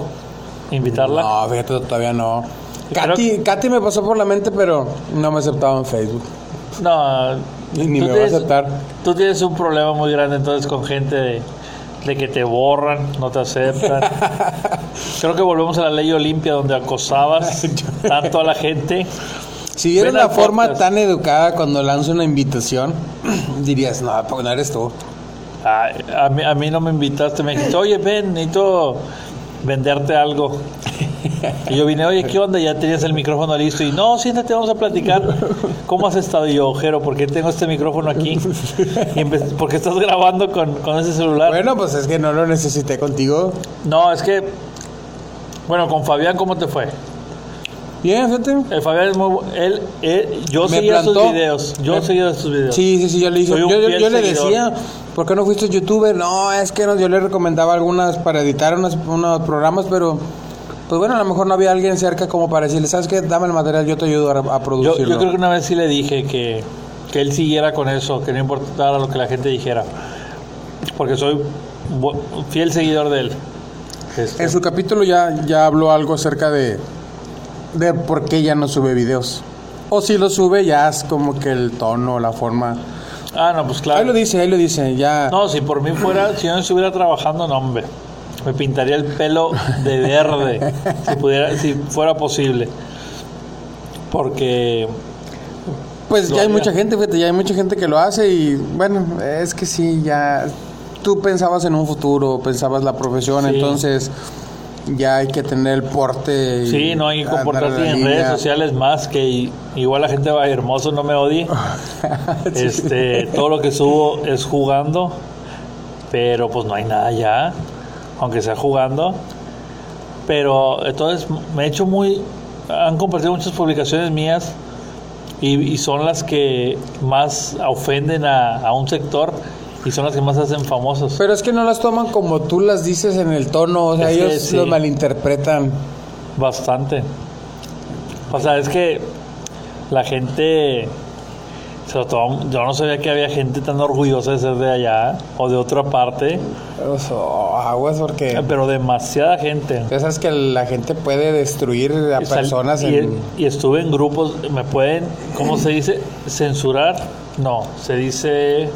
Speaker 2: invitarla?
Speaker 1: No, fíjate, todavía no.
Speaker 2: Creo-
Speaker 1: Katy, Katy me pasó por la mente, pero no me aceptaba en Facebook.
Speaker 2: No.
Speaker 1: Ni- ni
Speaker 2: tú
Speaker 1: me va a aceptar.
Speaker 2: Tú tienes un problema muy grande entonces con gente de, de que te borran, no te aceptan. Creo que volvemos a la ley Olimpia donde acosabas tanto a la gente.
Speaker 1: Si vieras
Speaker 2: Ven al
Speaker 1: la forma
Speaker 2: podcast.
Speaker 1: tan educada cuando lanzo una invitación, dirías, no, pues no eres tú.
Speaker 2: Ay, Ah, a, mí, a mí no me invitaste, me dijiste, oye, ven, necesito venderte algo. Y yo vine, oye, ¿qué onda? Ya tenías el micrófono listo. Y no, siéntate, vamos a platicar. ¿Cómo has estado? Y yo, ojero, ¿por qué tengo este micrófono aquí? Y empe- ¿Por qué estás grabando con, con ese celular?
Speaker 1: Bueno, pues es que no lo necesité contigo.
Speaker 2: No, es que, bueno, con Fabián, ¿cómo te fue?
Speaker 1: Bien, fíjate.
Speaker 2: El Fabián es muy bu- él, él- yo
Speaker 1: Me
Speaker 2: seguía sus
Speaker 1: plantó.
Speaker 2: videos, yo
Speaker 1: Me-
Speaker 2: seguía sus videos.
Speaker 1: Sí, sí, sí, yo le dije,
Speaker 2: Soy
Speaker 1: yo,
Speaker 2: un
Speaker 1: yo-
Speaker 2: fiel
Speaker 1: yo le
Speaker 2: seguidor.
Speaker 1: decía, ¿por qué no fuiste youtuber? No, es que no, yo le recomendaba algunas para editar unas- unos programas, pero pues bueno, a lo mejor no había alguien cerca como para decirle, ¿sabes qué? Dame el material, yo te ayudo a, a
Speaker 2: Yo,
Speaker 1: producirlo.
Speaker 2: yo creo que una vez sí le dije que, que él siguiera con eso, que no importara lo que la gente dijera, porque soy bu- fiel seguidor de él. Este,
Speaker 1: En su capítulo ya, ya habló algo acerca de, de por qué ya no sube videos. O si lo sube, ya es como que el tono, la forma.
Speaker 2: ah, no, pues
Speaker 1: Ahí lo
Speaker 2: claro.
Speaker 1: dice, ahí lo dice, ya.
Speaker 2: No, si por mí fuera, si yo no estuviera trabajando, no, hombre. Me pintaría el pelo de verde, si, pudiera, si fuera posible. Porque
Speaker 1: pues ya hay
Speaker 2: todavía.
Speaker 1: mucha gente, fíjate, ya hay mucha gente que lo hace y bueno, es que sí, ya. Tú pensabas en un futuro, pensabas la profesión,
Speaker 2: Sí.
Speaker 1: entonces ya hay que tener el porte. y
Speaker 2: Sí, no hay que
Speaker 1: andar a la
Speaker 2: comportarse en
Speaker 1: línea.
Speaker 2: redes sociales más que i- igual la gente va hermoso, no me odie.
Speaker 1: Sí.
Speaker 2: Este, todo lo que subo es jugando, pero pues no hay nada ya, aunque sea jugando. Pero entonces me he hecho muy han compartido muchas publicaciones mías y, y son las que más ofenden a, a un sector y son las que más hacen famosos.
Speaker 1: Pero es que no las toman como tú las dices en el tono, o sea,
Speaker 2: Es que
Speaker 1: ellos
Speaker 2: sí.
Speaker 1: lo malinterpretan.
Speaker 2: Bastante. O sea, es que la gente. se lo toma- yo no sabía que había gente tan orgullosa de ser de allá o de otra parte,
Speaker 1: Oso, aguas porque.
Speaker 2: Ah, pero demasiada gente.
Speaker 1: Ya sabes que la gente puede destruir a
Speaker 2: Y sal-
Speaker 1: personas
Speaker 2: y,
Speaker 1: en...
Speaker 2: y estuve en grupos, me pueden, ¿cómo se dice? Censurar. No, se dice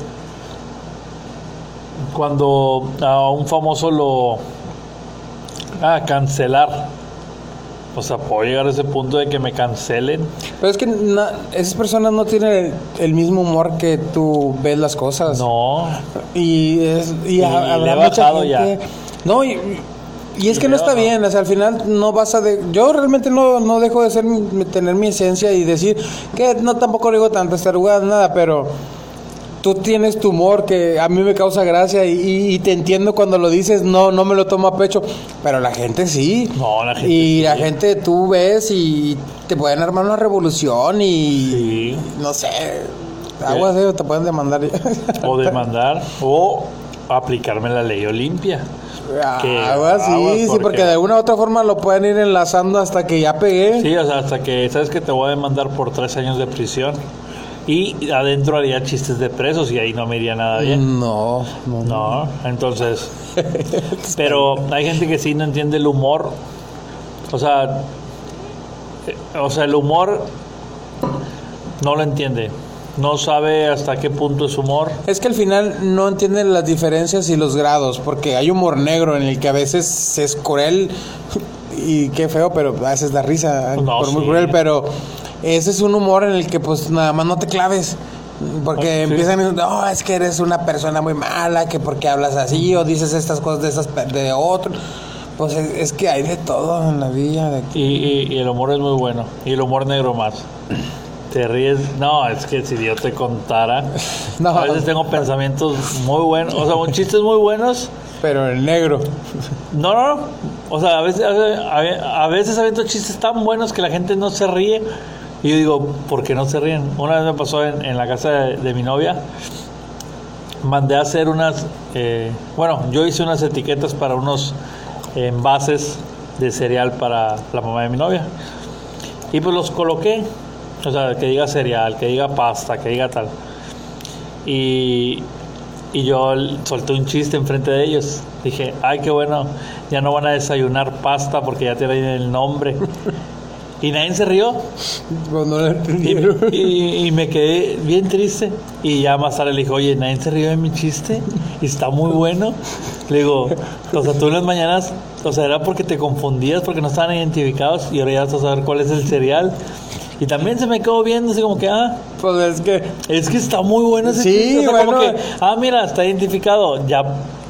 Speaker 2: cuando a un famoso lo... Ah, cancelar. O sea, puedo llegar a ese punto de que me cancelen.
Speaker 1: Pero es que na- esas personas no tienen el mismo humor que tú ves las cosas.
Speaker 2: No,
Speaker 1: Y, es, y,
Speaker 2: Y
Speaker 1: ha-
Speaker 2: le he
Speaker 1: habrá mucha
Speaker 2: bajado
Speaker 1: gente.
Speaker 2: ya.
Speaker 1: No, y, y es
Speaker 2: Y
Speaker 1: que
Speaker 2: le
Speaker 1: no
Speaker 2: he
Speaker 1: está
Speaker 2: bajado.
Speaker 1: bien. O sea, al final no vas a. de- yo realmente no, no dejo de ser mi- tener mi esencia y decir que no tampoco digo tantas tarugadas, nada, pero. Tú tienes tu humor que a mí me causa gracia y, y- y te entiendo cuando lo dices, no no me lo tomo a pecho, pero la gente sí.
Speaker 2: No, la gente
Speaker 1: Y
Speaker 2: sí.
Speaker 1: la gente tú ves y te pueden armar una revolución y
Speaker 2: sí.
Speaker 1: no sé, aguas eh, te pueden demandar.
Speaker 2: O demandar, o aplicarme la ley Olimpia. que
Speaker 1: Aguas, sí,
Speaker 2: Ah, aguas,
Speaker 1: sí, porque
Speaker 2: porque-
Speaker 1: de alguna u otra forma lo pueden ir enlazando hasta que ya pegué.
Speaker 2: Sí, o sea, hasta que sabes que te voy a demandar por tres años de prisión. Y adentro haría chistes de presos y ahí no me iría nada bien.
Speaker 1: No, no, no.
Speaker 2: No, entonces. Pero hay gente que sí no entiende el humor. O sea, eh, o sea, el humor no lo entiende. No sabe hasta qué punto es humor.
Speaker 1: Es que al final no entienden las diferencias y los grados, porque hay humor negro en el que a veces es cruel y qué feo, pero a veces da risa eh,
Speaker 2: No,
Speaker 1: por muy
Speaker 2: sí.
Speaker 1: cruel, pero ese es un humor en el que pues nada más no te claves. Porque
Speaker 2: Ah, sí.
Speaker 1: empiezan diciendo, no, es que eres una persona muy mala, que porque hablas así o dices estas cosas de esas pe- de otro. Pues es, es que hay de todo en la villa. de-
Speaker 2: Y, y- y el humor es muy bueno. Y el humor negro más. Te ríes. No, es que si Dios te contara.
Speaker 1: No.
Speaker 2: A veces tengo pensamientos muy buenos. O sea, con chistes muy buenos.
Speaker 1: Pero el negro.
Speaker 2: No, no, no. O sea, a veces, a veces- a veces aviento chistes tan buenos que la gente no se ríe. Y yo digo, ¿por qué no se ríen? Una vez me pasó en, en la casa de, de mi novia. Mandé a hacer unas. eh, bueno, yo hice unas etiquetas para unos envases de cereal para la mamá de mi novia. Y pues los coloqué. O sea, que diga cereal, que diga pasta, que diga tal. Y, y yo l- solté un chiste enfrente de ellos. Dije, ay, qué bueno, ya no van a desayunar pasta porque ya tienen el nombre. y nadie se rió.
Speaker 1: Cuando le
Speaker 2: Y,
Speaker 1: prendieron.
Speaker 2: y- y me quedé bien triste. Y ya más tarde le dije, oye, nadie se rió de mi chiste. Y está muy bueno. Le digo, o sea, tú en las mañanas, o sea, era porque te confundías, porque no estaban identificados. Y ahora ya vas a saber cuál es el cereal. Y también se me quedó viendo, así como que, ah.
Speaker 1: Pues es que
Speaker 2: Es que está muy bueno ese
Speaker 1: Sí,
Speaker 2: chiste. O sea, como
Speaker 1: bueno.
Speaker 2: que, ah, mira, está identificado. Ya,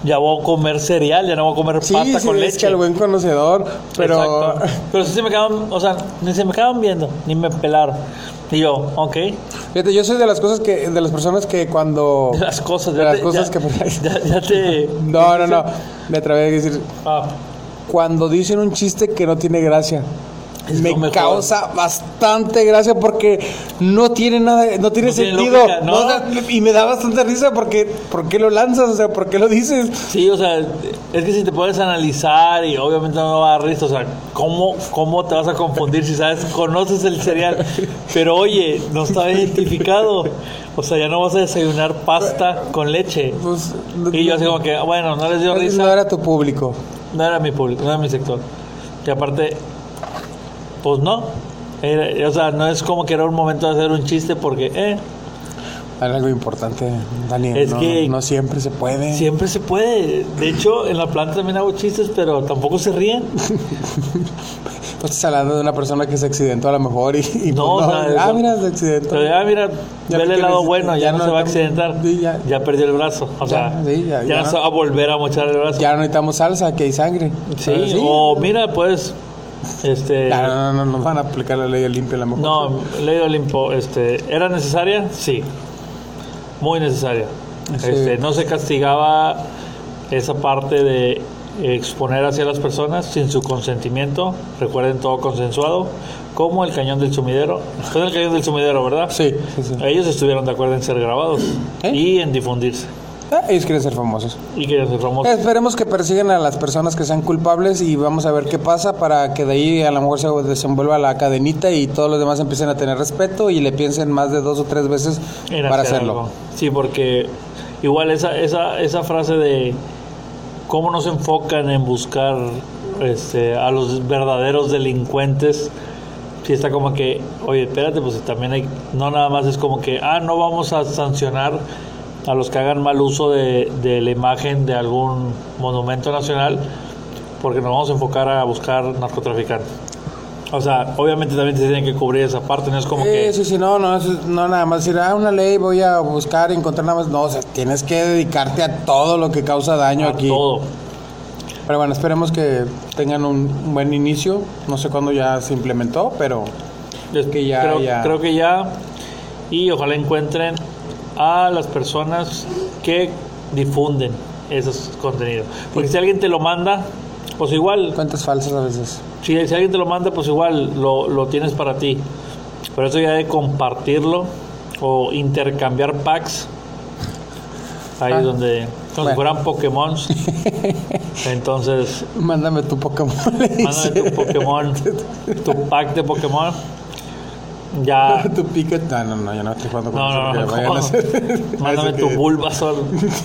Speaker 2: ya voy a comer cereal, ya no voy a comer
Speaker 1: sí,
Speaker 2: pasta
Speaker 1: sí,
Speaker 2: con
Speaker 1: es
Speaker 2: leche.
Speaker 1: que el buen conocedor, pero
Speaker 2: Exacto. Pero sí se me quedaban, o sea, ni se me quedaban viendo, ni me pelaron. Y yo, ok,
Speaker 1: Fíjate, yo soy de las cosas que, de las personas que cuando.
Speaker 2: de las cosas,
Speaker 1: De
Speaker 2: ya
Speaker 1: las
Speaker 2: te-
Speaker 1: cosas
Speaker 2: ya-
Speaker 1: que-
Speaker 2: ya, ya te.
Speaker 1: No, no, no. Me atreví a decir.
Speaker 2: Ah,
Speaker 1: Cuando dicen un chiste que no tiene gracia.
Speaker 2: Es
Speaker 1: me
Speaker 2: lo mejor.
Speaker 1: causa bastante gracia porque no tiene nada, no tiene
Speaker 2: No tiene
Speaker 1: sentido.
Speaker 2: lógica, ¿no?
Speaker 1: da- y me da bastante risa porque, ¿por qué lo lanzas? O sea, ¿por qué lo dices?
Speaker 2: sí, o sea, es que si te puedes analizar y obviamente no va a dar risa, o sea, ¿cómo, ¿cómo te vas a confundir si sabes, conoces el cereal? Pero oye, no está identificado. O sea, ya no vas a desayunar pasta con leche.
Speaker 1: Pues,
Speaker 2: Y yo así como que, bueno, no les dio
Speaker 1: no,
Speaker 2: risa.
Speaker 1: no era tu público.
Speaker 2: No era mi público, no era mi sector. Y aparte, pues no. Era- o sea, no es como que era un momento de hacer un chiste porque, eh,
Speaker 1: Era algo importante, Daniel.
Speaker 2: Es
Speaker 1: no,
Speaker 2: que-
Speaker 1: no siempre se puede.
Speaker 2: siempre se puede. De hecho, en la planta también hago chistes, pero tampoco se ríen.
Speaker 1: Pues estás hablando de una persona que se accidentó a lo mejor y, y
Speaker 2: No,
Speaker 1: pues,
Speaker 2: o sea,
Speaker 1: ah,
Speaker 2: eso-
Speaker 1: mira, se accidentó.
Speaker 2: Pero ya, mira,
Speaker 1: Ya
Speaker 2: vele
Speaker 1: que
Speaker 2: el lado
Speaker 1: les-
Speaker 2: bueno, ya,
Speaker 1: ya
Speaker 2: no,
Speaker 1: no
Speaker 2: se va a
Speaker 1: estamos-
Speaker 2: accidentar.
Speaker 1: sí, ya.
Speaker 2: ya. perdió el brazo. O
Speaker 1: Ya,
Speaker 2: sea,
Speaker 1: sí, ya,
Speaker 2: ya,
Speaker 1: ya
Speaker 2: no
Speaker 1: no.
Speaker 2: se va a volver a mochar el brazo.
Speaker 1: Ya no necesitamos salsa, que hay sangre.
Speaker 2: sí,
Speaker 1: Ahora
Speaker 2: o mira, pues, este.
Speaker 1: Ya, no, no, no, nos van a aplicar la ley limpia a lo mejor.
Speaker 2: No, Ley de Olimpo, este, ¿era necesaria? Sí, muy necesaria.
Speaker 1: Sí.
Speaker 2: Este, no se castigaba esa parte de exponer hacia las personas sin su consentimiento, recuerden todo consensuado, como el cañón del sumidero. Fue el cañón del sumidero, ¿verdad?
Speaker 1: Sí, sí, sí.
Speaker 2: Ellos estuvieron de acuerdo en ser grabados
Speaker 1: ¿Eh?
Speaker 2: y en difundirse.
Speaker 1: Ah, ellos quieren ser famosos.
Speaker 2: Y que se famosos.
Speaker 1: Esperemos que persigan a las personas que sean culpables y vamos a ver qué pasa para que de ahí a lo mejor se desenvuelva la cadenita y todos los demás empiecen a tener respeto y le piensen más de dos o tres veces
Speaker 2: en
Speaker 1: para
Speaker 2: hacer
Speaker 1: hacerlo.
Speaker 2: algo. Sí, porque igual esa, esa, esa frase de cómo nos enfocan en buscar este, a los verdaderos delincuentes, sí está como que, oye, espérate, pues también hay, no nada más es como que, ah, no vamos a sancionar a los que hagan mal uso de, de la imagen de algún monumento nacional, porque nos vamos a enfocar a buscar narcotraficantes. O sea, obviamente también se tienen que cubrir esa parte, no es como
Speaker 1: sí,
Speaker 2: que...
Speaker 1: sí, sí, no, no, eso es- no nada más decir, ah, una ley, voy a buscar, encontrar nada más. No, o sea, tienes que dedicarte a todo lo que causa daño
Speaker 2: a
Speaker 1: aquí.
Speaker 2: Todo.
Speaker 1: Pero bueno, esperemos que tengan un, un buen inicio. No sé cuándo ya se implementó, pero
Speaker 2: Yo
Speaker 1: que ya-
Speaker 2: creo,
Speaker 1: ya.
Speaker 2: creo que ya. Y ojalá encuentren a las personas que difunden esos contenidos. Porque si alguien te lo manda, pues igual,
Speaker 1: cuentas falsas a veces.
Speaker 2: si, si alguien te lo manda, pues igual lo, lo tienes para ti. Pero eso ya de compartirlo o intercambiar packs. Ahí
Speaker 1: Ah,
Speaker 2: es donde, como
Speaker 1: bueno.
Speaker 2: si fueran Pokémon. Entonces,
Speaker 1: Mándame tu Pokémon. le dice.
Speaker 2: mándame tu Pokémon, tu pack de Pokémon. Ya,
Speaker 1: tu Pikachu. No, no, no, yo no estoy jugando con
Speaker 2: No,
Speaker 1: eso,
Speaker 2: no,
Speaker 1: que
Speaker 2: no.
Speaker 1: vayan a
Speaker 2: ¿cómo?
Speaker 1: hacer-
Speaker 2: Mándame
Speaker 1: Eso
Speaker 2: tu
Speaker 1: que-
Speaker 2: Bulbasaur.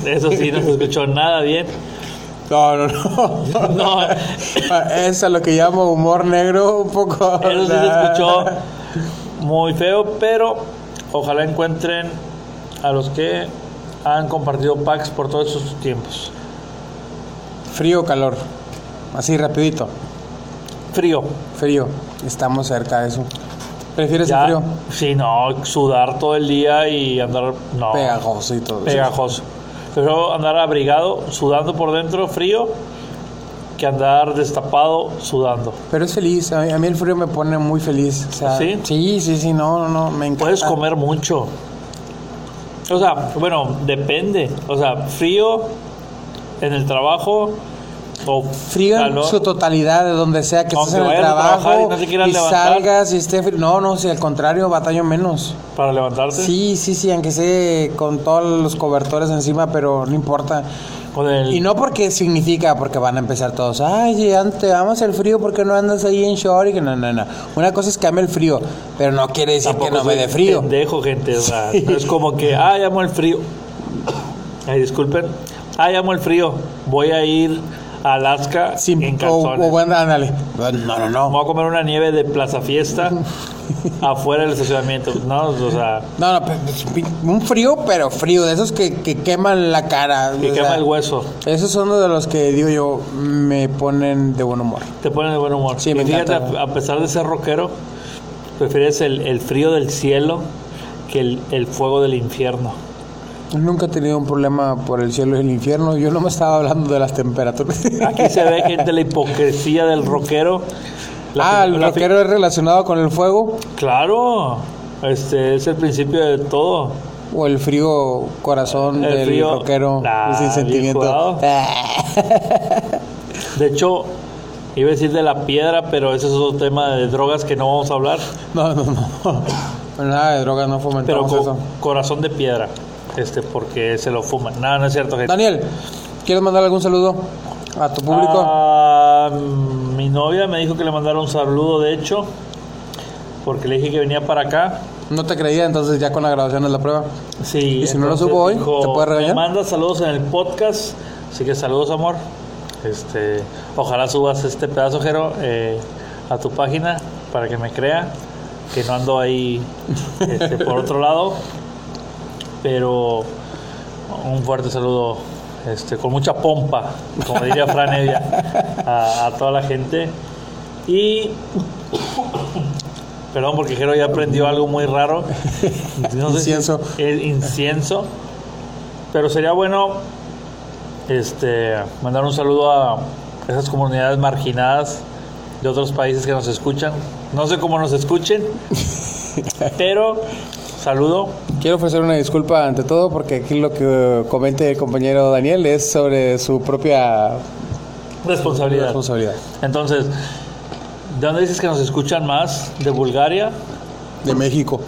Speaker 2: Eso sí, no se escuchó nada bien.
Speaker 1: No, no, no.
Speaker 2: No,
Speaker 1: Ah, Es a lo que llamo humor negro, un poco.
Speaker 2: eso sí se
Speaker 1: nah.
Speaker 2: escuchó muy feo, pero ojalá encuentren a los que han compartido packs por todos esos tiempos.
Speaker 1: Frío o calor. Así, rapidito.
Speaker 2: Frío.
Speaker 1: Frío. Estamos cerca de eso. ¿Prefieres el
Speaker 2: Ya,
Speaker 1: frío?
Speaker 2: sí, no, sudar todo el día y andar. No,
Speaker 1: Pegajoso y todo. eso.
Speaker 2: pegajoso. Prefiero andar abrigado, sudando por dentro, frío, que andar destapado, sudando.
Speaker 1: Pero es feliz. A mí, a mí el frío me pone muy feliz. o sea,
Speaker 2: ¿Sí?
Speaker 1: Sí, sí, sí, no, no, no, me encanta.
Speaker 2: Puedes comer mucho. O sea, bueno, depende. O sea, frío en el trabajo o
Speaker 1: Frío en
Speaker 2: calor.
Speaker 1: su totalidad, de donde sea que estés
Speaker 2: Aunque
Speaker 1: en el
Speaker 2: vayas a trabajar
Speaker 1: trabajo
Speaker 2: y no te quieras levantar.
Speaker 1: salgas y esté frío. No, no, si al contrario, batallo menos.
Speaker 2: para levantarse
Speaker 1: Sí, sí, sí, aunque sea con todos los cobertores encima, pero no importa.
Speaker 2: con el
Speaker 1: Y no porque significa, porque van a empezar todos, ay, sí, te amas el frío porque no andas ahí en short y que no, no, no. Una cosa es que ame el frío, pero no quiere decir que
Speaker 2: tampoco
Speaker 1: no me
Speaker 2: soy
Speaker 1: dé frío.
Speaker 2: Pendejo, gente, o sea, no es como que, ay, amo el frío. Ay, disculpen. Ay, amo el frío. Voy a ir a Alaska
Speaker 1: Sin-
Speaker 2: en
Speaker 1: o,
Speaker 2: calzones.
Speaker 1: o bueno, ándale. No, no,
Speaker 2: Me
Speaker 1: no.
Speaker 2: voy a comer una nieve de Plaza Fiesta afuera del estacionamiento. No, o sea,
Speaker 1: No, no, pe- pe- un frío, pero frío, de esos que, que queman la cara.
Speaker 2: que
Speaker 1: o sea,
Speaker 2: quema el hueso.
Speaker 1: Esos son de los que digo yo me ponen de buen humor.
Speaker 2: Te pone de buen humor.
Speaker 1: Sí, me
Speaker 2: Y fíjate,
Speaker 1: encanta.
Speaker 2: a, a pesar de ser rockero, prefieres el, el frío del cielo que el, el fuego del infierno.
Speaker 1: Nunca he tenido un problema por el cielo y el infierno. Yo no me estaba hablando de las temperaturas.
Speaker 2: Aquí se ve gente la hipocresía del rockero. La
Speaker 1: ah, el
Speaker 2: fi- la fi-
Speaker 1: bloqueo es relacionado con el fuego
Speaker 2: Claro, este es el principio de todo.
Speaker 1: o el frío corazón
Speaker 2: El
Speaker 1: del
Speaker 2: frío-
Speaker 1: rockero
Speaker 2: Nah,
Speaker 1: sin
Speaker 2: bien
Speaker 1: sentimiento.
Speaker 2: jugado. De hecho, iba a decir de la piedra, pero ese es otro tema de drogas que no vamos a hablar.
Speaker 1: no, no, no. Nada de drogas, no
Speaker 2: Pero
Speaker 1: fomentamos
Speaker 2: co-
Speaker 1: eso.
Speaker 2: corazón de piedra, este, porque se lo fuman. No, no es cierto, gente.
Speaker 1: Daniel, ¿quieres mandar algún saludo a tu público?
Speaker 2: Ah, mi novia me dijo que le mandara un saludo, de hecho, porque le dije que venía para acá.
Speaker 1: No te creía, entonces ya con la grabación es la prueba.
Speaker 2: Sí,
Speaker 1: ¿Y si no lo
Speaker 2: entonces
Speaker 1: subo hoy, te puede regañar?
Speaker 2: Me manda saludos en el podcast, así que saludos, amor. Este, ojalá subas este pedazo, Jero, eh, a tu página para que me crea que no ando ahí este, por otro lado. Pero un fuerte saludo, este, con mucha pompa, como diría Fran Evia, a, a toda la gente. Y Perdón, porque Jero ya aprendió algo muy raro. No sé si-
Speaker 1: Incienso.
Speaker 2: el incienso. Pero sería bueno este, mandar un saludo a esas comunidades marginadas de otros países que nos escuchan. No sé cómo nos escuchen, pero saludo.
Speaker 1: Quiero ofrecer una disculpa ante todo porque aquí lo que comenta el compañero Daniel es sobre su propia
Speaker 2: Responsabilidad.
Speaker 1: responsabilidad.
Speaker 2: Entonces, ¿de dónde dices que nos escuchan más? ¿De Bulgaria?
Speaker 1: De México.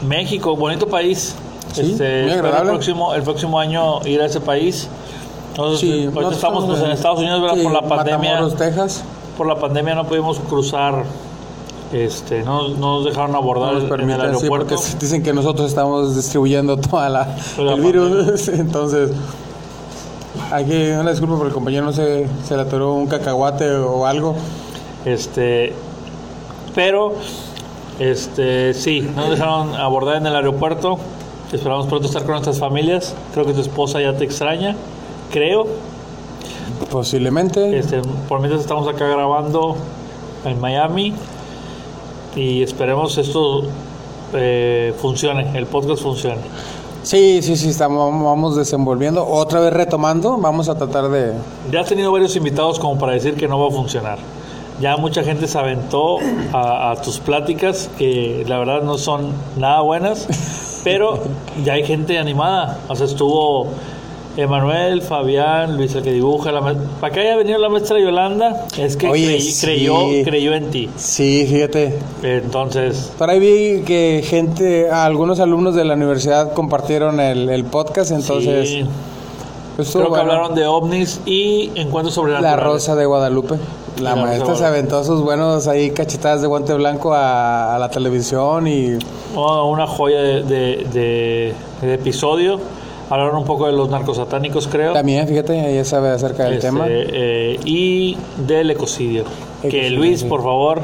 Speaker 2: México, bonito país.
Speaker 1: Sí,
Speaker 2: este,
Speaker 1: muy
Speaker 2: espero el
Speaker 1: agradable.
Speaker 2: próximo, el próximo año ir a ese país. Nosotros,
Speaker 1: Sí,
Speaker 2: ahorita
Speaker 1: nosotros
Speaker 2: estamos pues, en Estados Unidos ¿verdad?
Speaker 1: sí,
Speaker 2: por la pandemia.
Speaker 1: Matamoros, Texas.
Speaker 2: Por la pandemia no pudimos cruzar, este, no, no nos dejaron
Speaker 1: No
Speaker 2: abordar
Speaker 1: nos
Speaker 2: en el
Speaker 1: permiten, sí,
Speaker 2: aeropuerto.
Speaker 1: porque dicen que nosotros estamos distribuyendo toda la,
Speaker 2: Toda la
Speaker 1: el virus. Entonces, aquí una disculpa porque el compañero no se, se le atoró un cacahuate o algo.
Speaker 2: Este, pero, este, sí, no nos dejaron abordar en el aeropuerto. Esperamos pronto estar con nuestras familias. Creo que tu esposa ya te extraña, creo.
Speaker 1: Posiblemente.
Speaker 2: Este, por mientras estamos acá grabando en Miami. y esperemos esto eh, funcione, el podcast funcione.
Speaker 1: Sí, sí, sí, estamos, vamos desenvolviendo. Otra vez retomando, vamos a tratar de...
Speaker 2: Ya has tenido varios invitados como para decir que no va a funcionar. Ya mucha gente se aventó a, a tus pláticas, que la verdad no son nada buenas, pero ya hay gente animada. O sea, estuvo Emanuel, Fabián, Luis el que dibuja. La ma- para que haya venido la maestra Yolanda, es que
Speaker 1: Oye,
Speaker 2: creí-
Speaker 1: sí.
Speaker 2: creyó, creyó en ti.
Speaker 1: Sí, fíjate.
Speaker 2: Entonces,
Speaker 1: Por ahí vi que gente, algunos alumnos de la universidad compartieron el, el podcast, entonces...
Speaker 2: sí,
Speaker 1: pues, estuvo
Speaker 2: creo que
Speaker 1: bueno.
Speaker 2: hablaron de ovnis y encuentros sobre
Speaker 1: La Rosa de Guadalupe. La,
Speaker 2: La Rosa de
Speaker 1: maestra se
Speaker 2: Guadalupe.
Speaker 1: aventó sus buenos ahí cachetadas de guante blanco a, a la televisión y...
Speaker 2: Ah, una joya de, de- de- de episodio. Hablaron un poco de los narcosatánicos, creo.
Speaker 1: También, fíjate, ella sabe acerca del
Speaker 2: Este,
Speaker 1: tema.
Speaker 2: eh, y del ecocidio. Que
Speaker 1: Ecocidio,
Speaker 2: Luis,
Speaker 1: sí.
Speaker 2: por favor.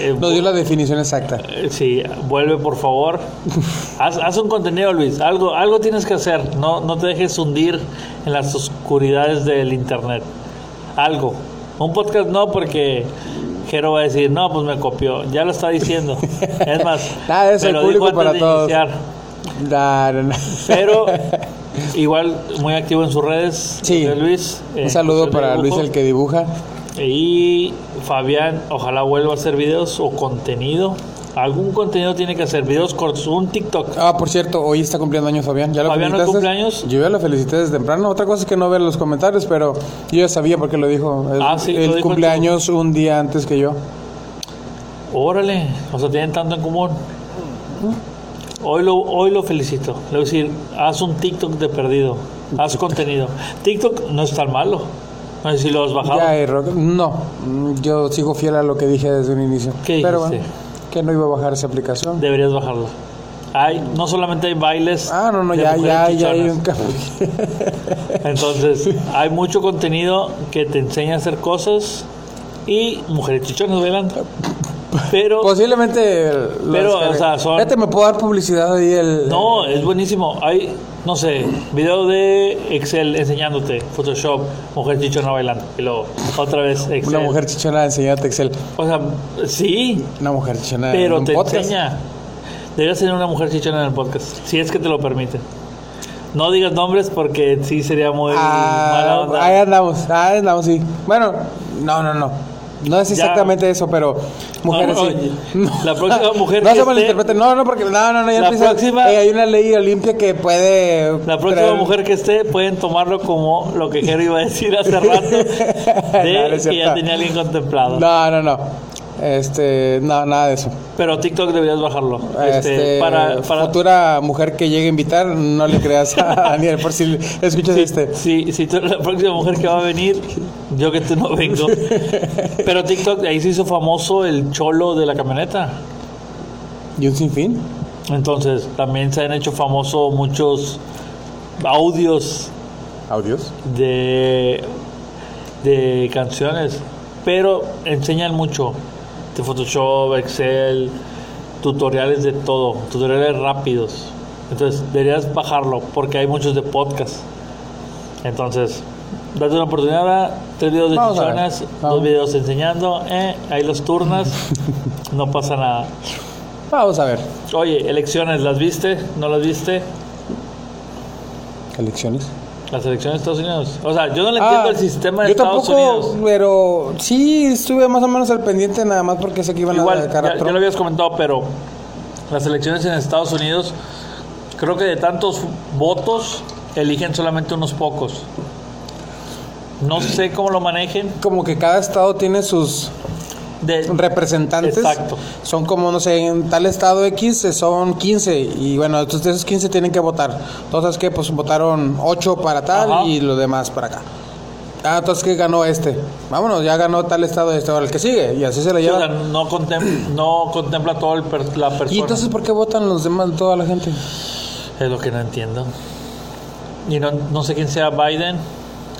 Speaker 2: eh,
Speaker 1: Nos dio la definición exacta.
Speaker 2: Eh, Sí, vuelve por favor. Haz, haz un contenido, Luis. Algo, algo tienes que hacer. No, no te dejes hundir en las oscuridades del internet. Algo. Un podcast no, porque Jero va a decir, no, pues me copió. Ya lo está diciendo. Es más,
Speaker 1: Nada, es
Speaker 2: me
Speaker 1: el
Speaker 2: lo dijo
Speaker 1: público
Speaker 2: antes
Speaker 1: para
Speaker 2: de
Speaker 1: todos.
Speaker 2: iniciar.
Speaker 1: La- la- la-
Speaker 2: Pero igual muy activo en sus redes.
Speaker 1: Sí.
Speaker 2: José Luis. eh,
Speaker 1: Un saludo
Speaker 2: José
Speaker 1: para Luis
Speaker 2: Dibujo.
Speaker 1: el que dibuja.
Speaker 2: Y Fabián, ojalá vuelva a hacer videos o contenido. Algún contenido tiene que hacer, videos cortos, un TikTok.
Speaker 1: Ah, por cierto, hoy está cumpliendo años Fabián. ¿Ya lo
Speaker 2: Fabián, ¿no es
Speaker 1: felicitaste?
Speaker 2: cumpleaños?
Speaker 1: Yo ya lo felicité desde temprano. Otra cosa es que no veo los comentarios, pero yo ya sabía porque lo dijo. Él,
Speaker 2: Ah, sí, lo
Speaker 1: él
Speaker 2: dijo en
Speaker 1: cumple años un día antes que yo.
Speaker 2: Órale, o sea, tienen tanto en común.
Speaker 1: Mm.
Speaker 2: Hoy lo, hoy lo felicito. Le voy a decir, haz un TikTok de perdido, haz contenido. TikTok no es tan malo. No sé si lo has bajado.
Speaker 1: Ya, eh, Rock- No, mm, yo sigo fiel a lo que dije desde un inicio.
Speaker 2: ¿Qué
Speaker 1: pero
Speaker 2: dijiste?
Speaker 1: bueno, que no iba a bajar esa aplicación.
Speaker 2: Deberías bajarlo. Hay, no solamente hay bailes.
Speaker 1: Ah, no, no,
Speaker 2: de
Speaker 1: ya,
Speaker 2: mujeres
Speaker 1: ya, ya hay
Speaker 2: chichonas.
Speaker 1: un cambio.
Speaker 2: Entonces, hay mucho contenido que te enseña a hacer cosas y mujeres chichonas bailando. Pero,
Speaker 1: Pues, Posiblemente. lo
Speaker 2: Pero,
Speaker 1: descargue.
Speaker 2: o sea, son-
Speaker 1: Fíjate, me puedo dar publicidad ahí el.
Speaker 2: no, es buenísimo. Hay, no sé, video de Excel enseñándote, Photoshop, mujer chichona bailando. Y luego, otra vez, Excel.
Speaker 1: Una mujer chichona enseñándote Excel.
Speaker 2: O sea, sí,
Speaker 1: Una mujer chichona. Ah, en
Speaker 2: pero
Speaker 1: un
Speaker 2: te
Speaker 1: podcast.
Speaker 2: enseña. Deberías tener una mujer chichona en el podcast, si es que te lo permiten. No digas nombres porque sí sería muy mala
Speaker 1: Ah,
Speaker 2: onda.
Speaker 1: ahí andamos, ahí andamos, sí. Bueno, no, no, no. No es exactamente eso, pero mujeres
Speaker 2: No, no,
Speaker 1: sí.
Speaker 2: oye, la próxima mujer
Speaker 1: No
Speaker 2: que
Speaker 1: se
Speaker 2: esté-
Speaker 1: malinterprete. No, no, porque. No, no, no, ya
Speaker 2: La
Speaker 1: empieza-
Speaker 2: próxima-
Speaker 1: eh, hay una ley olimpia que puede.
Speaker 2: La próxima
Speaker 1: traer-
Speaker 2: mujer que esté pueden tomarlo como lo que Jero iba a decir hace rato,
Speaker 1: No,
Speaker 2: de
Speaker 1: no es
Speaker 2: que ya
Speaker 1: cierto.
Speaker 2: tenía alguien contemplado.
Speaker 1: No, no, no. Este, no, nada de eso.
Speaker 2: Pero TikTok deberías bajarlo. Este,
Speaker 1: Este,
Speaker 2: para, para
Speaker 1: Futura mujer que llegue a invitar, no le creas a Daniel, por si escuchas este.
Speaker 2: si, si tú eres la próxima mujer que va a venir, yo que tú no vengo. Pero TikTok, ahí se hizo famoso el cholo de la camioneta.
Speaker 1: ¿Y un sinfín?
Speaker 2: Entonces, también se han hecho famosos muchos audios
Speaker 1: ¿Audios?
Speaker 2: de, de canciones, pero enseñan mucho de Photoshop, Excel, tutoriales de todo, tutoriales rápidos. Entonces deberías bajarlo porque hay muchos de podcast. Entonces, date una oportunidad. ahora, Tres videos de
Speaker 1: Vamos a ver,
Speaker 2: chichonas,
Speaker 1: vamos.
Speaker 2: dos videos enseñando, eh, ahí los turnas, no pasa nada.
Speaker 1: Vamos a ver.
Speaker 2: Oye, elecciones, ¿las viste? ¿No las viste?
Speaker 1: Elecciones.
Speaker 2: Las elecciones de Estados Unidos. O sea, yo no le entiendo
Speaker 1: Ah,
Speaker 2: el sistema de
Speaker 1: yo
Speaker 2: Estados
Speaker 1: tampoco,
Speaker 2: Unidos.
Speaker 1: pero sí estuve más o menos al pendiente nada más porque sé que iban a
Speaker 2: Igual,
Speaker 1: dedicar a
Speaker 2: ya, ya
Speaker 1: Trump.
Speaker 2: lo habías comentado, pero las elecciones en Estados Unidos, creo que de tantos votos, eligen solamente unos pocos. No sé cómo lo manejen.
Speaker 1: Como que cada estado tiene sus
Speaker 2: De,
Speaker 1: representantes.
Speaker 2: Exacto.
Speaker 1: Son como, no sé, en tal estado X eh, son 15 y bueno, entonces de esos 15 tienen que votar. Entonces que pues votaron 8 para tal
Speaker 2: Ajá.
Speaker 1: y los demás para acá. Ah, entonces que ganó este. Vámonos, ya ganó tal estado este, ahora el que sigue y así se la
Speaker 2: o sea,
Speaker 1: lleva.
Speaker 2: no, contem- no contempla toda la persona.
Speaker 1: Y entonces, ¿por qué votan los demás, toda la gente?
Speaker 2: Es lo que no entiendo. Y no, no sé quién sea Biden.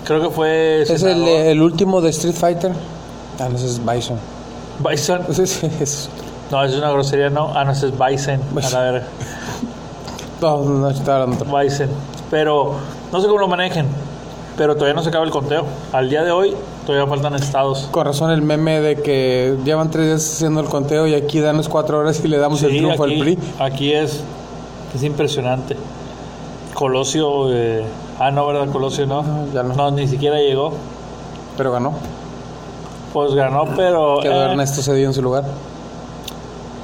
Speaker 2: Creo que fue.
Speaker 1: Es el, eh,
Speaker 2: senador.
Speaker 1: el último de Street Fighter. Ah, no, ese es Bison.
Speaker 2: Biden.
Speaker 1: Entonces, es-
Speaker 2: No, es una grosería, no. Ah, no, ese es Biden. A la verga.
Speaker 1: No, no, no, estaba hablando otra-
Speaker 2: Bison. Pero no sé cómo lo manejen. pero todavía no se acaba el conteo. Al día de hoy todavía faltan estados.
Speaker 1: Con razón el meme de que llevan tres días haciendo el conteo y aquí danos cuatro horas y le damos Pues el
Speaker 2: Sí,
Speaker 1: triunfo
Speaker 2: aquí,
Speaker 1: al PRI.
Speaker 2: Aquí es, es impresionante. Colosio, eh, ah no, ¿verdad? Colosio no.
Speaker 1: No, ya no.
Speaker 2: ni siquiera llegó.
Speaker 1: Pero ganó.
Speaker 2: Pues ganó, pero
Speaker 1: Quedó
Speaker 2: eh,
Speaker 1: Ernesto Cedillo en su lugar.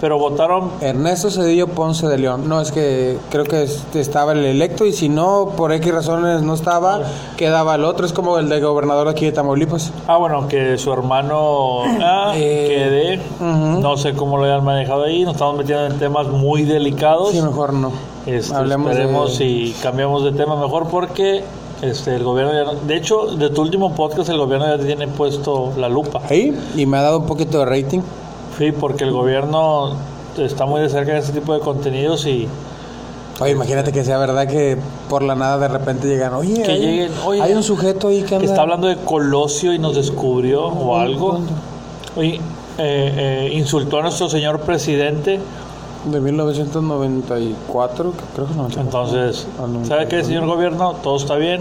Speaker 2: pero votaron
Speaker 1: Ernesto Cedillo Ponce de León. No, es que creo que este estaba el electo y si no, por X razones no estaba, quedaba el otro. Es como el de gobernador aquí de Tamaulipas.
Speaker 2: Ah, bueno, que su hermano ah,
Speaker 1: Eh,
Speaker 2: que de,
Speaker 1: ujú.
Speaker 2: no sé cómo lo hayan manejado ahí, nos estamos metiendo en temas muy delicados.
Speaker 1: Sí, mejor no.
Speaker 2: Pues, Este,
Speaker 1: hablemos
Speaker 2: esperemos
Speaker 1: de-
Speaker 2: y cambiamos de tema mejor porque este el gobierno ya no- de hecho, de tu último podcast el gobierno ya tiene puesto la lupa.
Speaker 1: Ahí, y me ha dado un poquito de rating.
Speaker 2: Sí, porque el gobierno está muy de cerca de este tipo de contenidos y
Speaker 1: Oye, imagínate que sea verdad que por la nada de repente llegan, oye,
Speaker 2: Que
Speaker 1: hay,
Speaker 2: lleguen, oye,
Speaker 1: hay un sujeto ahí que,
Speaker 2: que
Speaker 1: anda-
Speaker 2: está hablando de Colosio y nos descubrió o algo. Y eh, eh, insultó a nuestro señor presidente.
Speaker 1: De 1994, que creo que no.
Speaker 2: Entonces,
Speaker 1: Ah, no,
Speaker 2: ¿sabe qué,
Speaker 1: perdón.
Speaker 2: señor gobierno? Todo está bien.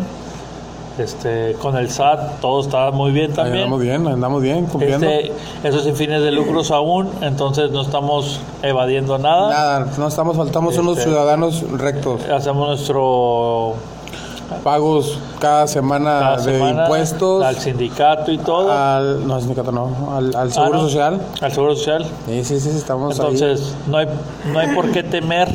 Speaker 2: Este, con el SAT todo está muy bien
Speaker 1: Ahí Andamos
Speaker 2: también.
Speaker 1: bien, andamos bien, cumpliendo.
Speaker 2: Este, eso sin fines de lucros aún, entonces no estamos evadiendo nada.
Speaker 1: Nada, no estamos, faltamos unos
Speaker 2: ah. Este-
Speaker 1: ciudadanos rectos,
Speaker 2: Hacemos nuestro
Speaker 1: pagos cada semana
Speaker 2: cada
Speaker 1: Ah, de
Speaker 2: semana
Speaker 1: impuestos, Ah.
Speaker 2: al sindicato y todo.
Speaker 1: al, no, sindicato no, al, al
Speaker 2: Ah,
Speaker 1: seguro
Speaker 2: no,
Speaker 1: social.
Speaker 2: Al seguro social.
Speaker 1: Sí, sí, sí, estamos Pues ahí.
Speaker 2: Entonces, no hay, no hay por qué temer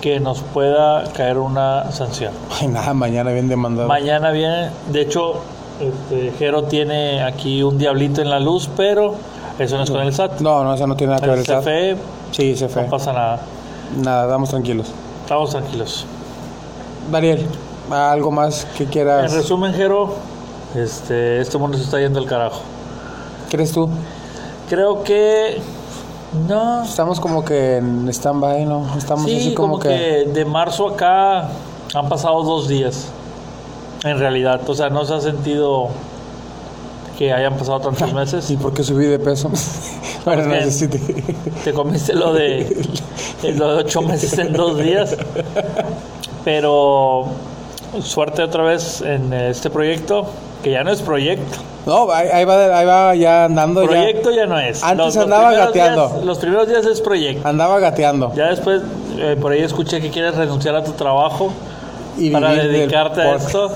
Speaker 2: que nos pueda caer una sanción.
Speaker 1: Ay, nada, mañana bien demandado.
Speaker 2: Mañana viene, de hecho, este, Jero tiene aquí un diablito en la luz, pero eso no es con el SAT.
Speaker 1: no, no, eso no tiene nada que ver.
Speaker 2: el
Speaker 1: el SAT.
Speaker 2: CFE,
Speaker 1: Sí, se fue.
Speaker 2: no pasa nada.
Speaker 1: Nada, damos tranquilos.
Speaker 2: Estamos tranquilos.
Speaker 1: Daniel, algo más que
Speaker 2: En
Speaker 1: quieras.
Speaker 2: resumen, Jero, este, este mundo se está yendo al carajo.
Speaker 1: ¿Crees tú?
Speaker 2: Creo que... No.
Speaker 1: Estamos como que en stand-by, ¿no? Estamos
Speaker 2: Sí,
Speaker 1: así como, que...
Speaker 2: de marzo acá han pasado dos días. En realidad, o sea, no se ha sentido que hayan pasado tantos meses.
Speaker 1: ¿Y por qué subí de peso? bueno, no
Speaker 2: Porque-
Speaker 1: sé si te...
Speaker 2: Te comiste lo de, lo de ocho meses en dos días. Pero suerte otra vez en este proyecto, que ya no es proyecto.
Speaker 1: No, ahí, ahí va, ahí va ya andando. ya.
Speaker 2: Proyecto ya no es.
Speaker 1: Antes andaba
Speaker 2: primeros
Speaker 1: gateando.
Speaker 2: días- los primeros días es proyecto.
Speaker 1: Andaba gateando.
Speaker 2: Ya después, eh, por ahí escuché que quieres renunciar a tu trabajo.
Speaker 1: Y
Speaker 2: para
Speaker 1: vivir del
Speaker 2: dedicarte a
Speaker 1: podcast.
Speaker 2: esto,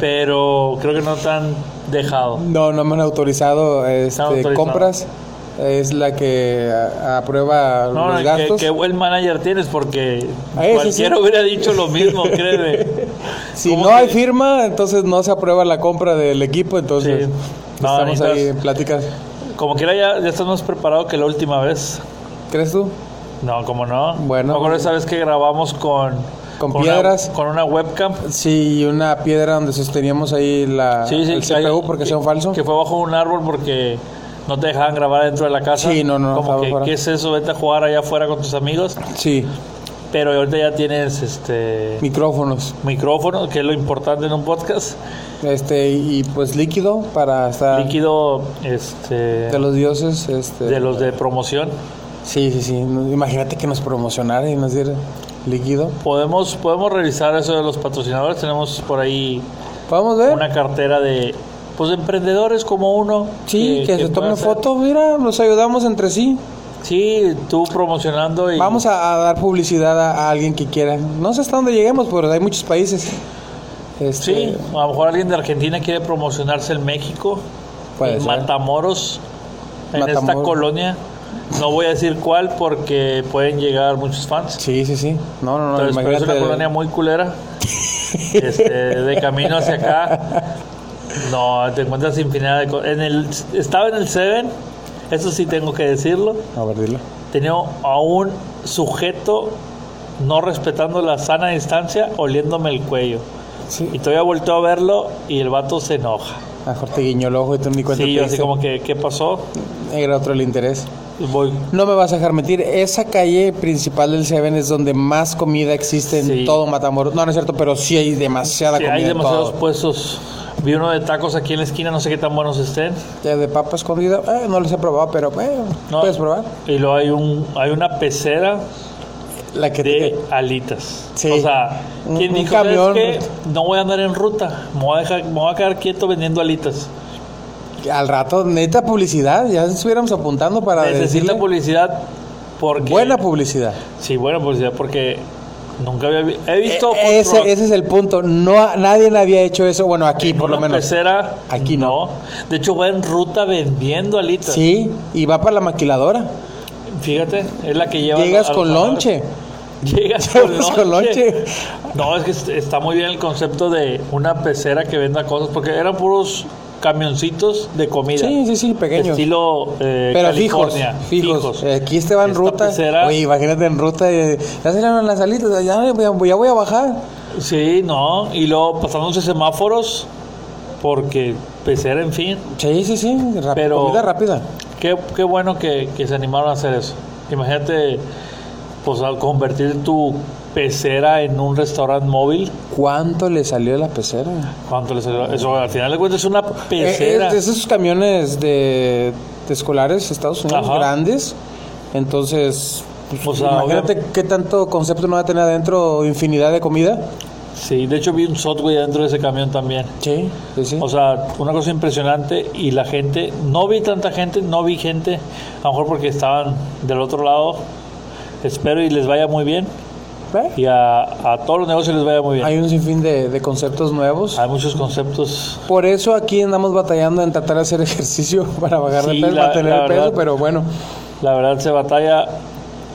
Speaker 2: pero creo que no te han dejado.
Speaker 1: No, no me han autorizado este,
Speaker 2: No han autorizado.
Speaker 1: compras. Es la que a- aprueba
Speaker 2: No,
Speaker 1: los
Speaker 2: que-
Speaker 1: gastos.
Speaker 2: qué buen manager tienes porque
Speaker 1: Ah, ese
Speaker 2: cualquiera
Speaker 1: sí.
Speaker 2: hubiera dicho lo mismo, créeme.
Speaker 1: si
Speaker 2: ¿cómo
Speaker 1: no
Speaker 2: que-
Speaker 1: hay firma, entonces no se aprueba la compra del equipo. Entonces
Speaker 2: Sí. No,
Speaker 1: estamos ahí
Speaker 2: necesitas-
Speaker 1: en pláticas.
Speaker 2: Como quiera ya, ya estás más preparado que la última vez.
Speaker 1: ¿Crees tú?
Speaker 2: No, como no.
Speaker 1: Bueno.
Speaker 2: Me acuerdo esa vez que grabamos con...
Speaker 1: Con
Speaker 2: una-
Speaker 1: piedras.
Speaker 2: con una webcam.
Speaker 1: Sí, y una piedra donde sosteníamos ahí la,
Speaker 2: Sí, sí,
Speaker 1: Ah, el
Speaker 2: que hay-
Speaker 1: CPU porque sea un falso.
Speaker 2: Que fue bajo un árbol porque no te dejaban grabar dentro de la casa.
Speaker 1: Sí, no, no,
Speaker 2: Como
Speaker 1: estaba
Speaker 2: que,
Speaker 1: fuera.
Speaker 2: ¿qué es eso? Vete a jugar allá afuera con tus amigos.
Speaker 1: Sí,
Speaker 2: Pero ahorita ya tienes este...
Speaker 1: micrófonos.
Speaker 2: micrófono, que es lo importante en un podcast.
Speaker 1: Este, y pues líquido para estar
Speaker 2: Líquido este,
Speaker 1: de los dioses. Este,
Speaker 2: de los de promoción.
Speaker 1: Sí, sí, sí. No, Imagínate que nos promocionara y nos diera líquido.
Speaker 2: Podemos, podemos revisar eso de los patrocinadores. Tenemos por ahí
Speaker 1: Vamos a ver.
Speaker 2: una cartera de pues de emprendedores como uno.
Speaker 1: sí, que, se
Speaker 2: puede
Speaker 1: tomen
Speaker 2: hacer.
Speaker 1: fotos. Mira, nos ayudamos entre sí.
Speaker 2: Sí, tú promocionando y
Speaker 1: Vamos a, a dar publicidad a, a alguien que quiera. No sé hasta dónde lleguemos, pero hay muchos países. Este,
Speaker 2: Sí, a lo mejor alguien de Argentina quiere promocionarse en México,
Speaker 1: Puede
Speaker 2: en
Speaker 1: ser.
Speaker 2: Matamoros, en esta
Speaker 1: Matamoros.
Speaker 2: colonia. No voy a decir cuál porque pueden llegar muchos fans.
Speaker 1: Sí, sí, sí. No, no, no.
Speaker 2: Entonces, pero es una colonia muy culera. Este, de camino hacia acá. No, te encuentras infinidad de cosas. En el, estaba en el Seven, eso sí tengo que decirlo.
Speaker 1: A ver, dilo.
Speaker 2: Tenía a un sujeto no respetando la sana distancia, oliéndome el cuello. Y
Speaker 1: Sí.
Speaker 2: todavía volteo a verlo y el vato se enoja.
Speaker 1: A lo mejor te guiñó el ojo y tú ni cuenta.
Speaker 2: Sí,
Speaker 1: te
Speaker 2: yo así
Speaker 1: diste.
Speaker 2: como que, ¿qué pasó?
Speaker 1: Era otro el interés.
Speaker 2: Voy.
Speaker 1: No me vas a dejar mentir, esa calle principal del Seven es donde más comida existe en
Speaker 2: Sí.
Speaker 1: todo Matamoros. No, no es cierto, pero sí hay demasiada
Speaker 2: Sí,
Speaker 1: comida.
Speaker 2: hay
Speaker 1: en
Speaker 2: demasiados
Speaker 1: todo.
Speaker 2: puestos. Vi uno de tacos aquí en la esquina, no sé qué tan buenos estén.
Speaker 1: Ya De papa escondida, eh, no los he probado, pero eh,
Speaker 2: No.
Speaker 1: puedes probar.
Speaker 2: Y luego hay, un, hay una pecera
Speaker 1: La que
Speaker 2: de alitas.
Speaker 1: Sí.
Speaker 2: O sea,
Speaker 1: Un-
Speaker 2: quien
Speaker 1: un
Speaker 2: dijo "¿Sabes
Speaker 1: camión".
Speaker 2: qué? no voy a andar en ruta, me voy a, dejar- me voy a quedar quieto vendiendo alitas.
Speaker 1: que al rato, neta publicidad, ya estuviéramos apuntando para
Speaker 2: Necesito
Speaker 1: decirle
Speaker 2: publicidad porque
Speaker 1: buena publicidad.
Speaker 2: Sí, buena publicidad porque nunca había vi- he visto food
Speaker 1: E- ese,
Speaker 2: truck
Speaker 1: ese es el punto. No, ha- nadie había hecho eso. Bueno, aquí
Speaker 2: en
Speaker 1: por lo
Speaker 2: una
Speaker 1: menos.
Speaker 2: pecera,
Speaker 1: Aquí no.
Speaker 2: De hecho va en ruta vendiendo alitas.
Speaker 1: Sí, y va para la maquiladora.
Speaker 2: Fíjate, es la que lleva
Speaker 1: Llegas
Speaker 2: a los
Speaker 1: con
Speaker 2: amarras.
Speaker 1: lonche.
Speaker 2: Llegas con
Speaker 1: Llegas
Speaker 2: lonche.
Speaker 1: con lonche.
Speaker 2: No, es que est- está muy bien el concepto de una pecera que venda cosas, porque eran puros camioncitos de comida.
Speaker 1: Sí, sí, sí, pequeños.
Speaker 2: Estilo eh,
Speaker 1: Pero fijos,
Speaker 2: California.
Speaker 1: fijos, Eh, Aquí este va en
Speaker 2: Esta
Speaker 1: ruta.
Speaker 2: pecera-
Speaker 1: Oye, imagínate en ruta. eh, ya salieron las alitas. Ya, ya voy a- ya voy a bajar.
Speaker 2: Sí, no. Y luego pasándose semáforos, porque pecera, en fin.
Speaker 1: Sí, sí, sí. rap-
Speaker 2: Pero-
Speaker 1: Comida rápida.
Speaker 2: Qué, qué bueno que, que se animaron a hacer eso. Imagínate, pues al convertir tu pecera en un restaurante móvil,
Speaker 1: ¿Cuánto le salió la pecera?
Speaker 2: ¿cuánto le salió? Eso al final de cuentas es una pecera.
Speaker 1: Eh, es de esos camiones de, de escolares de Estados Unidos
Speaker 2: Ajá.
Speaker 1: grandes. Entonces, pues,
Speaker 2: O sea,
Speaker 1: imagínate qué tanto concepto no va a tener adentro infinidad de comida.
Speaker 2: Sí, de hecho vi un Subway dentro de ese camión también.
Speaker 1: Sí, sí, sí.
Speaker 2: O sea, una cosa impresionante y la gente, no vi tanta gente, no vi gente, a lo mejor porque estaban del otro lado. Espero y les vaya muy bien
Speaker 1: ¿Ve?
Speaker 2: y a, a todos los negocios les vaya muy bien. Hay,
Speaker 1: ¿Eh? Hay un sinfín de, de conceptos nuevos.
Speaker 2: muchos conceptos.
Speaker 1: Por eso aquí andamos batallando en tratar de hacer ejercicio para bajar de
Speaker 2: Sí,
Speaker 1: peso,
Speaker 2: la-
Speaker 1: mantener
Speaker 2: la
Speaker 1: el peso,
Speaker 2: verdad.
Speaker 1: pero bueno,
Speaker 2: La verdad se batalla,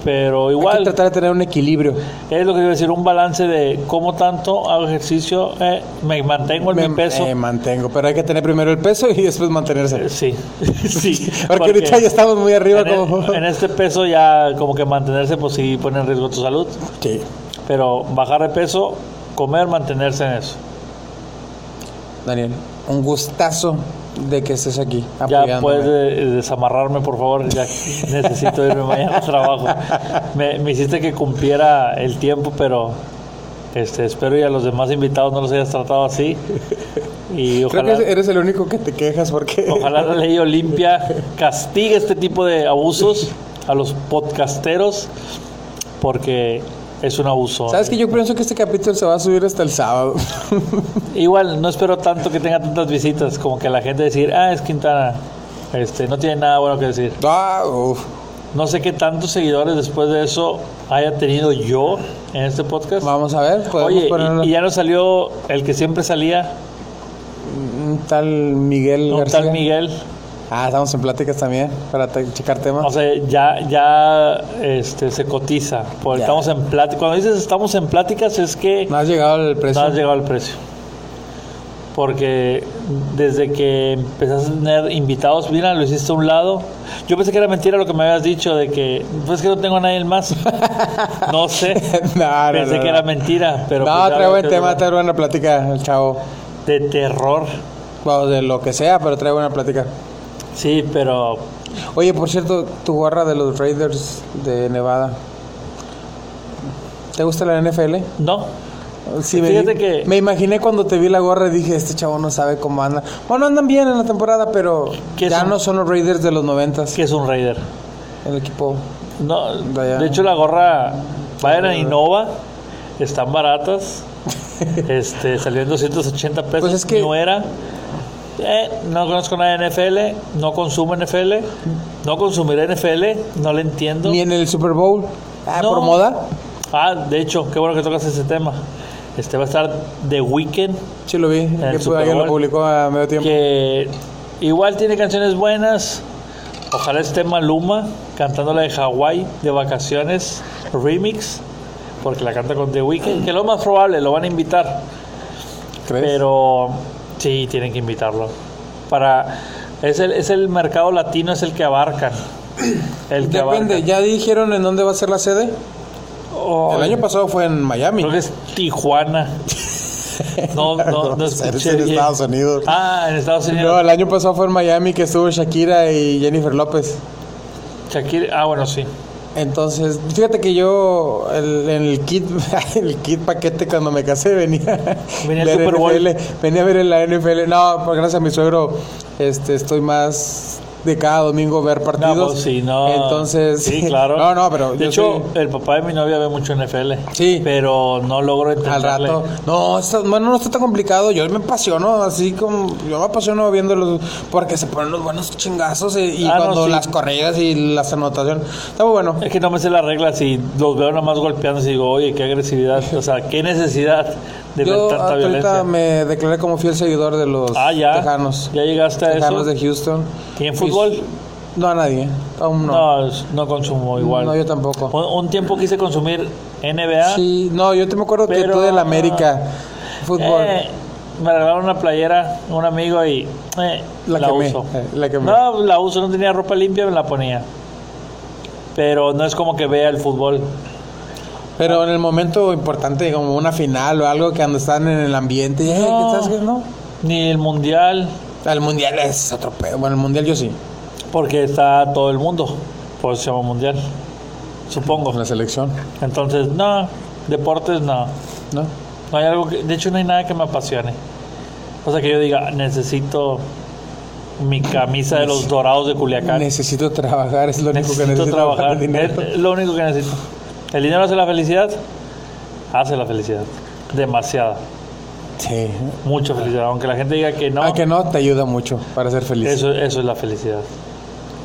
Speaker 2: pero
Speaker 1: hay que
Speaker 2: igual
Speaker 1: tratar de tener un equilibrio.
Speaker 2: es lo que iba a decir, un balance de cómo tanto hago ejercicio, eh, me mantengo en mi peso. Eh,
Speaker 1: eh, mantengo, pero hay que tener primero el peso y después mantenerse.
Speaker 2: sí, sí.
Speaker 1: Porque, ahorita ya estamos muy arriba
Speaker 2: en, el-
Speaker 1: como...
Speaker 2: en este peso ya como que mantenerse pues sí pone en riesgo tu salud,
Speaker 1: Sí.
Speaker 2: pero bajar de peso, comer, mantenerse en eso.
Speaker 1: Daniel, un gustazo de que estés aquí
Speaker 2: Ya
Speaker 1: apoyándome.
Speaker 2: puedes de- desamarrarme por favor, ya necesito irme mañana al trabajo. Me, me hiciste que cumpliera el tiempo, pero este espero y a los demás invitados no los hayas tratado así. Y
Speaker 1: Creo
Speaker 2: ojalá,
Speaker 1: que eres el único que te quejas porque
Speaker 2: ojalá la ley Olimpia castigue este tipo de abusos a los podcasteros porque es un abuso.
Speaker 1: sabes que yo pienso que este capítulo se va a subir hasta el sábado.
Speaker 2: Igual, no espero tanto que tenga tantas visitas, como que la gente decir, ah, es Quintana, este, no tiene nada bueno que decir.
Speaker 1: ah, uf.
Speaker 2: No sé qué tantos seguidores después de eso haya tenido yo en este podcast.
Speaker 1: Vamos a ver, podemos
Speaker 2: Oye, y-
Speaker 1: ponerlo.
Speaker 2: y, ya no salió el que siempre salía,
Speaker 1: Un tal Miguel
Speaker 2: un
Speaker 1: García.
Speaker 2: tal Miguel.
Speaker 1: Ah, estamos en pláticas también para te- checar temas.
Speaker 2: O sea, ya, ya este, se cotiza. porque
Speaker 1: Ya.
Speaker 2: Estamos en plática. Cuando dices estamos en pláticas es que
Speaker 1: no has llegado al
Speaker 2: no
Speaker 1: precio.
Speaker 2: has llegado al precio. Porque desde que empezaste a tener invitados, mira, lo hiciste a un lado. Yo pensé que era mentira lo que me habías dicho de que, pues que no tengo a nadie más. No sé.
Speaker 1: no, no,
Speaker 2: Pensé
Speaker 1: no,
Speaker 2: que
Speaker 1: no.
Speaker 2: era mentira, pero...
Speaker 1: No,
Speaker 2: pues ya
Speaker 1: trae
Speaker 2: veo
Speaker 1: buen
Speaker 2: que
Speaker 1: tema,
Speaker 2: era
Speaker 1: trae buena plática el chavo.
Speaker 2: De terror.
Speaker 1: Bueno, de lo que sea, pero trae buena plática.
Speaker 2: Sí, pero...
Speaker 1: Oye, por cierto, tu gorra de los Raiders de Nevada. ¿Te gusta la NFL?
Speaker 2: No.
Speaker 1: Sí,
Speaker 2: Fíjate
Speaker 1: me,
Speaker 2: que-
Speaker 1: me imaginé cuando te vi la gorra y dije, este chavo no sabe cómo anda. Bueno, andan bien en la temporada, pero
Speaker 2: ¿Qué
Speaker 1: ya
Speaker 2: son?
Speaker 1: no son los Raiders de los noventas,
Speaker 2: que es un raider?
Speaker 1: el equipo.
Speaker 2: No.
Speaker 1: Vaya.
Speaker 2: De hecho, la gorra... Vayan a Innova. Están baratas. Este, salió en 280 pesos.
Speaker 1: Pues es que-
Speaker 2: No era... Eh, no conozco nada de NFL. No consumo NFL. No consumiré NFL. No le entiendo.
Speaker 1: Ni en el Super Bowl. Ah,
Speaker 2: No.
Speaker 1: por moda.
Speaker 2: Ah, de hecho, qué bueno que tocas ese tema. Este va a estar The Weeknd
Speaker 1: Sí, lo vi. que
Speaker 2: Super
Speaker 1: alguien lo
Speaker 2: Bowl.
Speaker 1: publicó a medio tiempo.
Speaker 2: que igual tiene canciones buenas. Ojalá esté Maluma cantando la de Hawái de vacaciones, remix, porque la canta con The Weeknd, que lo más probable lo van a invitar,
Speaker 1: ¿Crees?
Speaker 2: pero sí tienen que invitarlo. Para es el, es el mercado latino es el que abarcan. El que
Speaker 1: Depende,
Speaker 2: abarcan.
Speaker 1: ¿ya dijeron en dónde va a ser la sede?
Speaker 2: Oh,
Speaker 1: El año pasado fue en Miami.
Speaker 2: creo que es Tijuana. No, no, no
Speaker 1: Es en
Speaker 2: escuché bien.
Speaker 1: Estados Unidos.
Speaker 2: Ah, en Estados Unidos.
Speaker 1: No, el año pasado fue en Miami que estuvo Shakira y Jennifer López.
Speaker 2: Shakira- ah, bueno, sí.
Speaker 1: Entonces, fíjate que yo el- en el kit, el kit paquete cuando me casé venía,
Speaker 2: Venía el
Speaker 1: la
Speaker 2: Super Bowl.
Speaker 1: NFL, venía a ver en la NFL. No, pues gracias a mi suegro, este, estoy más de cada domingo ver partidos.
Speaker 2: No, pues, sí, no.
Speaker 1: Entonces,
Speaker 2: Sí, claro.
Speaker 1: No, no, pero
Speaker 2: De
Speaker 1: yo
Speaker 2: hecho,
Speaker 1: soy-
Speaker 2: el papá de mi novia ve mucho NFL.
Speaker 1: Sí.
Speaker 2: Pero no logro
Speaker 1: al
Speaker 2: entenderle.
Speaker 1: rato. No, está- bueno, no está tan complicado. Yo me apasiono, así como yo me apasiono viéndolos porque se ponen los buenos chingazos y, y
Speaker 2: Ah, no,
Speaker 1: cuando
Speaker 2: sí.
Speaker 1: las corridas y las anotaciones. Está muy bueno.
Speaker 2: Es que no me sé las reglas y los veo nomás golpeando y digo, oye, qué agresividad. O sea, qué necesidad de ver
Speaker 1: Yo
Speaker 2: tanta
Speaker 1: ahorita
Speaker 2: violencia.
Speaker 1: me declaré como fiel seguidor de los
Speaker 2: Ah, ya.
Speaker 1: Tejanos.
Speaker 2: Ya llegaste a eso.
Speaker 1: Tejanos de Houston.
Speaker 2: ¿Y en fútbol?
Speaker 1: Y- no a nadie. Aún no.
Speaker 2: No, es- no consumo igual.
Speaker 1: No, yo tampoco.
Speaker 2: Un, un tiempo quise consumir NBA.
Speaker 1: Sí, no, yo te me acuerdo que
Speaker 2: Pero-
Speaker 1: tú del América. Fútbol.
Speaker 2: Eh, me regalaron una playera, un amigo y eh,
Speaker 1: La
Speaker 2: la,
Speaker 1: quemé,
Speaker 2: uso.
Speaker 1: eh, la quemé.
Speaker 2: No, la uso, no tenía ropa limpia, me la ponía. Pero no es como que vea el fútbol.
Speaker 1: Pero en el momento importante, como una final o algo, que cuando están en el ambiente, eh, ¿qué
Speaker 2: No.
Speaker 1: estás viendo?
Speaker 2: Ni el mundial,
Speaker 1: Ah, El mundial es otro pedo. Bueno, el mundial yo sí.
Speaker 2: porque está todo el mundo. Por eso se llama mundial. Supongo.
Speaker 1: Con la selección,
Speaker 2: Entonces, no, deportes no.
Speaker 1: ¿no?
Speaker 2: No hay algo que, de hecho, no hay nada que me apasione. O sea, que yo diga, necesito mi camisa de los dorados de Culiacán.
Speaker 1: Necesito trabajar, es lo único que
Speaker 2: Necesito
Speaker 1: necesito.
Speaker 2: trabajar.
Speaker 1: para dinero.
Speaker 2: Es lo único que necesito. ¿El dinero hace la felicidad? Hace la felicidad. Demasiada.
Speaker 1: Sí.
Speaker 2: Mucha felicidad. Aunque la gente diga que no,
Speaker 1: A Ah, que no, te ayuda mucho para ser feliz.
Speaker 2: eso, eso es la felicidad.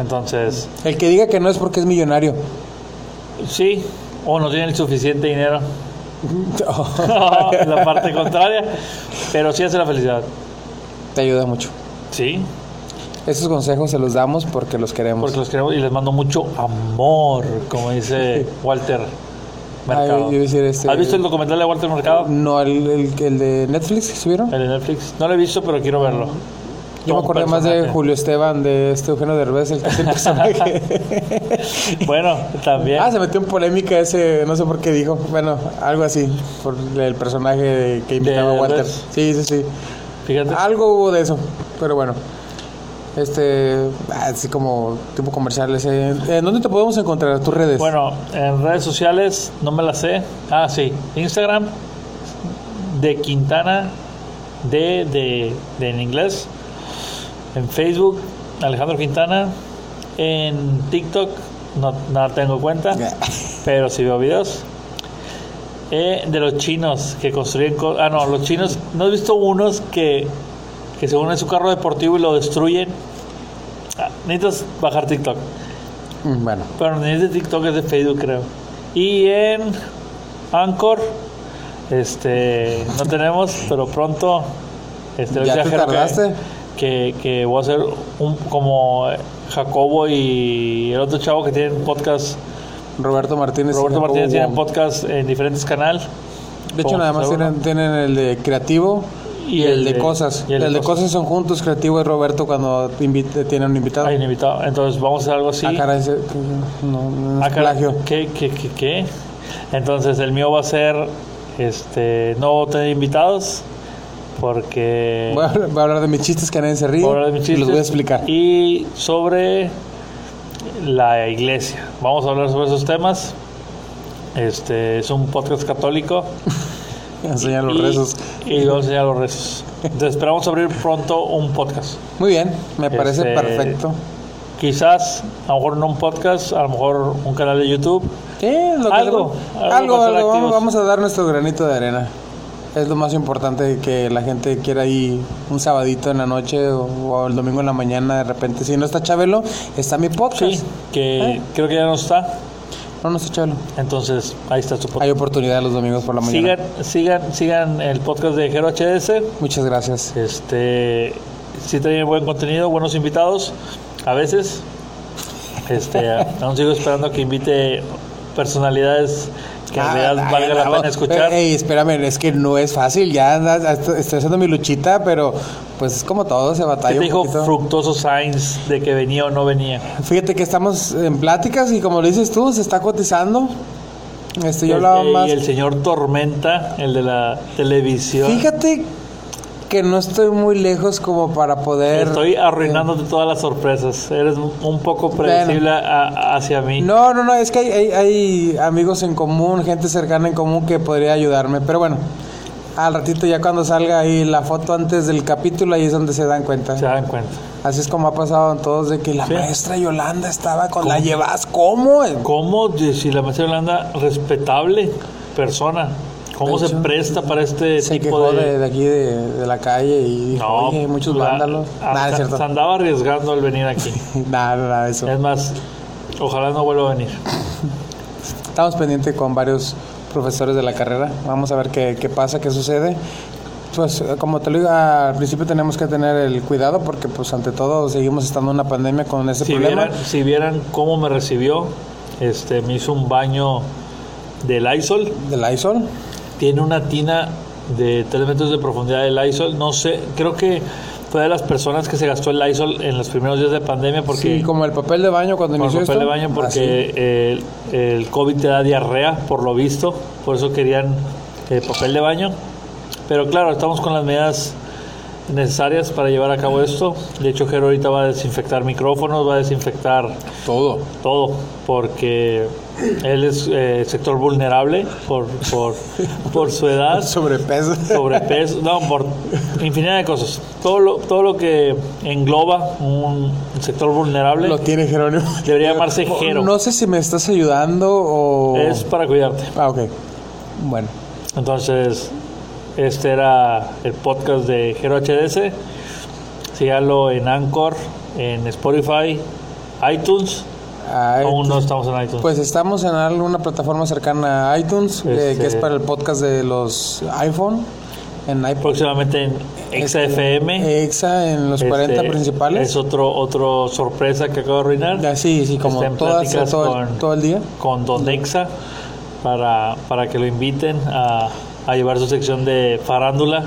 Speaker 2: Entonces,
Speaker 1: El que diga que no es porque es millonario.
Speaker 2: sí, o no tiene el suficiente dinero.
Speaker 1: Oh,
Speaker 2: la parte contraria. Pero sí hace la felicidad.
Speaker 1: te ayuda mucho.
Speaker 2: Sí,
Speaker 1: Esos consejos se los damos porque los queremos.
Speaker 2: porque los queremos y les mando mucho amor, como dice Walter Mercado.
Speaker 1: Ay, Ah, yo iba a decir este-
Speaker 2: ¿Has visto el documental de Walter Mercado?
Speaker 1: No, el, el, el de Netflix que subieron.
Speaker 2: El de Netflix. No lo he visto, pero quiero verlo.
Speaker 1: Yo me
Speaker 2: Como
Speaker 1: acordé más de
Speaker 2: personaje.
Speaker 1: Julio Esteban, de este Eugenio Derbez, el que es el personaje.
Speaker 2: Bueno, también.
Speaker 1: ah, se metió en polémica ese, no sé por qué dijo. Bueno, algo así, por el personaje que invitaba a
Speaker 2: Derbez.
Speaker 1: Walter. Sí, sí, sí.
Speaker 2: Fíjate.
Speaker 1: Algo hubo de eso, pero bueno. Este, así como tipo comerciales. eh. ¿En dónde te podemos encontrar? ¿Tus redes?
Speaker 2: Bueno, en redes sociales no me las sé. Ah, sí. Instagram de Quintana de, de, de en inglés. En Facebook, Alejandro Quintana. En TikTok, no, no tengo cuenta,
Speaker 1: Eh,
Speaker 2: pero sí veo videos. Eh, de los chinos que construyen. co- Ah, no, los chinos. ¿No has visto unos que, que se unen su carro deportivo y lo destruyen? Ah, necesitas bajar TikTok.
Speaker 1: Mm, bueno.
Speaker 2: Pero no es de TikTok, es de Facebook, creo. Y en Anchor, este, no tenemos, pero pronto. Este,
Speaker 1: ¿Ya
Speaker 2: ahorita
Speaker 1: te
Speaker 2: creo que-
Speaker 1: tardaste?
Speaker 2: Que, que voy a hacer un, como Jacobo y el otro chavo que tienen podcast.
Speaker 1: Roberto Martínez. y Este,
Speaker 2: Roberto
Speaker 1: Jacobo
Speaker 2: Martínez tienen
Speaker 1: Wong.
Speaker 2: podcast en diferentes canales.
Speaker 1: De hecho,
Speaker 2: Como
Speaker 1: nada más
Speaker 2: seguro.
Speaker 1: tienen, tienen el de creativo y el, de, cosas.
Speaker 2: y
Speaker 1: el, de cosas. son juntos, creativo y Roberto cuando te invite- tiene un invitado.
Speaker 2: Hay un invitado. Entonces vamos a hacer algo así.
Speaker 1: Ah, caray, ese- no, no, es
Speaker 2: Ah, caray,
Speaker 1: plagio.
Speaker 2: ¿Qué, qué, qué, qué? Entonces el mío va a ser, este, no tener invitados, porque...
Speaker 1: Voy a, hablar- voy a hablar de mis chistes que nadie se ríe.
Speaker 2: voy a hablar de mis
Speaker 1: y los voy a
Speaker 2: chistes.
Speaker 1: explicar.
Speaker 2: Y sobre la iglesia. Vamos a hablar sobre esos temas. Este, es un podcast católico.
Speaker 1: Enseñar los
Speaker 2: y-
Speaker 1: rezos.
Speaker 2: Y vamos a enseñar los rezos. Entonces esperamos abrir pronto un podcast.
Speaker 1: Muy bien, me parece
Speaker 2: Este-
Speaker 1: perfecto.
Speaker 2: Quizás, a lo mejor no un podcast, a lo mejor un canal de YouTube.
Speaker 1: ¿Qué? Lo que-
Speaker 2: Algo, algo
Speaker 1: algo,
Speaker 2: va a ser
Speaker 1: algo, vamos,
Speaker 2: activos.
Speaker 1: vamos a dar nuestro granito de arena. Es lo más importante que la gente quiera ir un sabadito en la noche o, o el domingo en la mañana de repente. Si no está Chabelo, está mi podcast.
Speaker 2: Sí, que
Speaker 1: Ah.
Speaker 2: creo que ya no está.
Speaker 1: No, no está Chabelo.
Speaker 2: Entonces, ahí está su
Speaker 1: Hay
Speaker 2: podcast.
Speaker 1: oportunidad los domingos por la mañana.
Speaker 2: Sigan, sigan, sigan el podcast de Jero HDS.
Speaker 1: Muchas gracias.
Speaker 2: Este, sí traen buen contenido, buenos invitados. A veces, este, aún sigo esperando que invite personalidades que en realidad
Speaker 1: Ah,
Speaker 2: valga
Speaker 1: ah,
Speaker 2: la
Speaker 1: bravo.
Speaker 2: pena escuchar.
Speaker 1: Ey, espérame, es que no es fácil. Ya andas- hasta- estoy haciendo mi luchita, pero pues es como todo, se
Speaker 2: ¿Qué
Speaker 1: batalla
Speaker 2: te
Speaker 1: un
Speaker 2: dijo
Speaker 1: poquito.
Speaker 2: Fructoso Sainz de que venía o no venía?
Speaker 1: Fíjate que estamos en pláticas y como lo dices tú, se está cotizando. Este, yo
Speaker 2: Este,
Speaker 1: hablaba más.
Speaker 2: Y el señor Tormenta, el de la televisión.
Speaker 1: Fíjate que no estoy muy lejos como para poder.
Speaker 2: Estoy arruinándote todas las sorpresas. Eres un poco predecible a- hacia mí.
Speaker 1: No, no, no, es que hay, hay- hay amigos en común, gente cercana en común que podría ayudarme, pero bueno. Al ratito ya cuando salga ahí la foto antes del capítulo, ahí es donde se dan cuenta.
Speaker 2: Se dan cuenta.
Speaker 1: Así es como ha pasado en todos de que la
Speaker 2: Sí.
Speaker 1: maestra Yolanda estaba con la llevas. ¿Cómo?
Speaker 2: ¿Cómo, de- si la maestra Yolanda, respetable persona, cómo
Speaker 1: De
Speaker 2: se
Speaker 1: hecho,
Speaker 2: presta para este
Speaker 1: Se
Speaker 2: tipo
Speaker 1: quejó
Speaker 2: de...
Speaker 1: de, de aquí de, de la calle y dijo, oye, hay muchos
Speaker 2: la-
Speaker 1: vándalos.
Speaker 2: a-
Speaker 1: Nada, es
Speaker 2: se-
Speaker 1: cierto.
Speaker 2: Se andaba arriesgando al venir aquí.
Speaker 1: Nada, nada de eso.
Speaker 2: Es más, ojalá no vuelva a venir.
Speaker 1: Estamos pendientes con varios profesores de la carrera. Vamos a ver qué, qué pasa, qué sucede. Pues eh, como te lo digo, al principio tenemos que tener el cuidado porque pues ante todo seguimos estando en una pandemia con ese
Speaker 2: Si
Speaker 1: problema.
Speaker 2: vieran, si vieran cómo me recibió, este, me hizo un baño de Lysol.
Speaker 1: Del ISOL.
Speaker 2: Tiene una tina de 3 metros de profundidad de Lysol. No sé, creo que fue de las personas que se gastó el Lysol en los primeros días de pandemia porque...
Speaker 1: Sí, como el papel de baño cuando
Speaker 2: Por
Speaker 1: inició esto.
Speaker 2: papel
Speaker 1: Ah,
Speaker 2: de baño
Speaker 1: Así.
Speaker 2: porque eh, el, el COVID te da diarrea, por lo visto. Por eso querían eh, papel de baño. Pero claro, estamos con las medidas necesarias para llevar a cabo esto. De hecho, Jero ahorita va a desinfectar micrófonos, va a desinfectar
Speaker 1: Todo.
Speaker 2: todo, porque él es eh, sector vulnerable por, por, por su edad
Speaker 1: Sobrepeso.
Speaker 2: sobrepeso, no, por infinidad de cosas. Todo lo, todo lo que engloba un sector vulnerable
Speaker 1: Lo tiene Jerónimo.
Speaker 2: Debería llamarse Jero.
Speaker 1: No sé si me estás ayudando o...
Speaker 2: es para cuidarte.
Speaker 1: Ah, ok. Bueno.
Speaker 2: Entonces, este era el podcast de Jero HDS. Sígalo en Anchor, en Spotify, iTunes.
Speaker 1: Ay,
Speaker 2: Aún no estamos en iTunes.
Speaker 1: Pues estamos en alguna plataforma cercana a iTunes, eh,
Speaker 2: Este-
Speaker 1: que es para el podcast de los iPhone, en iPod.
Speaker 2: Próximamente en XFM.
Speaker 1: Exa, en los 40 principales.
Speaker 2: Este, Es otro, otro sorpresa que acabo de arruinar.
Speaker 1: Ya, sí, sí, como
Speaker 2: Está en
Speaker 1: todas,
Speaker 2: pláticas
Speaker 1: todo,
Speaker 2: con-
Speaker 1: el, todo el día.
Speaker 2: con Don Exa para, para que lo inviten a, a llevar su sección de farándula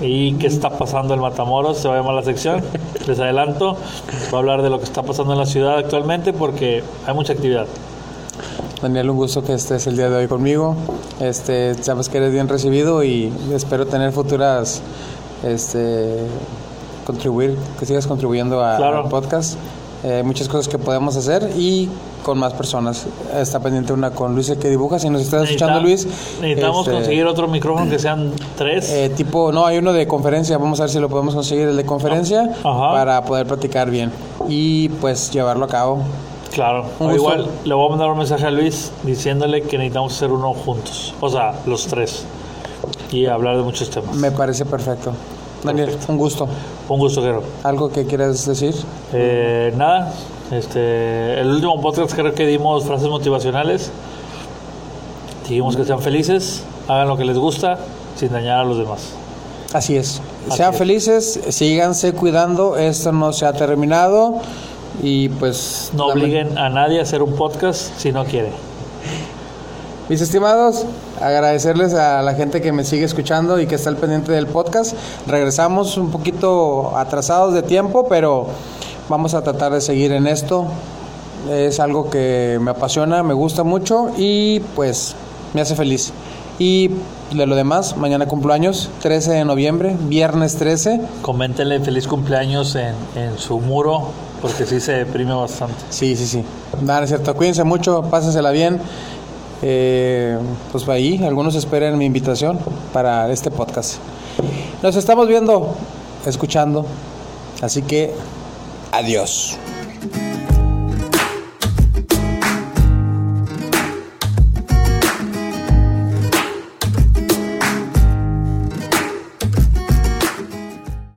Speaker 2: y qué está pasando en Matamoros, se va a llamar la sección, les adelanto, va a hablar de lo que está pasando en la ciudad actualmente porque hay mucha actividad.
Speaker 1: Daniel, un gusto que estés el día de hoy conmigo. Este, sabes que eres bien recibido y espero tener futuras, este, contribuir, que sigas contribuyendo a-
Speaker 2: Claro.
Speaker 1: al podcast. Eh, muchas cosas que podemos hacer y con más personas. Está pendiente una con Luis el que dibuja. Si nos estás escuchando,
Speaker 2: Necesita-
Speaker 1: Luis,
Speaker 2: Necesitamos
Speaker 1: este,
Speaker 2: conseguir otro micrófono que sean tres.
Speaker 1: eh, tipo, no, hay uno de conferencia, vamos a ver si lo podemos conseguir, el de conferencia,
Speaker 2: Ah, Ajá.
Speaker 1: para poder platicar bien y pues llevarlo a cabo.
Speaker 2: claro,
Speaker 1: un
Speaker 2: O
Speaker 1: gusto.
Speaker 2: igual le voy a mandar un mensaje a Luis diciéndole que necesitamos hacer uno juntos, o sea, los tres, y hablar de muchos temas.
Speaker 1: Me parece perfecto. Daniel, un gusto.
Speaker 2: Un gusto, Jero.
Speaker 1: ¿Algo que quieras decir?
Speaker 2: Eh, nada, este, el último podcast creo que dimos frases motivacionales. Dijimos que sean felices, hagan lo que les gusta sin dañar a los demás.
Speaker 1: Así es.
Speaker 2: Así
Speaker 1: Sean
Speaker 2: es.
Speaker 1: felices, síganse cuidando, esto no se ha terminado y pues...
Speaker 2: No
Speaker 1: lame-
Speaker 2: obliguen a nadie a hacer un podcast si no quiere.
Speaker 1: Mis estimados, agradecerles a la gente que me sigue escuchando y que está al pendiente del podcast. Regresamos un poquito atrasados de tiempo, pero vamos a tratar de seguir en esto. Es algo que me apasiona, me gusta mucho y pues me hace feliz. Y de lo demás, mañana cumpleaños, 13 de noviembre, viernes 13.
Speaker 2: Coméntenle feliz cumpleaños en, en su muro porque sí se deprime bastante.
Speaker 1: Sí, sí, sí. Nada, es cierto. Cuídense mucho, pásensela bien. Eh, pues ahí, algunos esperen mi invitación para este podcast. Nos estamos viendo, escuchando. Así que, adiós.